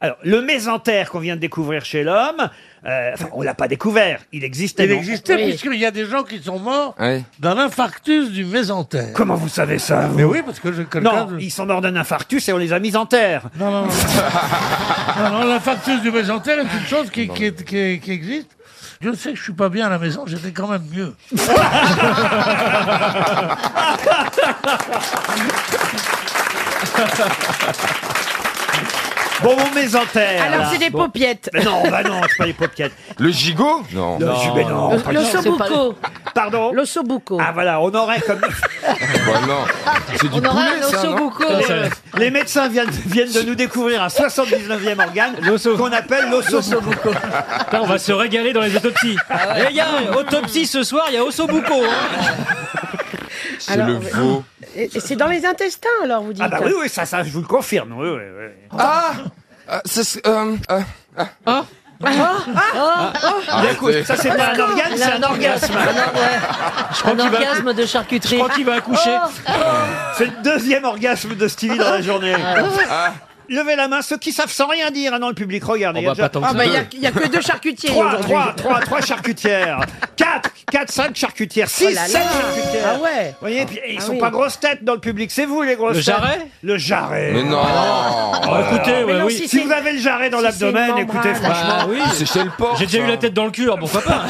[SPEAKER 1] Alors, le mésentère qu'on vient de découvrir chez l'homme, euh, enfin, on l'a pas découvert. Il existait.
[SPEAKER 18] Il
[SPEAKER 1] non
[SPEAKER 18] existait puisqu'il y a des gens qui sont morts
[SPEAKER 1] Oui.
[SPEAKER 18] d'un infarctus du mésentère.
[SPEAKER 1] Comment vous savez ça vous
[SPEAKER 18] Mais oui, parce que je
[SPEAKER 1] Non, ils sont morts d'un infarctus et on les a mis en terre.
[SPEAKER 18] Non, non, non. [laughs] non, non, l'infarctus du mésentère est une chose qui, qui, est- qui est- qui existe. Je sais que je suis pas bien à la maison, j'étais quand même [laughs] mieux.
[SPEAKER 1] Bon, mon mésentère.
[SPEAKER 7] Alors,
[SPEAKER 1] là.
[SPEAKER 7] c'est des
[SPEAKER 1] Bon.
[SPEAKER 7] paupiettes.
[SPEAKER 1] Mais non, bah non, c'est pas les paupiettes. Le gigot Non. Le,
[SPEAKER 13] Non.
[SPEAKER 1] gi- mais non,
[SPEAKER 13] Le-
[SPEAKER 1] pas
[SPEAKER 7] Le
[SPEAKER 1] gigot.
[SPEAKER 7] sobuco.
[SPEAKER 1] Pardon
[SPEAKER 7] Le sobuco.
[SPEAKER 1] Ah voilà, on aurait comme...
[SPEAKER 13] Bah non, c'est du
[SPEAKER 7] On aura
[SPEAKER 13] poulet,
[SPEAKER 7] un
[SPEAKER 13] ça, non
[SPEAKER 7] ossobuco.
[SPEAKER 13] Comment ça-
[SPEAKER 1] Euh, Les médecins viennent, viennent de nous découvrir un 79e organe qu'on appelle l'ossobuco.
[SPEAKER 11] Là, on va se régaler dans les autopsies. Eh,
[SPEAKER 1] ouais.
[SPEAKER 11] Les gars, autopsie ce soir, il y a Ossobuco. hein.
[SPEAKER 13] C'est le veau.
[SPEAKER 7] Et et c'est dans les intestins, alors, vous dites
[SPEAKER 1] Ah bah oui, oui, ça, ça, je vous le confirme. Oui, oui, oui.
[SPEAKER 13] Ah Ah, ça c'est- euh, euh, ah.
[SPEAKER 1] Ah. D'un coup, ça c'est pas un organe, c'est un orgasme.
[SPEAKER 11] Je crois qu'il va orgasme
[SPEAKER 1] de charcuterie. Je crois qu'il va accoucher.
[SPEAKER 2] Oh.
[SPEAKER 1] oh. C'est le deuxième orgasme de Stevie dans la journée.
[SPEAKER 13] Ah.
[SPEAKER 1] Levez la main ceux qui savent sans rien dire hein, dans le public. Regardez.
[SPEAKER 11] Oh,
[SPEAKER 1] il y a
[SPEAKER 11] bah,
[SPEAKER 1] déjà-
[SPEAKER 11] pas tant que Ah, ça. bah, il y a- il y a que deux charcutiers
[SPEAKER 1] Trois,
[SPEAKER 11] aujourd'hui.
[SPEAKER 1] trois, trois, trois charcutières. Quatre, quatre, cinq charcutières.
[SPEAKER 11] Oh
[SPEAKER 1] Six,
[SPEAKER 11] là là.
[SPEAKER 1] sept charcutières.
[SPEAKER 11] Ah ouais.
[SPEAKER 1] Vous voyez, puis, ils
[SPEAKER 11] Ah
[SPEAKER 1] sont
[SPEAKER 11] oui.
[SPEAKER 1] pas grosses têtes dans le public. C'est vous les grosses
[SPEAKER 11] Le
[SPEAKER 1] têtes.
[SPEAKER 11] jarret Ah
[SPEAKER 1] Le jarret.
[SPEAKER 13] Mais non.
[SPEAKER 1] Ah. Oh,
[SPEAKER 21] Bah,
[SPEAKER 1] écoutez, ouais, oui. Si vous avez le jarret dans l'abdomen, écoutez,
[SPEAKER 24] Ah
[SPEAKER 1] franchement,
[SPEAKER 11] Bah, oui.
[SPEAKER 13] Ah, C'est chez le porc.
[SPEAKER 11] J'ai déjà eu
[SPEAKER 13] ça.
[SPEAKER 11] la tête dans le cul, alors pourquoi pas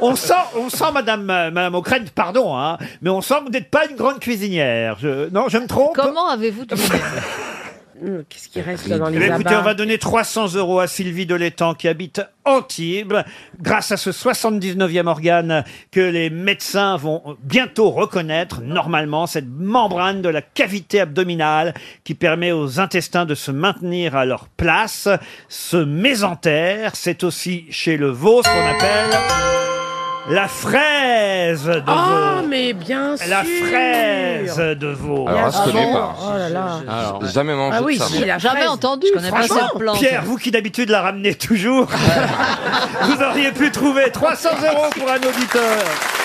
[SPEAKER 1] On sent, on sent Madame, euh, Madame O'Crane, pardon, hein, mais on sent que vous n'êtes pas une grande cuisinière. Je- non, je me trompe.
[SPEAKER 7] Comment avez-vous hmm, Qu'est-ce qui reste dans
[SPEAKER 1] Eh
[SPEAKER 7] les
[SPEAKER 1] bien, écoutez, on
[SPEAKER 7] abats
[SPEAKER 1] va donner 300 euros à Sylvie Delétang qui habite Antibes, grâce à ce 79e organe que les médecins vont bientôt reconnaître, normalement, cette membrane de la cavité abdominale qui permet aux intestins de se maintenir à leur place. Ce mésentère, c'est aussi chez le veau ce qu'on appelle la fraise de
[SPEAKER 7] Ah,
[SPEAKER 1] veau.
[SPEAKER 7] mais bien sûr
[SPEAKER 1] La fraise de veau.
[SPEAKER 13] Alors, là, je connais pas.
[SPEAKER 7] Oh là là
[SPEAKER 13] Alors, j'ai jamais mangé
[SPEAKER 7] Ah oui,
[SPEAKER 13] de ça.
[SPEAKER 7] si,
[SPEAKER 13] moi.
[SPEAKER 7] la Jamais fraise. entendu, Je connais pas
[SPEAKER 1] Franchement,
[SPEAKER 7] cette plante.
[SPEAKER 1] Pierre, vous qui d'habitude
[SPEAKER 7] [laughs]
[SPEAKER 1] la ramenez toujours, vous auriez pu trouver 300 euros pour un auditeur.